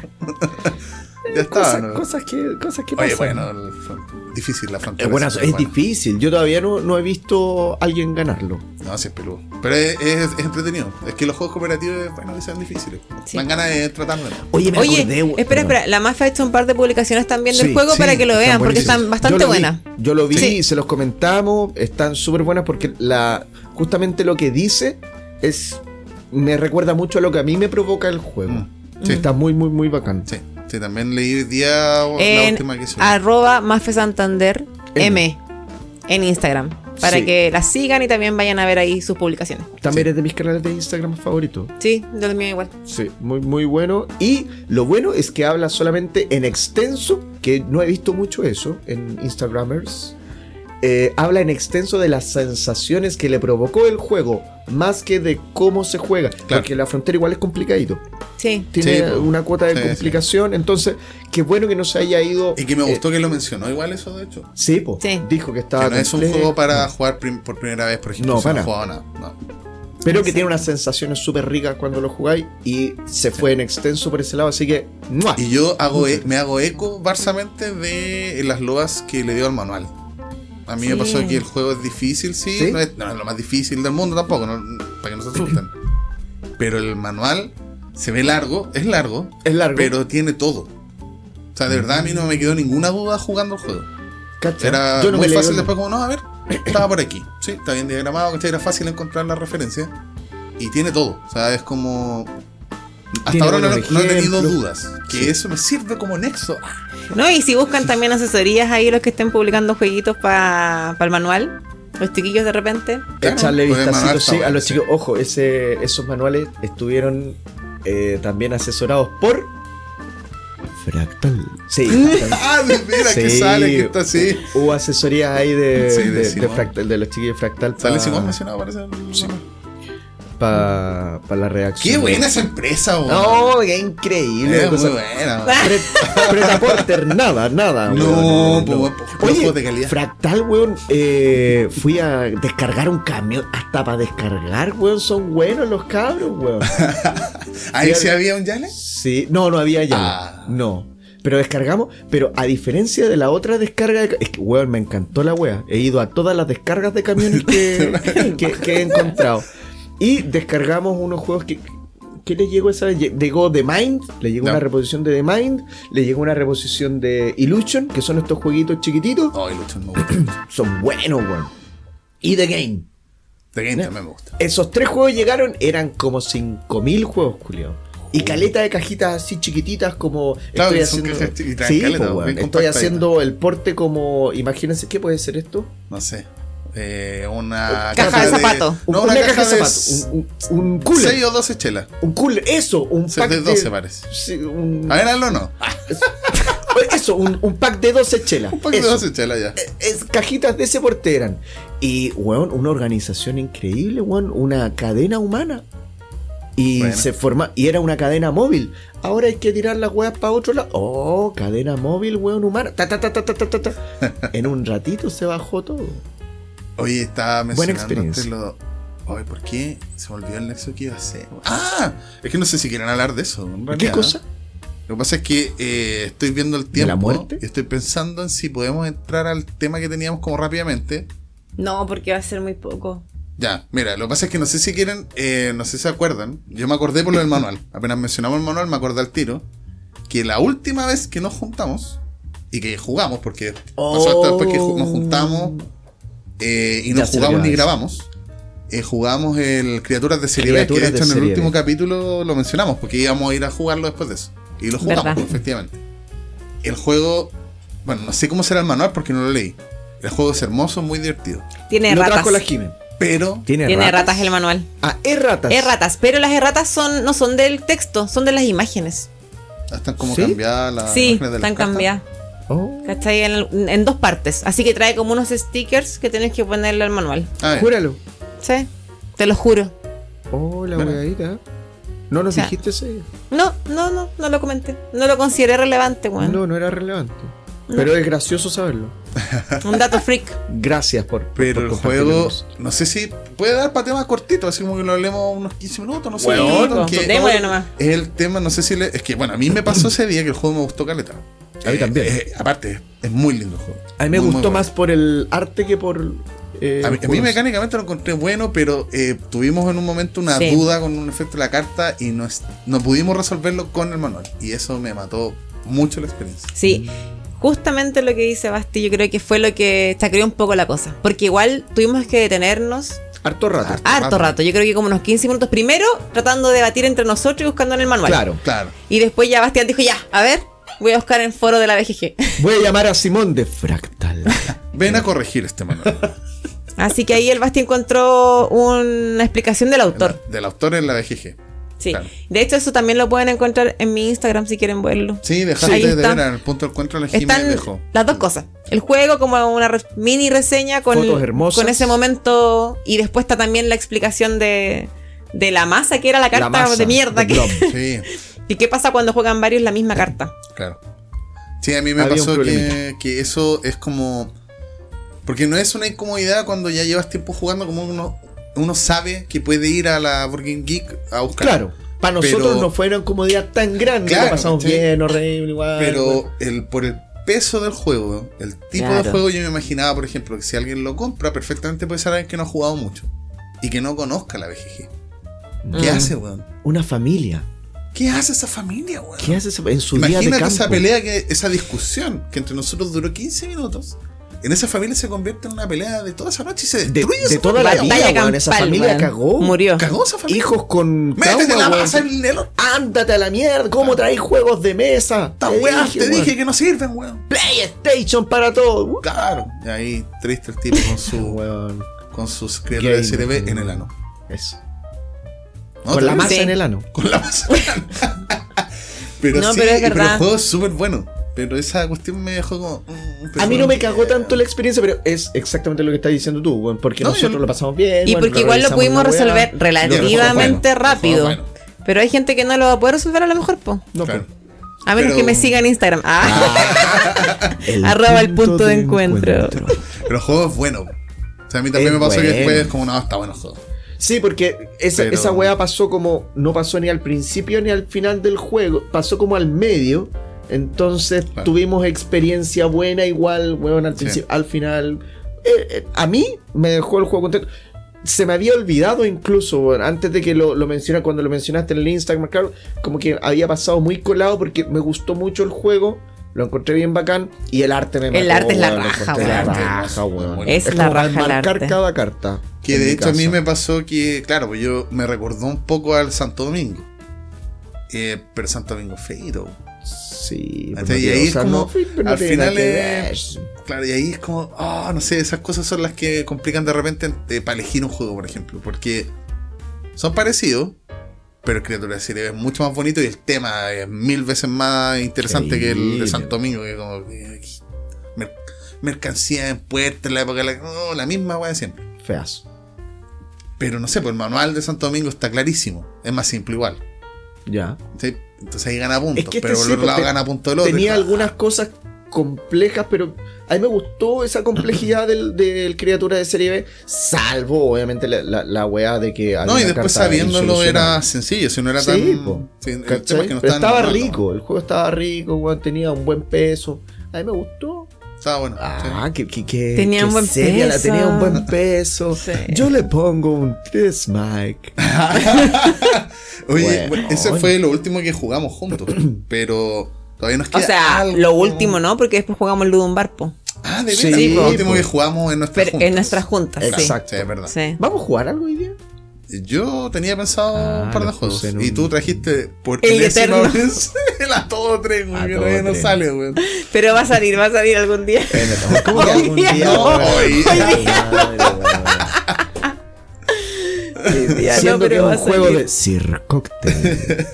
C: ya estaba
A: Cosas,
C: nuevo.
A: cosas que, cosas que
C: Oye,
A: pasan.
C: bueno, el fron- difícil la frontera.
A: Es, buena-
C: sí,
A: es
C: buena.
A: difícil. Yo todavía no, no he visto a alguien ganarlo.
C: No, sí, es peludo. Pero es, es- es entretenido. Es que los juegos cooperativos, bueno, que sean difíciles.
B: Sí.
C: Dan ganas de tratarlo.
A: Oye,
B: Oye, espera, espera. La Mafia ha hecho un par de publicaciones también del
A: Sí,
B: juego
C: sí,
B: para que lo
A: están
B: vean, porque
A: buenísimas.
B: están
A: Yo
B: bastante
A: lo vi,
B: buenas.
A: Yo lo vi,
B: Sí.
A: se los comentamos, están súper buenas porque la, justamente lo que dice es me recuerda mucho a lo que a mí me provoca el juego.
C: Mm. Sí.
A: Está muy, muy, muy bacán.
C: Sí, sí, también leí hoy día
A: Oh,
C: la
B: En
C: última que hice.
B: arroba Mafia Santander M en Instagram. Para
A: Sí.
B: que las sigan y también vayan a ver ahí sus publicaciones.
A: También
C: Sí.
A: es de mis canales de Instagram favoritos.
B: Sí, yo también igual.
A: Sí, muy, muy bueno. Y lo bueno es que habla solamente en extenso, que no he visto mucho eso en Instagramers. Eh, habla en extenso de las sensaciones que le provocó el juego, más que de cómo se juega. Porque la frontera igual es complicadito.
B: Sí.
A: Tiene
C: Sí, pues.
A: una cuota de
C: Sí, sí.
A: complicación. Entonces, qué bueno que no se haya ido.
C: Y que me
A: eh,
C: gustó que lo mencionó igual eso, de hecho.
A: sí, po.
B: Sí.
A: dijo que
C: Que
A: estaba.
C: no es un
A: complejo,
C: juego para jugar prim- por primera vez, por ejemplo.
A: No,
C: si no
A: para
C: has jugado nada. No.
A: Pero que tiene unas sensaciones súper ricas cuando lo jugáis. Y se fue en extenso por ese lado. Así que. ¡mua!
C: Y yo hago e- me hago eco barsamente de las loas que le dio al manual. A mí me
B: Sí.
C: pasó que el juego es difícil, sí.
A: ¿Sí?
C: No, es, no es lo más difícil del mundo tampoco, no- para que no se asusten. Pero el manual se ve largo, es largo,
A: Es largo.
C: pero tiene todo. O sea, de verdad a mí no me quedó ninguna duda jugando el juego.
A: ¿Cacha?
C: Era
A: Yo no
C: muy
A: me leí
C: fácil
A: el-
C: después como, no, a ver, estaba por aquí. Sí, está bien diagramado, ¿cachai? Era fácil encontrar la referencia. Y tiene todo. O sea, es como... Hasta
A: Tiene
C: ahora no,
A: buenos
C: no he tenido
A: ejemplos.
C: dudas. Que
A: Sí.
C: eso me sirve como nexo. Ah,
B: No, y si buscan también asesorías ahí los que estén publicando jueguitos para el manual, los chiquillos de repente.
C: Claro, Pues,
A: Echarle
C: puede mandar
A: vistacito sí,
C: tablas,
A: a los
C: sí.
A: chicos. Ojo, ese, esos manuales estuvieron eh, también asesorados por. Fractal.
C: (laughs)
A: Sí. (laughs) Fractal.
C: Ah, de veras que
A: Sí.
C: sale, que está así.
A: Hubo asesorías ahí de,
C: Sí, de
A: de- de
C: Simón.
A: Fractal, de los chiquillos Fractal
C: Sale
A: para
C: Simón mencionado, parece.
A: la reacción.
C: Qué buena esa empresa, weón.
A: ¡Oh, qué increíble!
C: es muy
A: Cosa-
C: buena. weón.
A: Pre- Pretaporter, nada, nada.
C: No,
A: weón,
C: pues, weón, pues,
A: Oye,
C: juegos de calidad.
A: Fractal, weón, eh, fui a descargar un camión. Hasta para descargar, weón, son buenos los cabros, weón.
C: Ahí
A: Sí,
C: sí
A: al-
C: había un Yale.
A: Sí, no, no había ya.
C: Ah.
A: No. Pero descargamos, pero a diferencia de la otra descarga, de ca- es que, weón, me encantó la wea. He ido a todas las descargas de camiones que, que- que he encontrado. Y descargamos unos juegos que... ¿Qué le llegó esa vez? Lle- Llegó The Mind, le llegó
C: Ya.
A: una reposición de The Mind, le llegó una reposición de Illusion, que son estos jueguitos chiquititos.
C: Ay, Luchón, me gusta.
A: Son buenos, weón. Y The Game.
C: The Game también me gusta.
A: Esos tres juegos llegaron, eran como 5000 juegos, Julio. Y caleta de cajitas así chiquititas como
C: Claro, que son
A: estoy
C: cajas
A: haciendo
C: chiquitas,
A: Sí,
C: caleta,
A: pues,
C: bien
A: weón, estoy
C: compactaditas.
A: haciendo el porte como imagínense qué puede ser esto?
C: No sé. Eh, una
B: Caja de zapato.
C: No,
A: Un-
C: una, caja, de
A: zapatos, un, un, un cooler,
C: 6 o 12 chelas.
A: un cooler, eso, un
C: Se-
A: pack Ah,
C: De 12 parece.
A: sí, un-
C: A ver, hazlo o no.
A: eso, un, un pack de 12 chelas.
C: (laughs) Un pack de
A: eso. Eh,
C: 12 chelas ya.
A: es- cajitas de ese porte eran. Y, weón, una organización increíble, weón, una cadena humana. Y
C: Bueno.
A: se forma, y era una cadena móvil. Ahora hay que tirar las weas para otro lado. Oh, cadena móvil, weón humana. Ta, ta, ta, ta, ta, ta, ta, ta. (laughs) en un ratito se bajó todo.
C: Oye, estaba
A: Buena
C: mencionando
A: experiencia.
C: antes lo... Ay, ¿por qué? Se me olvidó el nexo que iba a hacer. ¡Ah! Es que no sé si quieren hablar de eso. en
A: ¿Qué
C: realidad.
A: cosa?
C: Lo que pasa es que eh, estoy viendo el tiempo.
A: la muerte?
C: Y estoy pensando en si podemos entrar al tema que teníamos como rápidamente.
B: No, porque va a ser muy poco.
C: Ya, mira, lo que pasa es que no sé si quieren, eh, no sé si se acuerdan. Yo me acordé por lo del manual. Apenas mencionamos el manual, me acordé al tiro. Que la última vez que nos juntamos y que jugamos, porque pasó hasta después que ju- nos juntamos eh, y no
A: Oh. Ya sé lo que
C: jugamos
A: vas a
C: ni
A: decir.
C: grabamos. Eh, jugamos el Criaturas de Serie B, que de
A: Criaturas de
C: hecho en el
A: Serie
C: último
A: B.
C: capítulo lo mencionamos, porque íbamos a ir a jugarlo después de eso. Y lo jugamos,
B: Verdad.
C: efectivamente. El juego, bueno, no sé cómo será el manual porque no lo leí. El juego es hermoso, muy divertido.
B: Tiene
A: Lo
B: ratas.
A: trajo la Jimen.
C: Pero
A: Tiene,
B: Tiene
A: ratas.
B: ratas el manual.
A: Ah, es ratas.
B: Es ratas, pero las erratas son, no son del texto, son de las imágenes.
C: están como
A: ¿Sí?
C: cambiadas
A: Ah,
C: las
B: sí,
C: imágenes de las
B: están
C: cartas.
B: cambiadas.
A: Oh.
B: ¿Cachai? En, en dos partes. Así que trae como unos stickers que tenés que ponerle al manual.
C: Ah, ya.
A: Júralo.
B: ¿Sí? Te lo juro.
A: Oh, la
C: Bueno.
A: weadita. No nos
B: O sea,
A: dijiste eso. ya.
B: No, no, no, no lo comenté. No lo consideré relevante, weón.
A: No, no era relevante. Pero es gracioso saberlo.
B: Un dato freak.
A: Gracias por.
C: Pero
A: por
C: el
A: compartirlo con
C: juego,
A: nosotros.
C: no sé si puede dar para temas cortitos, así como que lo hablemos unos 15 minutos, no sé.
B: Bueno,
C: minutos,
B: pues,
C: que-
B: démosle nomás.
C: Es el tema, no sé si le. Es que, bueno, a mí me pasó ese día que el juego me gustó caleta.
A: A mí también.
C: eh, aparte, es muy lindo el juego.
A: A mí me
C: Muy, muy
A: gustó
C: bueno.
A: más por el arte que por. eh,
C: A mí, a mí
A: juegos.
C: mecánicamente lo encontré bueno, pero eh, tuvimos en un momento una
B: Sí.
C: duda con un efecto de la carta y no, es- no pudimos resolverlo con el manual. Y eso me mató mucho la experiencia.
B: Sí, justamente lo que dice Basti, yo creo que fue lo que chacreó un poco la cosa. Porque igual tuvimos que detenernos
A: Harto rato.
C: Harto
B: harto
C: rato.
B: rato. Yo creo que como unos 15 minutos primero tratando de debatir entre nosotros y buscando en el manual.
A: Claro.
C: Claro.
B: Y después ya Bastián dijo, ya, a ver, voy a buscar en foro de la BGG.
A: Voy a llamar a Simón de Fractal.
C: Ven a corregir este manual.
B: (laughs) Así que ahí el Basti encontró una explicación del autor.
C: Del autor en la BGG.
B: Sí.
C: claro.
B: De hecho, eso también lo pueden encontrar en mi Instagram si quieren verlo.
C: Sí, dejaste
B: Ahí
C: de
B: está.
C: ver en el punto de encuentro la Jimena
B: Están
C: dejó.
B: las dos cosas. El juego como una re- mini reseña con,
A: Fotos hermosas.
B: con ese momento y después está también la explicación de, de la masa que era la carta
A: masa,
B: de mierda.
A: el
B: que-
C: (laughs)
A: blob.
C: Sí,
B: y qué pasa cuando juegan varios la misma carta.
C: claro. Sí, a mí me
A: Había un
C: pasó que,
A: problemita.
C: que eso es como. Porque no es una incomodidad cuando ya llevas tiempo jugando, como uno, uno sabe que puede ir a la Burger Geek a buscar.
A: Claro. Para
C: Pero-
A: nosotros no fue una incomodidad tan grande.
C: Claro,
A: la pasamos
C: sí.
A: bien, horrible, igual.
C: Pero el, por el peso del juego, el tipo de
B: Claro.
C: juego, yo me imaginaba, por ejemplo, que si alguien lo compra, perfectamente puede ser alguien que no ha jugado mucho y que no conozca la BGG. ¿Qué
B: Mm.
C: hace, weón?
A: Una familia.
C: ¿Qué hace esa familia, weón?
A: ¿Qué haces en su día de
C: Imagínate
A: campo?
C: esa pelea, que, esa discusión que entre nosotros duró 15 minutos. En esa familia se convierte en una pelea de toda esa noche y se
A: De,
C: destruye
A: de
C: esa
A: toda la
C: familia,
A: vida,
B: Batalla
A: weón. Esa
B: campal,
A: familia
B: weón.
A: cagó.
B: Murió.
C: weón. Cagó esa familia.
A: Hijos con
C: Métete
A: trauma,
C: la
A: weón.
C: masa en el nelo.
A: Ándate a la mierda. ¿Cómo traes juegos de mesa?
C: Estas weas te
A: weón.
C: dije que no sirven, weón.
A: PlayStation para todo.
C: Claro. Y ahí, triste el tipo con su
A: (laughs) Weón.
C: con sus criaturas de serie B en el ano.
A: Eso.
C: ¿No? Pues
A: Con la
C: ¿Te
A: masa
B: Sí.
A: en el ano.
C: (laughs) Con
A: (laughs)
C: la masa. pero
B: No,
C: sí,
B: pero es
C: el
B: verdad.
C: juego es súper bueno. Pero esa cuestión me dejó como. mm, pero
A: A mí no me cagó
C: eh,
A: tanto la experiencia, pero es exactamente lo que estás diciendo tú, weón, porque
C: No,
A: nosotros
C: yo-
A: lo pasamos bien.
B: Y
A: weón,
B: porque igual lo
A: revisamos
B: pudimos
A: la weá.
B: resolver
C: fue
B: relativamente
C: bueno,
B: rápido.
C: fue bueno.
B: Pero hay gente que no lo va a poder resolver a lo mejor, po.
A: No,
C: Claro.
B: A menos
C: Pero-
B: que me siga en Instagram. Ah,
A: pues, el
B: Arroba el punto de encuentro.
C: Pero el juego es bueno. O sea, a mí también
A: Es
C: me pasó que
A: bueno.
C: después es como, no, está bueno el juego.
A: Sí, porque esa,
C: Pero-
A: esa weá pasó como. No pasó ni al principio ni al final del juego, pasó como al medio. Entonces
C: Claro.
A: tuvimos experiencia buena, igual, weón, al, principio, al final. Eh, eh, a mí me dejó el juego contento. Se me había olvidado incluso, weón, antes de que lo, lo menciona- cuando lo mencionaste en el Instagram, claro, como que había pasado muy colado porque me gustó mucho el juego, lo encontré bien bacán y el arte me
B: El
A: mató,
B: arte es la
A: weón, lo
B: raja,
A: encontré
B: weón.
A: la
C: El arte es
A: raja,
C: muy
A: weón.
C: bueno.
B: Es la
A: como para
B: raja el
A: enmarcar
B: arte.
A: cada carta.
C: Que
A: en
C: de
A: mi
C: hecho a mí
A: casa.
C: me pasó que, claro, pues yo me recordó un poco al Santo Domingo. Eh, pero Santo Domingo feito.
A: Sí,
C: Hasta
A: pues,
C: Este ahí
A: no tiene-
C: es como-
A: no
C: al
A: tiene nada
C: final
A: que
C: es-
A: ver.
C: Claro, y ahí es como, ah, no sé, esas cosas son las que complican de repente eh, para elegir un juego, por ejemplo. Porque son parecidos, pero el Criatura de Serie B es mucho más bonito y el tema es mil veces más interesante que el de
A: Increíble.
C: Santo Domingo. Que como, que- me, mercancía en puerta, en la época, de la, oh, la misma weá de siempre.
A: Feas.
C: Pero no sé, pues el manual de Santo Domingo está clarísimo, es más simple igual.
A: Ya.
C: ¿sí? Entonces ahí gana puntos,
A: Es que este
C: pero por
A: sí,
C: otro
A: pues,
C: lado
A: te-
C: gana punto el otro.
A: Tenía
C: Ah,
A: algunas cosas complejas, pero a mí me gustó esa complejidad
C: (clears throat)
A: del, del criatura de serie B, salvo obviamente la, la, la weá de que... había
C: No, y
A: una
C: después
A: carta
C: sabiéndolo era
A: insolucionable.
C: sencillo, si no era tan.
A: Sí, po,
C: sí, el tema es
A: ¿cachai?
C: que no
A: Pero
C: estaban
A: estaba
C: normando.
A: rico, el juego estaba rico, weón, tenía un buen peso. A mí me gustó.
C: Estaba bueno.
A: Ah, que, que, que-
B: Tenía
A: que
B: un buen
A: seria, la
B: peso.
A: tenía un buen peso.
B: Sí.
A: Yo le pongo un 3,
C: (laughs)
A: Mike.
C: sí. Oye,
A: Bueno.
C: bueno, ese fue lo último que jugamos
A: (clears throat)
C: juntos, pero todavía
B: (laughs)
C: nos
B: O
C: queda.
B: sea,
C: Ah, algo.
B: lo último, ¿no? Porque después jugamos Ludum Barpo.
C: Ah, de
A: Sí,
C: verdad, lo
A: po.
C: último que jugamos en nuestras
B: Pero
C: juntas.
B: en nuestras juntas, sí.
A: Exacto.
C: Sí, es verdad.
B: Sí.
A: ¿Vamos a jugar algo hoy día?
C: Yo tenía pensado
A: Ah,
C: un par de
A: lo puse
C: juegos.
A: en
C: Y
A: un-
C: tú trajiste por
B: El
C: enésima
B: Eterno.
C: vez (laughs) el a todo tren, güey,
A: A
C: que
A: todo
C: todavía no
A: tren.
C: sale, güey.
B: Pero va a salir, va a salir algún día.
A: ¿Cómo que
B: Hoy
A: algún
B: día
A: día?
B: no,
A: weón?
C: hoy
A: Madre, weón.
B: no,
A: Siendo
B: pero
A: que es
B: va
A: un
B: a
A: juego
B: salir.
A: de Sir Cocktail.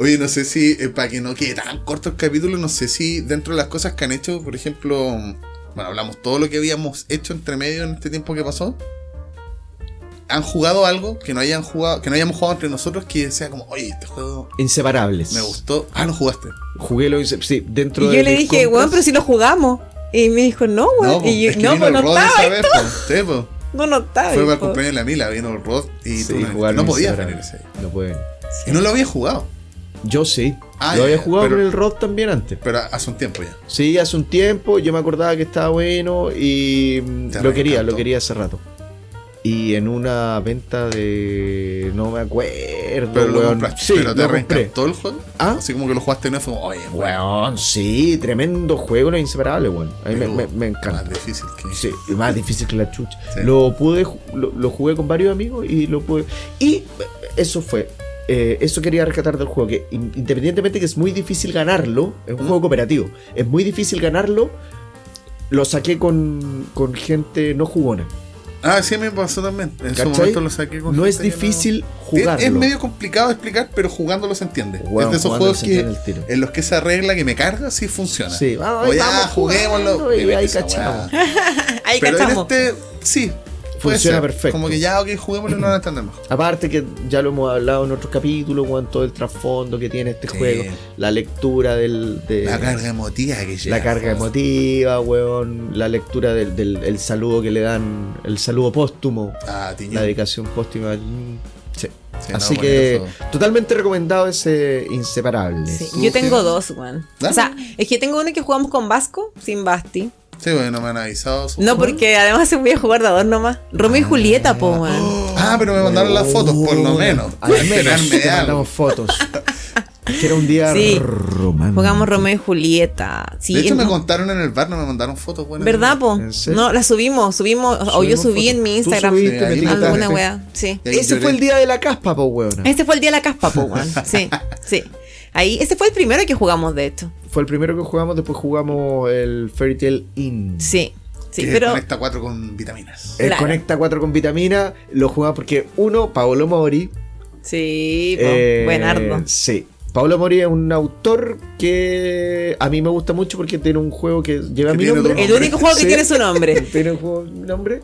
C: Oye, no sé si, eh, para que no quede tan corto el capítulo, no sé si dentro de las cosas que han hecho, por ejemplo, bueno, hablamos todo lo que habíamos hecho entre medio en este tiempo que pasó. ¿Han jugado algo que no hayan jugado, que no hayamos jugado entre nosotros que sea como, oye, este juego
A: Inseparables.
C: me gustó? Ah, lo jugaste.
A: Jugué lo hice. Sí,
B: Y
A: dentro de.
B: yo le
A: mis
B: dije,
A: compras-
B: weón, pero si lo jugamos. Y me dijo, no, weón.
C: pues,
B: y yo,
C: es que
B: no,
C: vino
B: pues
C: el
B: no
C: Rod
B: estaba.
C: esa vez, pues, sí,
B: (laughs)
C: pues.
B: No, no estaba.
C: Fue para el
B: po.
C: cumpleaños de la Mila, vino el Rod y
A: Sí,
C: tú no-
A: jugar
C: no
A: lo
C: podías venir
A: Inseparables.
C: ese día.
A: No pueden.
C: Y no lo había jugado,
A: Yo sí.
C: Ah,
A: lo había
C: ya,
A: jugado
C: pero-
A: con el Rod también antes.
C: pero hace un tiempo ya.
A: Sí, hace un tiempo yo me acordaba que estaba bueno y mm,
C: Te
A: lo quería,
C: reencantó.
A: lo quería hace rato. Y en una venta de. No me acuerdo.
C: Pero lo
A: weón.
C: compraste.
A: Sí,
C: pero te
A: lo compré.
C: reencantó el juego.
A: Ah.
C: Así como que lo jugaste no fue como, oye, weón.
A: Weón, sí, tremendo juego, los inseparables, weón. A mí me, me- me encanta.
C: Más difícil que.
A: Sí, y más difícil que la chucha.
C: Sí.
A: Lo pude, ju- lo, lo jugué con varios amigos y lo pude. Y eh, eso fue. eh, eso quería rescatar del juego, que in- independientemente que es muy difícil ganarlo, es un
C: Mm.
A: juego cooperativo, es muy difícil ganarlo, lo saqué con, con gente no jugona.
C: Ah, sí, me pasó también. En su
A: ¿Cachai?
C: momento lo saqué con.
A: No es
C: gente que
A: difícil
C: no- Es-
A: jugarlo.
C: Es, medio complicado de explicar, pero jugándolo se entiende.
A: Weón,
C: es de esos
A: jugando
C: juegos
A: se
C: que.
A: entiende el tiro.
C: En los que esa regla que me carga sí funciona.
A: Sí, Ah,
C: O ya, juguémoslo.
A: jugando y
C: Mira
A: ahí
C: esa
A: cachamos.
C: weá.
B: Ahí
C: Pero en
B: cachamos.
C: este, sí. puede
A: Funciona
C: ser.
A: perfecto.
C: Como que ya, ok, juguémoslo y no lo entendemos.
A: Aparte que ya lo hemos hablado en otros capítulos, weón, todo el trasfondo que tiene este
C: Sí.
A: juego, la lectura del... de-
C: La carga emotiva que llega.
A: la carga emotiva, weón, la lectura del, del- el saludo que le dan, el saludo póstumo,
C: Ah, tiñón.
A: la dedicación póstuma. Mm, sí.
C: Sí, no,
A: Así
C: bonito
A: que
C: juego.
A: totalmente recomendado ese Inseparables.
B: Sí,
C: Tú
B: Yo tengo
C: tienes-
B: dos, weón.
C: Dale.
B: O sea, es que tengo uno que jugamos con Vasco, sin Basti.
C: Sí, bueno, no me han avisado. su-
B: No, porque además se voy a jugar de a dos nomás. Romeo y Julieta, po, weón.
C: Ah, pero me mandaron las fotos, por lo menos. Este
A: Al menos
C: Esperarme
A: te
C: algo.
A: mandamos
C: (laughs)
A: fotos. que era un día
B: Sí.
A: romántico.
B: Jugamos Romeo y Julieta. Sí,
C: de hecho, me
B: no-
C: contaron en el bar, no me mandaron fotos. Bueno,
B: ¿Verdad, po?
A: ¿En serio?
B: No, la subimos, subimos, o Oh, yo
A: Subimos
B: subí
A: fotos.
B: en mi
A: Tú
B: Instagram
A: subiste,
C: Sí,
A: me
C: ahí
A: etiquetaste.
B: alguna weá, sí.
C: Y ahí
A: Ese
C: lloré.
A: fue el día de la caspa, po, weón.
B: Este fue el día de la caspa, po, weón. Sí, sí. Ahí, ese fue el primero que jugamos, de hecho.
A: Fue el primero que jugamos, después jugamos el Fairy Tail Inn.
B: Sí, sí,
C: que
B: pero...
C: Conecta 4 con vitaminas.
A: El
B: Claro.
A: Conecta 4 con vitamina lo jugaba porque uno, Paolo Mori.
B: Sí, po,
A: eh,
B: buenardo.
A: Sí. Paolo Mori es un autor que a mí me gusta mucho porque tiene un juego que lleva
C: Que
A: mi
C: tiene
A: nombre.
C: otro
B: El único juego que
A: Sí.
B: tiene su nombre.
A: Tiene un juego mi nombre.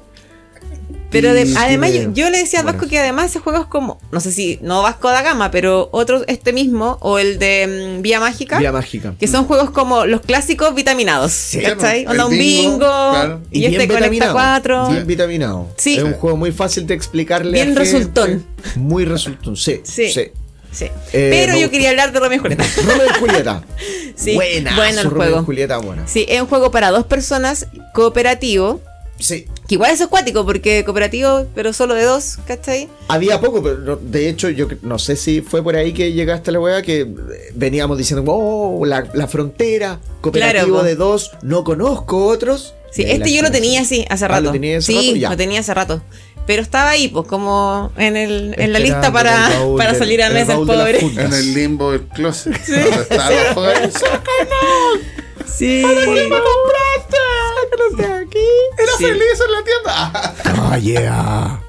B: Pero de-
A: Y
B: además
A: tiene-
B: yo, yo le decía a Vasco
A: bueno.
B: que además ese juego es como, no sé si, no Vasco da Gama, pero otro, este mismo, o el de mm, Vía Mágica,
A: Vía Mm. Mágica.
B: que son juegos como los clásicos vitaminados. ¿Cachai?
C: el
B: Onda un
C: bingo,
B: bingo,
C: claro.
B: y, este conecta
A: vitaminado,
B: cuatro.
A: Bien vitaminado.
B: Sí.
A: Es un juego muy fácil de explicarle.
B: Bien
A: a gente.
B: resultón.
A: Muy resultón, sí.
B: Sí.
A: Sí.
B: Sí.
A: Eh, me
B: pero yo
A: gusta.
B: quería hablar de Romeo y Julieta.
A: Romeo y Julieta.
B: (laughs) Sí,
A: Buena.
B: bueno el
A: Romeo y
B: juego.
A: Julieta, buena.
B: Sí, es un juego para dos personas, cooperativo,
A: Sí.
B: que igual es acuático porque cooperativo, pero solo de dos, ¿cachai?
A: Había poco, pero no- de hecho, yo cre- no sé si fue por ahí que llegaste a la wea que eh, veníamos diciendo, oh, la, la frontera, cooperativo
B: Claro, po.
A: de dos, no conozco otros.
B: Sí,
A: Y ahí la
B: este yo lo
A: gente
B: tenía
A: así.
B: así hace
A: Ah,
B: rato.
A: lo tenía hace
B: sí,
A: rato, ya.
B: lo tenía hace rato. Pero estaba ahí, pues, como en, el, en
A: Esperando
B: la lista para,
A: en el baúl
B: para
A: del-
B: salir a
A: en el
B: mesa el
A: baúl de las
B: pobre.
A: juntas.
C: En el limbo del closet. Donde estaba el juego.
B: Sí.
C: Era
B: Sí.
C: feliz en la tienda. Ah,
A: Oh, yeah.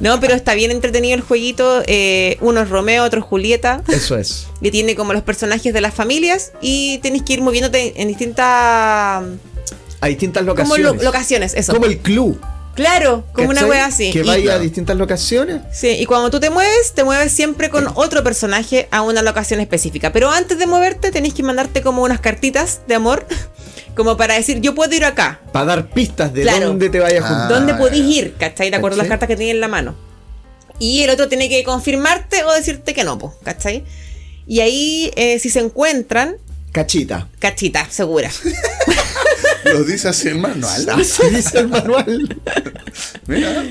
B: No, pero está bien entretenido el jueguito. eh, uno es Romeo, otro es Julieta.
A: Eso es.
B: que tiene como los personajes de las familias y tenés que ir moviéndote en distintas
A: a distintas
B: Como
A: locaciones.
B: lo- locaciones, eso.
A: Como el club.
B: Claro, como una
A: ¿cachai?
B: wea así.
A: Que
B: Y-
A: vaya a
C: claro.
A: distintas locaciones.
B: Sí, y cuando tú te mueves, te mueves siempre con otro personaje a una locación específica. Pero antes de moverte, tenés que mandarte como unas cartitas de amor, (laughs) como para decir, yo puedo ir acá.
A: Para dar pistas de
B: Claro.
A: dónde te vayas a juntar.
B: ¿Dónde
C: Ah,
B: podés
C: ya.
B: ir? ¿Cachai? De acuerdo a las
A: ¿Cachai?
B: cartas que tenés en la mano. Y el otro tiene que confirmarte o decirte que no, po, ¿cachai? Y ahí, eh, si se encuentran,
A: Cachita.
B: cachita, segura.
C: Lo dice así el manual.
A: Así dice el manual.
C: Mira.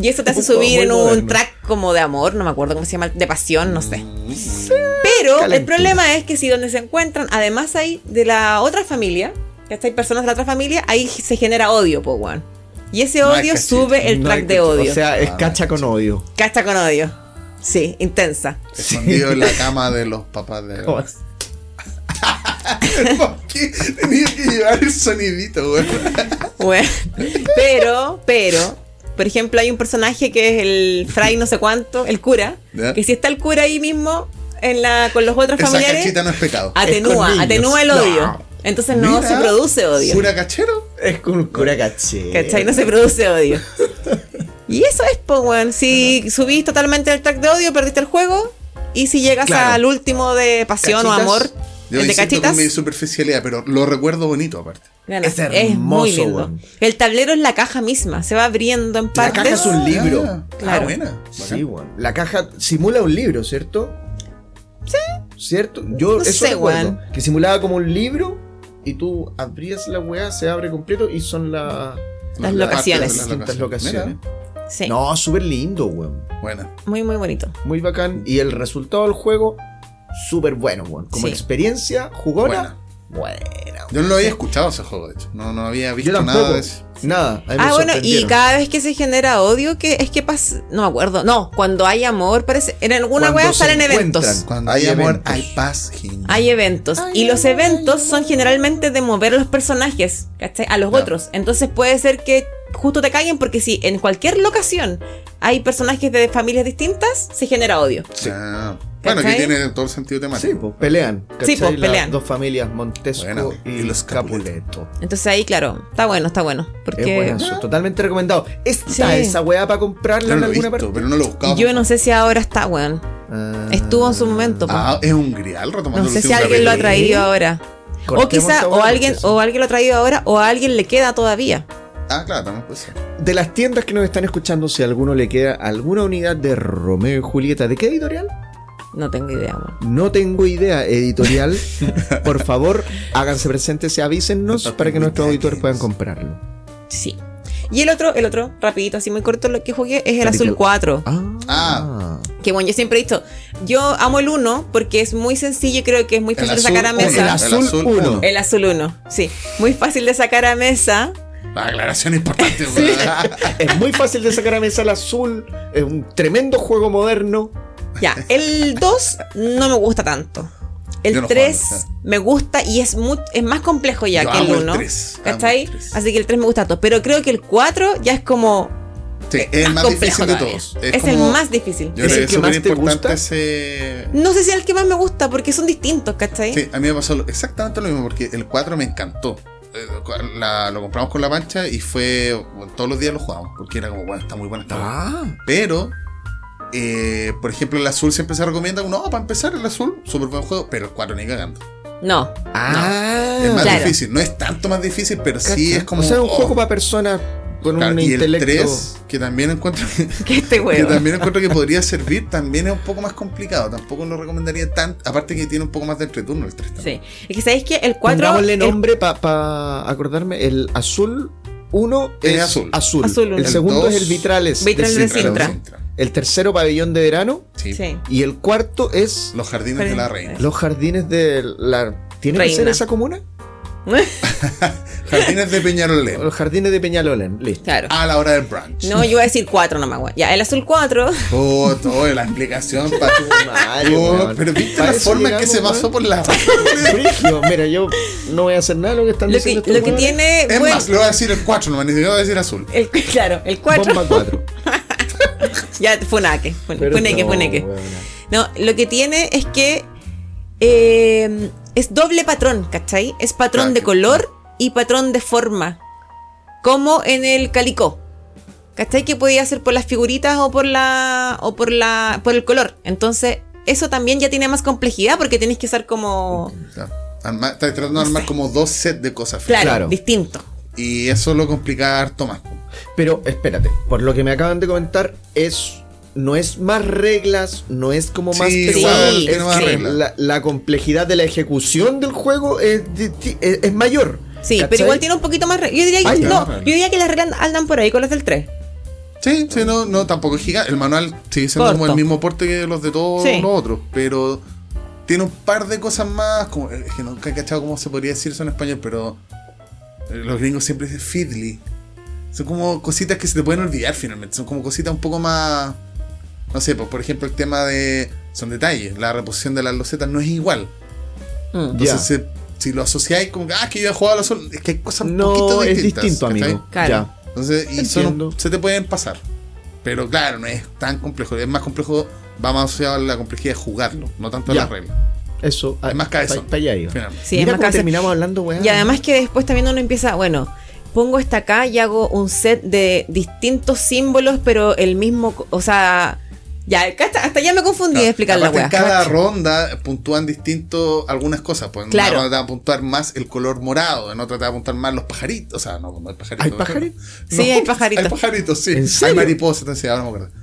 B: Y eso te hace
A: Un juego
B: subir
A: muy
B: en un
A: moderno.
B: track como de amor, no me acuerdo cómo se llama, de pasión, no sé.
A: Mm,
B: Pero el
A: Calentura.
B: problema es que si donde se encuentran, además hay de la otra familia, que hay personas de la otra familia, ahí se genera odio, po, weón. Y ese
C: No hay
B: odio
C: cachito,
B: sube (laughs) el
A: No
B: track
A: hay
B: de
A: cachita.
B: odio.
A: O sea, es
C: Ah,
A: cacha con odio.
B: Cacha con odio. Sí, intensa.
C: Escondido en la cama de los papás de.
A: ¿Cómo?
C: (laughs) ¿Por qué tenía que llevar el sonidito, güey?
B: Bueno, pero, pero, por ejemplo, hay un personaje que es el fray no sé cuánto, el cura,
C: Ya.
B: que si está el cura ahí mismo en la, con los otros
C: Esa
B: familiares,
C: cachita no es pecado.
A: Es
B: atenúa,
A: con niños.
B: atenúa el odio.
A: No.
B: Entonces no
C: Mira,
B: se produce odio.
C: ¿Pura cachero?
A: Es con un cura caché.
B: ¿Cachai? No se produce odio. Y eso es, po, weón. Si subís totalmente el track de odio, perdiste el juego. Y si llegas
A: Claro.
B: al último de pasión
C: Cachitas.
B: o amor,
C: Yo
B: el de
C: insisto
B: cachitas,
C: con mi superficialidad, pero lo recuerdo bonito aparte.
B: gana.
A: Es
B: es, muy
A: hermoso,
B: lindo.
A: weón.
B: El tablero es la caja misma, se va abriendo en
A: La
B: partes.
A: caja es un libro.
B: Claro.
C: Ah, buena.
A: Sí,
C: Bacán.
A: weón. La caja simula un libro, ¿cierto? Sí. ¿Cierto? Yo
B: No
A: eso
B: sé,
A: recuerdo.
B: weón.
A: Que simulaba como un libro y tú abrías la weá, se abre completo y son la-
B: Las
C: La
B: locaciones.
C: parte de
A: distintas locaciones.
C: Mira,
B: Sí,
A: No, súper lindo, weón.
C: Buena.
B: muy, muy bonito.
A: Muy bacán. Y el resultado del juego, súper bueno, weón. Como
B: Sí.
A: experiencia, jugona, buena. weón.
C: Yo no lo había escuchado ese juego, de hecho. No, no había
A: Yo
C: visto nada
A: tampoco.
C: de eso.
A: Nada. a mí me
B: Ah, bueno, y
A: sorprendieron.
B: cada vez que se genera odio, que es que pasa. No me acuerdo. No, cuando hay amor, parece. En alguna
A: Cuando
B: wea
A: se
B: salen
A: encuentran.
B: eventos.
C: Cuando
A: Hay
C: hay amor,
A: eventos.
C: hay paz, Jim.
B: Hay eventos. y los eventos son generalmente de mover a los personajes, ¿cachai? A los
C: Ya.
B: otros. Entonces puede ser que justo te caigan porque si en cualquier locación hay personajes de familias distintas, se genera odio.
C: Ah. Bueno, que
B: ¿Cachai?
C: tiene todo el sentido temático.
A: Sí, pues pelean. ¿cachai?
B: pues,
A: Las
B: pelean.
A: dos familias, Montesco
C: Bueno,
A: y,
C: y los
A: los
C: Capuleto.
A: Capuleto.
B: Entonces ahí, claro, está bueno, está bueno.
A: Es
B: Porque
A: buenazo, totalmente recomendado. Está
B: Ah. Sí.
A: esa weá para comprarla
C: Yo
A: en
C: no lo he
A: alguna
C: visto,
A: parte.
C: pero no lo he buscado.
B: yo no sé si ahora está, weón.
A: Ah.
B: Estuvo en su momento. po.
C: Ah, es un grial retomando
B: no
C: el
B: sé si
C: último
B: alguien lo ha
C: capítulo.
B: traído ahora. O
A: Cortemos
B: quizá,
A: esta
B: o
A: weá,
B: alguien,
A: porque
B: o alguien lo ha traído ahora, o a alguien le queda todavía.
C: Ah, claro, también puede ser.
A: De las tiendas que nos están escuchando, si a alguno le queda alguna unidad de Romeo y Julieta, ¿de qué editorial?
B: No tengo idea, weón.
A: No tengo idea, (laughs) editorial. Por favor, háganse presentes y avísennos
C: No
A: para que
C: tengo
A: nuestros
C: idea
A: auditores
C: quién
A: puedan
C: es.
A: comprarlo.
B: Sí. Y el otro, el otro, rapidito, así muy corto, lo que jugué es el
A: Película.
B: azul 4.
A: Ah,
C: Ah.
B: Que bueno, yo siempre he dicho, yo amo el 1 porque es muy sencillo y creo que es muy
C: El
B: fácil de sacar a
C: azul uno.
A: el
B: mesa.
A: azul
C: El azul
A: uno.
C: uno. Eh,
B: El azul 1, sí. Muy fácil de sacar a mesa.
C: La
B: (laughs)
C: aclaración importante, güey.
A: Es muy fácil de sacar a mesa el azul. Es un tremendo juego moderno.
C: (laughs)
B: Ya, el 2 no me gusta tanto.
C: Yo
B: El
C: no
B: 3
C: juego, sí.
B: me gusta y es, mu- es más complejo ya
C: Yo
B: que
C: amo
B: el
C: el
B: 1.
C: tres, amo el
B: ¿Cachai?
C: tres.
B: Así que el 3 me gusta tanto. Pero creo que el 4 ya es como.
C: Sí, es el más
B: complejo
C: difícil de
B: todavía.
C: todos.
B: Es, el
C: como-
B: más difícil.
C: Yo
A: ¿Es
C: creo
A: el
C: que es
A: que más
C: súper
A: te
C: importante
A: gusta?
C: ese.
B: No sé si es el que más me gusta porque son distintos, ¿cachai?
C: Sí, a mí me pasó lo- exactamente lo mismo, porque el 4 me encantó. Eh, la- lo compramos con la pancha y fue. bueno, todos los días lo jugábamos, porque era como, bueno, está muy buena esta weá.
A: Ah,
C: Pero, eh, por ejemplo, el azul siempre se recomienda, no, para empezar el azul, súper buen juego, pero el 4 ni cagando.
B: No, (laughs)
A: ah.
C: es más
B: claro.
C: difícil, no es tanto más difícil, pero sí
A: Cacha.
C: es como.
A: O sea, un
C: oh,
A: juego para personas con
C: claro,
A: un
C: y el
A: intelecto.
C: 3, que también encuentro que,
B: que este
C: que
B: huevo.
C: también encuentro que podría servir, también es un poco más complicado. Tampoco lo recomendaría tanto. Aparte que tiene un poco más de entreturno el 3 también.
B: Sí. Es que sabéis que el 4
A: Pongámosle nombre para acordarme. El azul 1
C: Es
A: es,
C: azul.
A: azul.
B: Azul uno.
A: El,
B: El
A: segundo
C: dos-
A: es el vitrales.
B: Vitral de Sintra.
A: El tercero, pabellón de verano.
C: Sí.
B: Sí. (laughs)
A: Y el cuarto es
C: Los jardines de la reina.
A: los jardines de la. ¿Tiene
B: Reina.
A: que ser esa comuna?
C: Jardines de Peñarolén.
A: Los jardines de Peñalolén. Listo.
B: Claro.
C: A la hora del brunch.
B: No, yo iba a decir 4 nomás, weón. Ya, el azul 4.
C: Oh, todo, la explicación para (laughs) Oh,
A: Madre, weón.
C: Pero viste
A: Para
C: la
A: eso
C: forma en que
A: llegamos,
C: se
A: weón.
C: pasó
B: (laughs)
C: por la.
A: Brigio, Mira, yo no voy a hacer nada de lo que están
B: Lo que,
A: diciendo
B: lo
A: estos
B: que
A: weones.
B: tiene.
C: Es
B: bueno,
C: más, le voy a decir el 4, no me voy a decir azul.
B: el, (laughs) claro, el 4.
A: Bomba 4.
B: (laughs) Ya, funaque. fun-
A: Pero
B: Funeque,
A: no,
B: funeque.
A: weona.
B: No, lo que tiene es que. eh, es doble patrón, ¿cachai? Es
A: Ah,
B: patrón
C: Claro.
B: de color y patrón de forma. Como en el calicó. ¿Cachai? Que podía ser por las figuritas o por la. o por la. por el color. Entonces, eso también ya tiene más complejidad porque tenés que usar como.
C: Está Arma- está tratando de armar como dos sets de cosas.
B: Claro,
A: Claro.
B: distinto.
C: Y eso lo complica harto más. po.
A: Pero espérate, por lo que me acaban de comentar, es no es más reglas, no es como más
C: Sí,
A: pesado,
B: igual,
A: es
B: tiene más
A: que
C: reglas.
A: la, la complejidad de la ejecución del juego es, di- ti- es- es mayor.
B: Sí,
A: ¿cachai?
B: pero igual tiene un poquito más. re- Yo diría que,
A: Ay,
B: no,
C: claro.
B: yo diría que las reglas andan por ahí con las del 3.
C: Sí, sí, no, no, tampoco es gigante. El manual sigue siendo
B: Corto.
C: como el mismo porte que los de todos
B: Sí.
C: los otros, pero tiene un par de cosas más, como, es que nunca he cachado cómo se podría decir eso en español, pero eh, los gringos siempre dicen fiddly. Son como cositas que se te pueden olvidar finalmente, son como cositas un poco más, no sé, pues, por ejemplo el tema de, son detalles, la reposición de las losetas no es igual.
B: Mm.
A: Ya.
C: Entonces, se- si lo asociáis como, que, ah, es que yo he jugado a los sol, es que hay cosas un poquito
A: no es
C: distintas.
A: distinto,
C: ¿cachai?
A: amigo.
B: Claro.
A: Ya.
C: Entonces, y son-
A: Entiendo.
C: se te pueden pasar. Pero claro, no es tan complejo. Es más complejo, va más asociado a la complejidad de jugarlo, no tanto a
A: Ya.
C: las reglas.
A: Eso, ah,
C: Es más cabezón.
A: pa- pa allá iba.
C: Finalmente.
B: Sí, es
A: Mira
B: más
A: cómo
B: cabezón.
A: terminamos ¿eh? hablando, weá.
B: Y además que después también uno empieza, bueno, pongo esta acá y hago un set de distintos símbolos, pero el mismo, co- o sea, ya, acá hasta, hasta ya me confundí de
C: Claro.
B: explicar la
C: Aparte,
B: weá.
C: en cada ronda puntúan distinto algunas cosas. Pues en
B: Claro.
C: una ronda te va a puntuar más el color morado, en otra te va a puntuar más los pajaritos. O sea, no, no hay pajaritos.
A: ¿Hay
C: ¿no?
A: pajaritos?
B: Sí, hay pajaritos.
C: (laughs) Hay pajaritos, sí.
A: ¿En
C: Hay
A: serio?
C: mariposas, entonces, ahora no me acuerdo.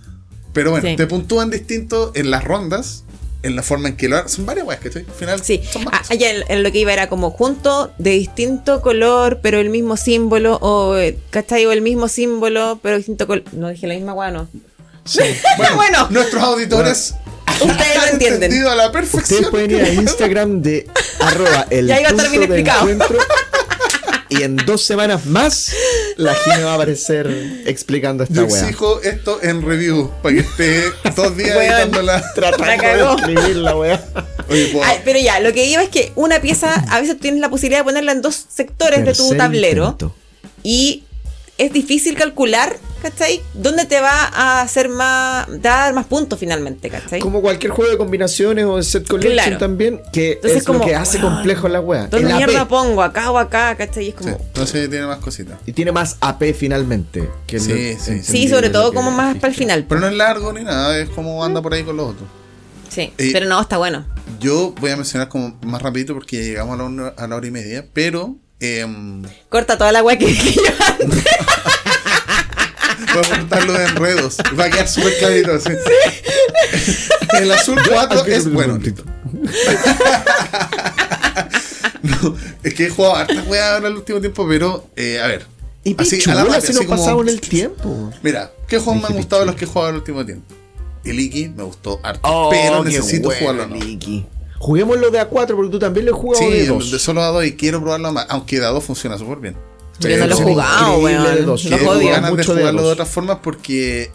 C: Pero bueno,
B: Sí.
C: te puntúan distinto en las rondas, en la forma en que lo Son varias weas que estoy. Al final,
B: Sí,
C: son más
B: Ah,
C: cosas.
B: ya en, en lo que iba era como junto de distinto color, pero el mismo símbolo, o, eh, ¿cachai? O el mismo símbolo, pero distinto color. No dije la misma weá, no. Ah,
A: Sí.
C: Bueno,
B: Bueno.
C: nuestros auditores
B: Ustedes lo
C: han
B: entienden.
C: (laughs) entendido a la perfección.
A: Ustedes pueden ir
B: (laughs)
A: a Instagram de arroba el
B: Ya iba a estar
A: punto
B: bien
A: de
B: explicado.
A: encuentro. Y en dos semanas más, la Gina va a aparecer explicando esta
C: Yo
A: weá.
C: exijo esto en review para que esté dos días
B: Weón.
C: editándola. (laughs)
B: La
A: Tratando
B: cagó.
A: de escribir la weá.
C: Oye, puedo-
B: Ay, pero ya, lo que iba es que una pieza, a veces tienes la posibilidad de ponerla en dos sectores de tu
A: Tercer
B: tablero.
A: intento.
B: y es difícil calcular, ¿cachai? ¿Dónde te va a hacer más, te va a dar más puntos finalmente, ¿cachai?
A: Como cualquier juego de combinaciones o de set collection
B: Claro.
A: también, que
B: Entonces
A: es
B: como,
A: lo que hace
B: weón,
A: complejo la weá.
B: ¿Dónde
A: El AP.
B: mierda pongo? ¿Acá o acá? ¿Cachai? Y es
C: Sí,
B: como...
C: entonces tiene más cositas.
A: Y tiene más AP finalmente. Que
C: Sí,
A: lo-
C: sí, sí.
B: Sí,
A: entendí
B: sobre
A: lo
B: todo
A: que
B: como más para el
A: dijiste.
B: final.
C: Pero no es largo ni nada, es como anda por ahí con los otros.
B: Sí,
A: eh,
C: Y-
B: pero no, está bueno.
C: Yo voy a mencionar como más rapidito porque ya llegamos a la, una- a la hora y media, pero em,
B: Corta toda la agua que (laughs) que yo antes.
C: voy a contar los enredos. Va a quedar súper clarito. así. El azul 4 es bueno. No, (laughs) es que he jugado hartas weas ahora en el último tiempo, pero eh, a ver.
A: Y
C: Así,
A: pichula,
C: a la rápida,
A: si no
C: así como-
A: pasaba en el tiempo.
C: Mira, ¿qué juegos me han
A: Dije
C: gustado de los
A: pichula.
C: que he jugado en el último tiempo? El Iki me gustó harto,
A: Oh,
C: pero
A: qué
C: necesito
A: bueno,
C: jugarlo. ¿no?
A: Nicky. Juguémoslo de A4 porque tú también lo has jugado
C: Sí,
A: de
C: el
A: 2.
C: de solo a dos y quiero probarlo más, aunque de a dos funciona súper bien.
B: Yo no
C: Pero
B: lo he
C: sí,
B: jugado,
A: increíble de
B: weón.
A: dos.
B: Lo
A: Qué
C: tengo
B: odio.
C: ganas de
A: Mucho de
C: jugarlo de
A: dos.
C: otras formas porque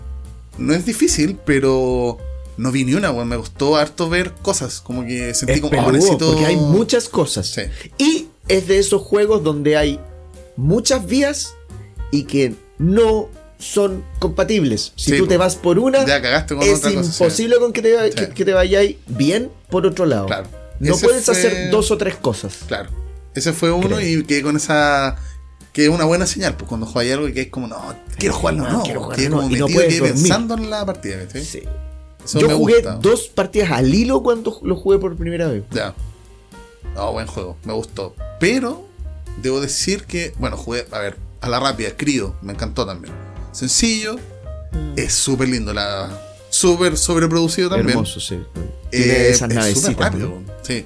C: no es difícil, pero no vi ni una, weón. Me gustó harto ver cosas, como que sentí
A: Es
C: como,
A: peludo,
C: oh, necesito...
A: porque hay muchas cosas.
C: Sí.
A: Y es de esos juegos donde hay muchas vías y que no son compatibles. Si
C: Sí,
A: tú
C: po.
A: te vas por una,
C: Ya cagaste con
A: es
C: otra cosa, sí.
A: imposible con que te, va-
C: Sí.
A: que, que te vayáis bien por otro lado.
C: Claro.
A: No
C: Ese
A: puedes
C: fue-
A: hacer dos o tres cosas.
C: Claro. Ese fue uno
A: Creo.
C: y quedé con esa. Que es una buena señal, pues cuando jugáis algo y que es como, no, quiero jugarlo,
A: Eh, No,
C: no,
A: quiero jugarlo,
C: Quedé
A: no,
C: como
A: y no
C: metido y
A: puedes
C: quedé
A: dormir.
C: pensando en la partida, ¿cachai?
A: Sí.
C: Eso
A: Yo
C: me
A: jugué
C: gusta.
A: dos partidas al hilo cuando lo jugué por primera vez.
C: Ya. No, buen juego, me gustó. Pero, debo decir que, bueno, jugué, a ver, a la rápida, crío, me encantó también. Sencillo,
A: Mm.
C: es súper lindo, la. Súper sobreproducido también.
A: Hermoso, sí. Tiene
C: Eh,
A: esas
C: es
A: navecitas.
C: súper rápido.
A: ¿no?
C: Sí.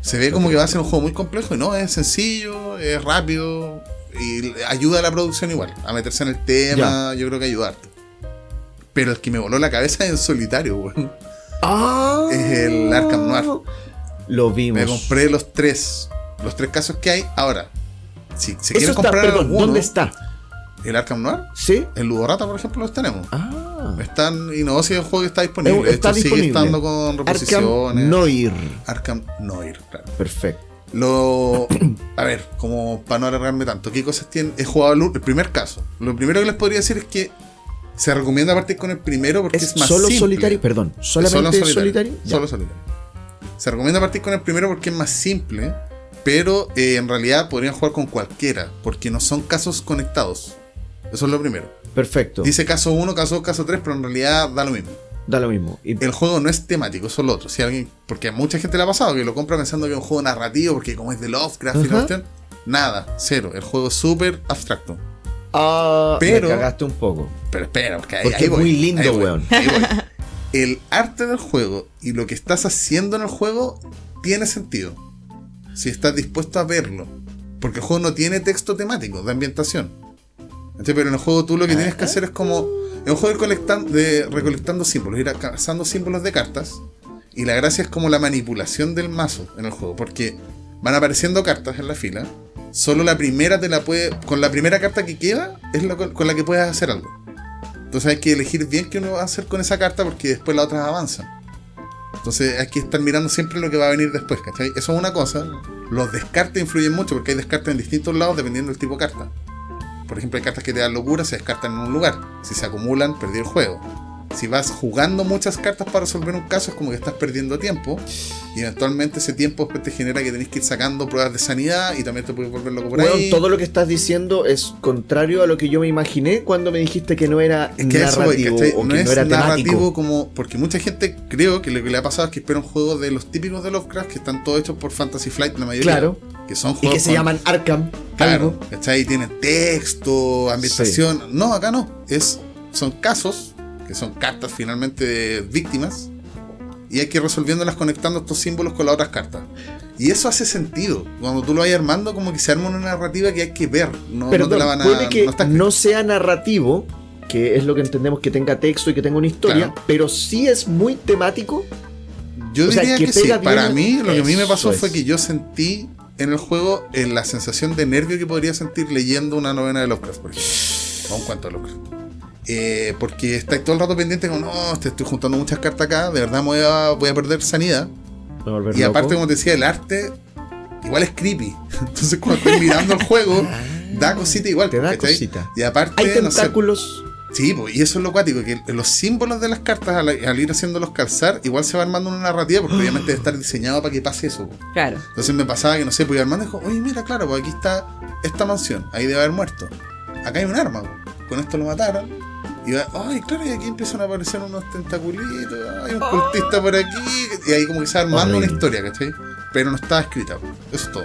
C: Se ve como que va a ser un juego muy complejo y no, es sencillo, es rápido y ayuda a la producción igual, a meterse en el tema, yo creo que ayudarte. Pero el que me voló la cabeza en solitario, weón.
A: Ah,
C: Es el Arkham Noir.
A: Lo vimos.
C: Me compré los tres, los tres casos que hay ahora. Si, si
A: Eso
C: quieres
A: está,
C: comprar
A: perdón,
C: alguno,
A: ¿dónde está?
C: el Arkham Noir,
A: ¿Sí?
C: el Ludorata, por ejemplo, los tenemos.
A: Ah. Eh,
C: Están, y no, si el juego está disponible. de
A: está
C: hecho,
A: disponible.
C: sigue estando con reposiciones.
A: Arkham Noir.
C: Arkham Noir, claro.
A: Perfecto.
C: Lo. A ver, como para no alargarme tanto, ¿qué cosas tiene? He jugado el, u- el primer caso. Lo primero que les podría decir es que se recomienda partir con el primero porque es,
A: ¿Es
C: más
A: solo
C: simple.
A: solitario? Perdón.
C: Solo
A: ¿Solamente solitario? Ya.
C: Solo solitario. Se recomienda partir con el primero porque es más simple. Pero eh, en realidad podrían jugar con cualquiera, porque no son casos conectados. Eso es lo primero.
A: Perfecto.
C: Dice caso 1, caso 2, caso 3, pero en realidad da lo mismo.
A: Da lo mismo. Y-
C: El juego no es temático, eso es lo otro. Si alguien, porque a mucha gente le ha pasado que lo compra pensando que es un juego narrativo, porque como es de Lovecraft y la
A: Ajá.
C: cuestión, nada, cero. El juego es súper abstracto.
A: Ah,
C: Pero-
A: me cagaste un poco.
C: Pero espera, porque ahí,
A: Porque
C: ahí
A: es
C: voy,
A: muy lindo,
C: ahí voy,
A: weón.
C: ahí voy. El arte del juego y lo que estás haciendo en el juego tiene sentido. Si estás dispuesto a verlo. Porque el juego no tiene texto temático, de ambientación. ¿Cachai? Pero en el juego tú lo que tienes que hacer es como. Es un juego de, colectan- de recolectando símbolos, ir a- cazando símbolos de cartas. Y la gracia es como la manipulación del mazo en el juego. Porque van apareciendo cartas en la fila. Solo la primera te la puede. Con la primera carta que queda es la con con la que puedes hacer algo. Entonces hay que elegir bien qué uno va a hacer con esa carta porque después las otras avanzan. Entonces hay que estar mirando siempre lo que va a venir después, ¿cachai? Eso es una cosa. Los descartes influyen mucho porque hay descartes en distintos lados dependiendo del tipo de carta. Por ejemplo, hay cartas que te dan locura, se descartan en un lugar. Si se acumulan, perdí el juego. Si vas jugando muchas cartas para resolver un caso, es como que estás perdiendo tiempo. Y eventualmente ese tiempo después te genera que tenés que ir sacando pruebas de sanidad y también te puedes volver loco por
A: Weón,
C: ahí.
A: todo lo que estás diciendo es contrario a lo que yo me imaginé cuando me dijiste que no era
C: Es que a eso voy,
A: narrativo
C: ¿cachai?
A: o que
C: No
A: no,
C: es
A: era
C: narrativo
A: temático.
C: como. Porque mucha gente creo que lo que le ha pasado es que esperan juegos de los típicos de Lovecraft que están todos hechos por Fantasy Flight, la mayoría.
A: Claro.
C: Que son
A: Y
C: juegos.
A: que se
C: con-
A: llaman Arkham.
C: Claro,
A: algo.
C: ¿cachai? Y Tienen texto, ambientación. No, acá no. Es, son casos, que son cartas finalmente de víctimas. Y hay que ir resolviéndolas conectando estos símbolos con las otras cartas. Y eso hace sentido. Cuando tú lo vayas armando, como que se arma una narrativa que hay que ver. No, no
A: Perdón,
C: te la van a.
A: puede que
C: no está-
A: no sea narrativo, que es lo que entendemos que tenga texto y que tenga una historia,
C: Claro.
A: pero sí es muy temático.
C: Yo
A: O sea,
C: diría
A: que
C: que, sí.
A: pega bien
C: Para
A: el-
C: mí, lo que a mí me
A: Eso
C: pasó fue
A: es.
C: que yo sentí en el juego eh, la sensación de nervio que podría sentir leyendo una novena de Lovecraft, por ejemplo. O un cuento de Lovecraft. Eh, porque estáis todo el rato pendiente, como, no, te estoy juntando muchas cartas acá, de verdad me voy a, voy a perder sanidad.
A: Me voy a volver
C: Y aparte,
A: loco.
C: como te decía, el arte igual es creepy. (laughs) Entonces, cuando estás mirando el
A: (laughs)
C: juego, da cosita igual.
A: Ah, Te da
C: ¿cachai?
A: cosita.
C: Y aparte,
A: hay
C: no sé,
A: tentáculos.
C: Sí, po, y eso es lo cuático, que los símbolos de las cartas al, al ir haciéndolos calzar, igual se va armando una narrativa, porque obviamente debe estar diseñado para que pase eso. po.
B: Claro.
C: Entonces me pasaba que, no sé, pues Armando dijo, oye, mira, claro, pues aquí está esta mansión, ahí debe haber muerto. Acá hay un arma, po. con esto lo mataron. Y va, ay, claro, y aquí empiezan a aparecer unos tentaculitos, hay un cultista por aquí, y ahí como que se va armando una
A: Horrible.
C: historia, ¿cachai? Pero no estaba escrita, po. eso es todo.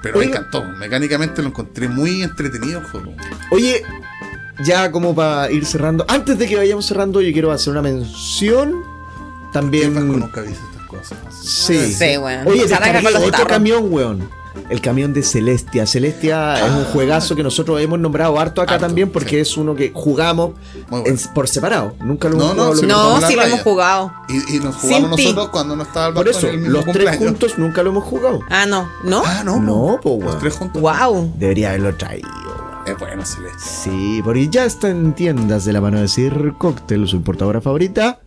C: Pero me
A: Oiga.
C: encantó, mecánicamente lo encontré muy entretenido el juego.
A: Oye, ya como para ir cerrando, antes de que vayamos cerrando, yo quiero hacer una mención.
C: ¿Qué pasa
A: También.
C: nunca viste estas cosas?
A: Sí.
B: No sé, weón.
A: Oye,
B: Nos atacan
A: descargué
B: con los
A: otro
B: tarros.
A: camión, weón. El camión de Celestia. Celestia es un juegazo que nosotros hemos nombrado harto acá
C: Ah. Harto,
A: también porque
C: sí.
A: es uno que jugamos
C: Muy bueno.
A: en- por separado. Nunca lo
C: No,
A: hemos
C: no,
A: jugado
C: sí,
A: los dos.
B: No,
C: la
B: sí lo
C: raya.
B: hemos jugado.
C: Y, y nos
B: Sin
C: jugamos
B: ti.
C: nosotros cuando no estaba el
A: Por
C: barco
A: eso,
C: en el mismo
A: los tres
C: cumpleaños.
A: juntos nunca lo hemos jugado.
B: Ah, no. ¿No?
C: (laughs) Ah, no.
A: No, po,
C: Los
A: weón.
C: tres juntos.
B: Wow.
A: Debería haberlo traído. weón.
C: Es bueno, Celeste.
A: Sí, porque ya está en tiendas de la mano de Sir Cocktail, su importadora
C: (laughs)
A: favorita,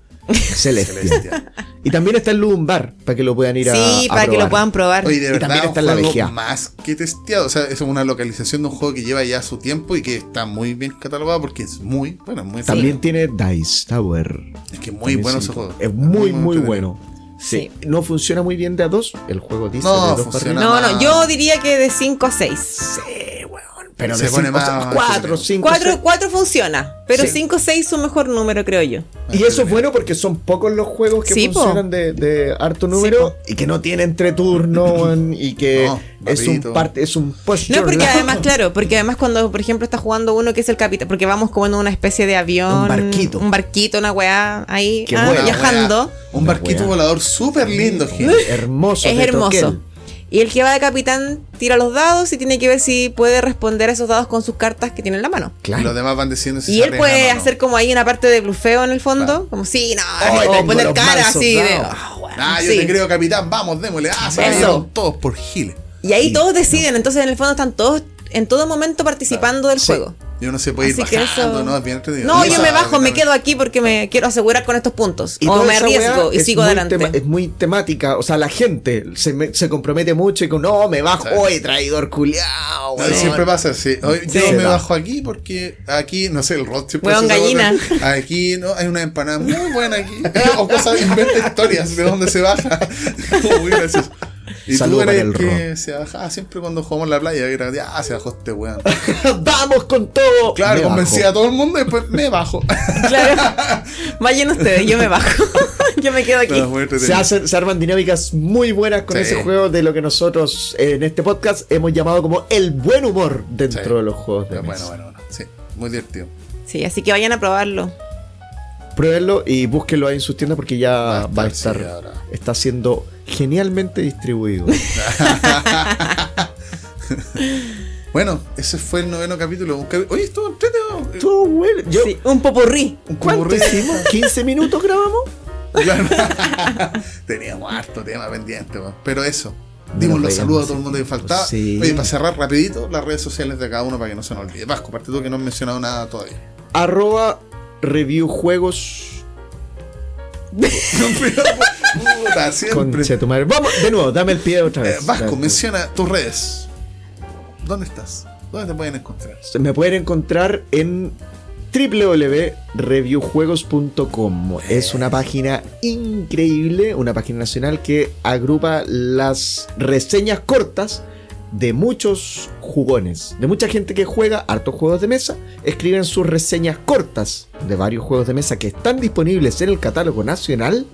A: Celestia.
C: Celestia.
A: Y también está el Ludum Bar, para que lo puedan ir a
B: Sí,
A: a
B: para que lo
A: probar.
B: puedan probar.
C: Oye, de
A: Y
C: verdad,
A: también está
C: un
A: en la
C: juego
A: VGA.
C: más que testeado. O sea, es una localización de un juego que lleva ya su tiempo y que está muy bien catalogado porque es muy bueno. Muy
A: También tiene Dice Tower.
C: Es que muy
A: También
C: bueno
A: sí.
C: ese juego.
A: Es muy, muy
C: entretenido.
A: bueno. Sí. No funciona muy bien de a dos. El juego dice
C: No,
A: de dos
C: funciona.
A: para
B: No,
C: nada.
B: no, yo diría que de 5 a 6.
A: arriba. Sí, weón. Pero
C: Se
A: de
C: pone
A: cinco- o sea,
C: más-
A: cuatro, cinco.
B: 4,
A: seis.
B: funciona, pero
A: Sí.
B: 5 o 6 es un mejor número, creo yo.
A: Y eso es bueno porque son pocos los juegos que
B: Sí, po.
A: funcionan de, de harto número y que no tienen
C: (laughs)
A: entreturno weón, y que
C: No,
A: es un
C: rapidito.
A: parte es un posture
B: No,
A: (laughs)
B: porque
A: lag.
B: además, claro, porque además cuando, por ejemplo, está jugando uno que es el capitán, porque vamos como en una especie de avión.
A: Un barquito.
B: Un barquito, una weá ahí
A: Qué
B: ah,
A: buena
B: viajando.
C: Una wea. Un barquito
A: Una wea.
C: volador súper (laughs) lindo, Gil.
A: hermoso.
B: Es
A: de
B: hermoso.
A: Toquel.
B: Y el que va de capitán tira los dados y tiene que ver si puede responder a esos dados con sus cartas que tiene en la mano.
C: Y
A: Claro.
C: Los demás van diciendo si
B: Y
C: se
B: él puede
C: arriesgan o no.
B: hacer como ahí una parte de blufeo en el fondo,
C: Claro.
B: como sí, no,
A: Hoy
B: o
A: tengo
B: poner
A: los
B: cara
A: mazos
B: así de.
A: dados.
B: "Ah, weón",
C: Ah, yo
B: sí.
C: te creo, capitán. Vamos, démosle. Ah, se
B: Eso.
C: salieron todos por Gil.
B: Y ahí todos deciden, entonces en el fondo están todos en todo momento participando del
A: Sí.
B: juego.
C: Yo no sé, puede ir
B: Así que
C: bajando,
B: eso-
C: ¿no? Es bien entretenido.
B: No,
C: Y
B: yo
C: esa-
B: me bajo, me
C: también-
B: quedo aquí porque me quiero asegurar con estos puntos.
A: Y
B: o
A: toda
B: me
A: esa
B: arriesgo
A: weá
B: y
A: es
B: sigo
A: muy
B: adelante. (laughs)
A: tema- es muy temática. O sea, la gente se, me- se compromete mucho y con no, me bajo.
C: Sí.
A: Oye, traidor culiao.
C: No,
A: weón".
C: siempre pasa, sí. Hoy
A: Sí,
C: yo
A: se
C: me
A: da.
C: bajo aquí porque aquí, no sé, el rot siempre
B: Weón,
C: hace esa
B: gallina.
C: cosa. Aquí no, hay una empanada Eh, (laughs) muy buena aquí. o cosas, inventa historias de dónde se baja. Muy gracioso. Y
A: Saludo
C: tú
A: para
C: eres
A: el
C: el que
A: Ron.
C: se bajaba siempre cuando jugamos en la playa, que era, ah, se bajó este weón.
A: (laughs) ¡Vamos con todo!
C: Claro,
A: Me
C: convencí a
A: bajo.
C: todo el mundo y después
A: (laughs)
C: me bajo.
B: Claro. Vayan ustedes, yo me bajo. (laughs) yo me quedo aquí.
C: No, muy entretenido.
A: Se, hacen- se arman dinámicas muy buenas con
C: Sí.
A: ese juego de lo que nosotros eh, en este podcast hemos llamado como el buen humor dentro
C: Sí.
A: de los juegos de
C: Pero
A: mesa.
C: bueno, bueno, bueno. Sí, muy divertido.
B: Sí, así que vayan a probarlo.
A: Pruébenlo y búsquenlo ahí en sus tiendas porque ya
C: Va a
A: Ah, va a
C: estar,
A: estar.
C: sí, ahora.
A: está siendo genialmente
C: (laughs)
A: distribuido.
C: Bueno, ese fue el noveno capítulo. Un capi- Oye, estuvo entretenido.
A: Todo bueno. Yo,
B: Sí, un popurrí.
C: Un
A: ¿Cuánto
C: popurrí.
B: (laughs)
A: hicimos? ¿15 minutos
C: (laughs)
A: grabamos?
C: Claro. Teníamos harto tema pendiente, weón. pero eso. Dimos
A: Nos
C: los
A: reímos,
C: saludos a
A: sí.
C: todo
A: pues,
C: el mundo que faltaba.
A: Sí.
C: Oye, para cerrar rapidito las redes sociales de cada uno para que no se nos olvide. Vasco, parte tú que no has mencionado nada todavía. (laughs)
A: Arroba reviewjuegos.
C: No, pero, puta, siempre.
A: Concha de tu madre. Vamos, de nuevo, dame el pie otra
C: Eh,
A: vez.
C: Vasco,
A: Dame.
C: menciona tus redes. ¿Dónde estás? ¿Dónde te pueden encontrar?
A: Me pueden encontrar en www.reviewjuegos.com. Es una página increíble, una página nacional que agrupa las reseñas cortas de muchos jugones, de mucha gente que juega hartos juegos de mesa, escriben sus reseñas cortas de varios juegos de mesa que están disponibles en el catálogo nacional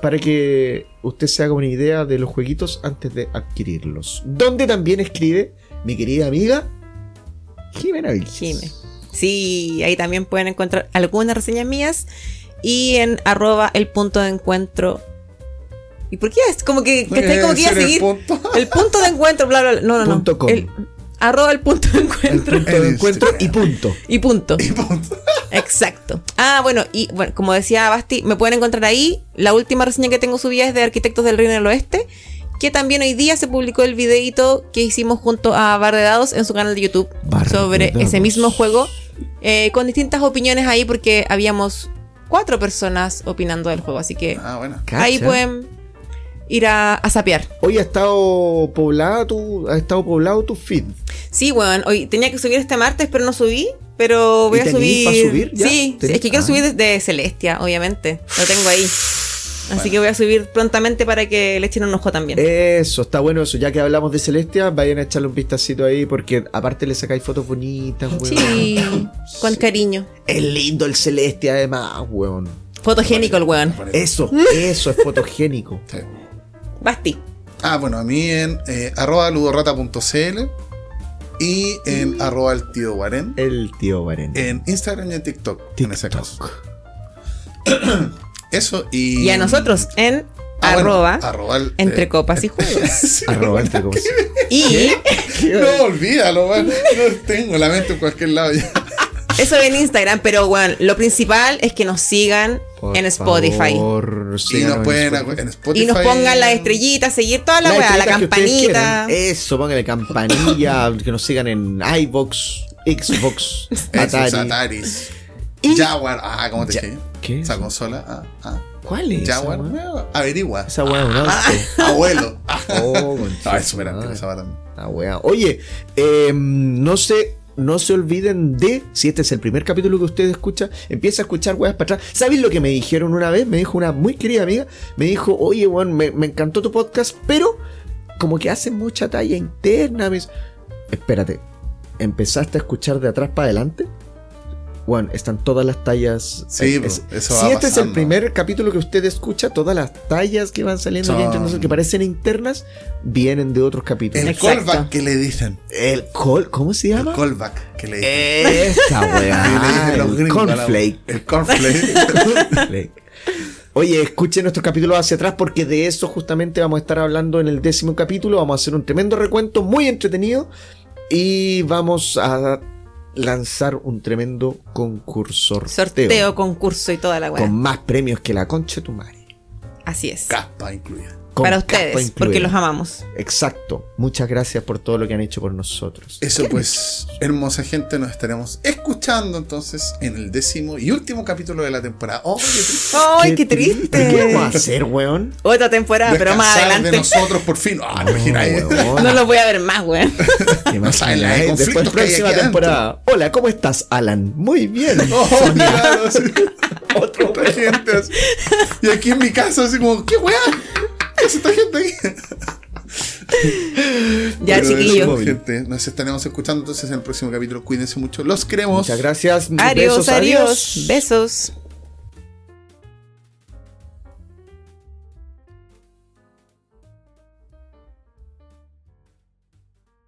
A: para que usted se haga una idea de los jueguitos antes de adquirirlos. Donde también escribe mi querida amiga Jimena Vilches.
B: Jime. Sí, ahí también pueden encontrar algunas reseñas mías. Y en arroba el punto de encuentro. ¿Y por qué es? Como que, que está ahí como que iba a
C: Ser el
B: seguir.
C: punto. (laughs)
B: El punto de encuentro, bla, bla, bla. No, no, no.
A: Punto com.
B: El- arroba el punto de
A: El
B: encuentro.
A: punto de
C: En
A: encuentro y
C: Instagram.
A: punto.
B: Y punto.
C: Y punto.
B: Exacto. Ah, bueno, y bueno, como decía Basti, me pueden encontrar ahí. La última reseña que tengo subida es de Arquitectos del Reino del Oeste, que también hoy día se publicó el videíto que hicimos junto a Bar de Dados en su canal de YouTube
A: Bar de
B: sobre
A: Dados.
B: ese mismo juego, eh, con distintas opiniones ahí, porque habíamos cuatro personas opinando del juego, así que
C: Ah, bueno.
B: ahí
A: Cacha.
B: pueden ir a, a sapear.
A: Hoy ha estado poblada tu, ha estado poblado tu feed.
B: Sí, weón. Hoy tenía que subir este martes, pero no subí. Pero voy
A: ¿Y
B: a
A: tenéis
B: subir.
A: pa' subir ya?
B: Sí,
A: ¿Tenéis?
B: es que quiero
A: Ah.
B: subir desde Celestia, obviamente. Lo tengo ahí. Así que voy a subir prontamente para que le echen un ojo también.
A: Eh, Eso, está bueno eso. Ya que hablamos de Celestia, vayan a echarle un vistacito ahí porque aparte le sacáis fotos bonitas, weón.
B: sí, con
A: Sí.
B: cariño.
A: Es lindo el Celestia además, weón.
B: Fotogénico el weón.
A: Eso, eso es fotogénico.
C: Sí.
B: Basti.
C: Ah, bueno, a mí en eh, arroba ludorrata.cl y en
B: Mm.
C: arroba el tío Guarén
A: El tío Baren.
C: en Instagram y en TikTok, en ese caso.
A: TikTok.
C: Eso y.
B: Y a nosotros en
C: Ah, bueno,
B: arroba,
C: arroba el-
B: entre
C: eh,
B: copas
A: (laughs)
B: y juegos.
C: sí,
A: Arroba el tío Baren.
C: (laughs)
B: y
C: No, olvídalo, man. No tengo la mente en cualquier lado ya.
B: eso en Instagram, pero weón, lo principal es que nos sigan
A: Por
B: en Spotify.
A: favor,
C: y
A: síganos
C: nos
A: en
C: pueden
A: Spotify.
C: acu- en Spotify.
B: Y nos pongan las estrellitas, seguir toda la
A: Las
B: weá, la
A: estrellitas que ustedes
B: campanita.
A: quieran. Eso, pónganle
C: (laughs)
A: campanilla, que nos sigan en iBox, Xbox,
C: Esos
A: Atari.
C: Ataris.
A: Y-
C: Jaguar. Ah, ¿cómo te
A: Ya-
C: dije?
A: ¿Qué?
C: Esa consola. Ah, ah.
A: ¿Cuál es?
C: Jaguar.
A: esa weá?
C: ah, Averigua.
A: Esa weá es un auto.
C: Abuelo. Ah,
A: Oh,
C: ah, (laughs)
A: concha
C: es súper
A: de
C: antigua
A: madre.
C: esa barra también.
A: Ah, weá. Oye, em, no se, no se olviden de, si este es el primer capítulo que usted escucha, empieza a escuchar weas para atrás. ¿Sabéis lo que me dijeron una vez? Me dijo una muy querida amiga, me dijo, oye, weón, me, me encantó tu podcast, pero como que hacen mucha talla interna. me dice, Espérate, ¿empezaste a escuchar de atrás para adelante? Bueno, están todas las tallas. eh,
C: Sí,
A: es-
C: po, eso
A: si
C: va
A: este es el
C: pasando.
A: primer capítulo que usted escucha, todas las tallas que van saliendo, que, entran,
C: Son-
A: que parecen internas, vienen de otros capítulos.
C: El
B: Exacto.
C: callback que le dicen.
A: El col, ¿cómo se
C: El
A: llama?
C: callback que le dicen. (laughs)
A: Esta
C: Que le
A: weá.
C: dicen los
A: el
C: gringos a la-
A: Cornflake.
C: El cornflake.
B: (laughs)
A: Cornflake. Oye, escuchen nuestros capítulos hacia atrás porque de eso justamente vamos a estar hablando en el décimo capítulo. Vamos a hacer un tremendo recuento muy entretenido y vamos a lanzar un tremendo concurso.
B: Sorteo, pues, concurso y toda la weá.
A: con más premios que la concha de tu madre.
B: Así es.
C: Caspa incluida.
A: Con
B: Para
A: capa
B: ustedes,
A: incluida.
B: porque los amamos.
A: Exacto. Muchas gracias por todo lo que han hecho por nosotros.
C: Eso pues, hermosa gente, nos estaremos escuchando entonces en el décimo y último capítulo de la temporada. Oh, qué triste.
B: ¡Ay, qué
A: tri-
B: triste!
A: ¿Qué vamos a hacer, weón?
B: Otra temporada, Ah, pero más
C: Descansar de
B: adelante. Oh,
C: nosotros por fin. Ah, no, imagináis.
A: No, weón.
B: No los voy a ver más, weón.
A: ¿Te
C: No saben la
A: imaginas?
C: de
A: Después,
C: conflictos que hay
A: próxima
C: aquí adentro.
A: temporada. Hola, ¿cómo estás, Alan? Muy bien.
C: (laughs) Oh, claro, sí.
A: Otro
C: Otra gente así. Y aquí en mi casa, así como, ¿qué weá? ¿Qué es esta gente aquí?
B: Ya,
C: Pero eso,
B: chiquillos.
C: gente, nos estaremos escuchando entonces en el próximo capítulo. Cuídense mucho. Los queremos.
A: Muchas gracias.
B: Adiós,
A: Besos,
B: adiós. Besos.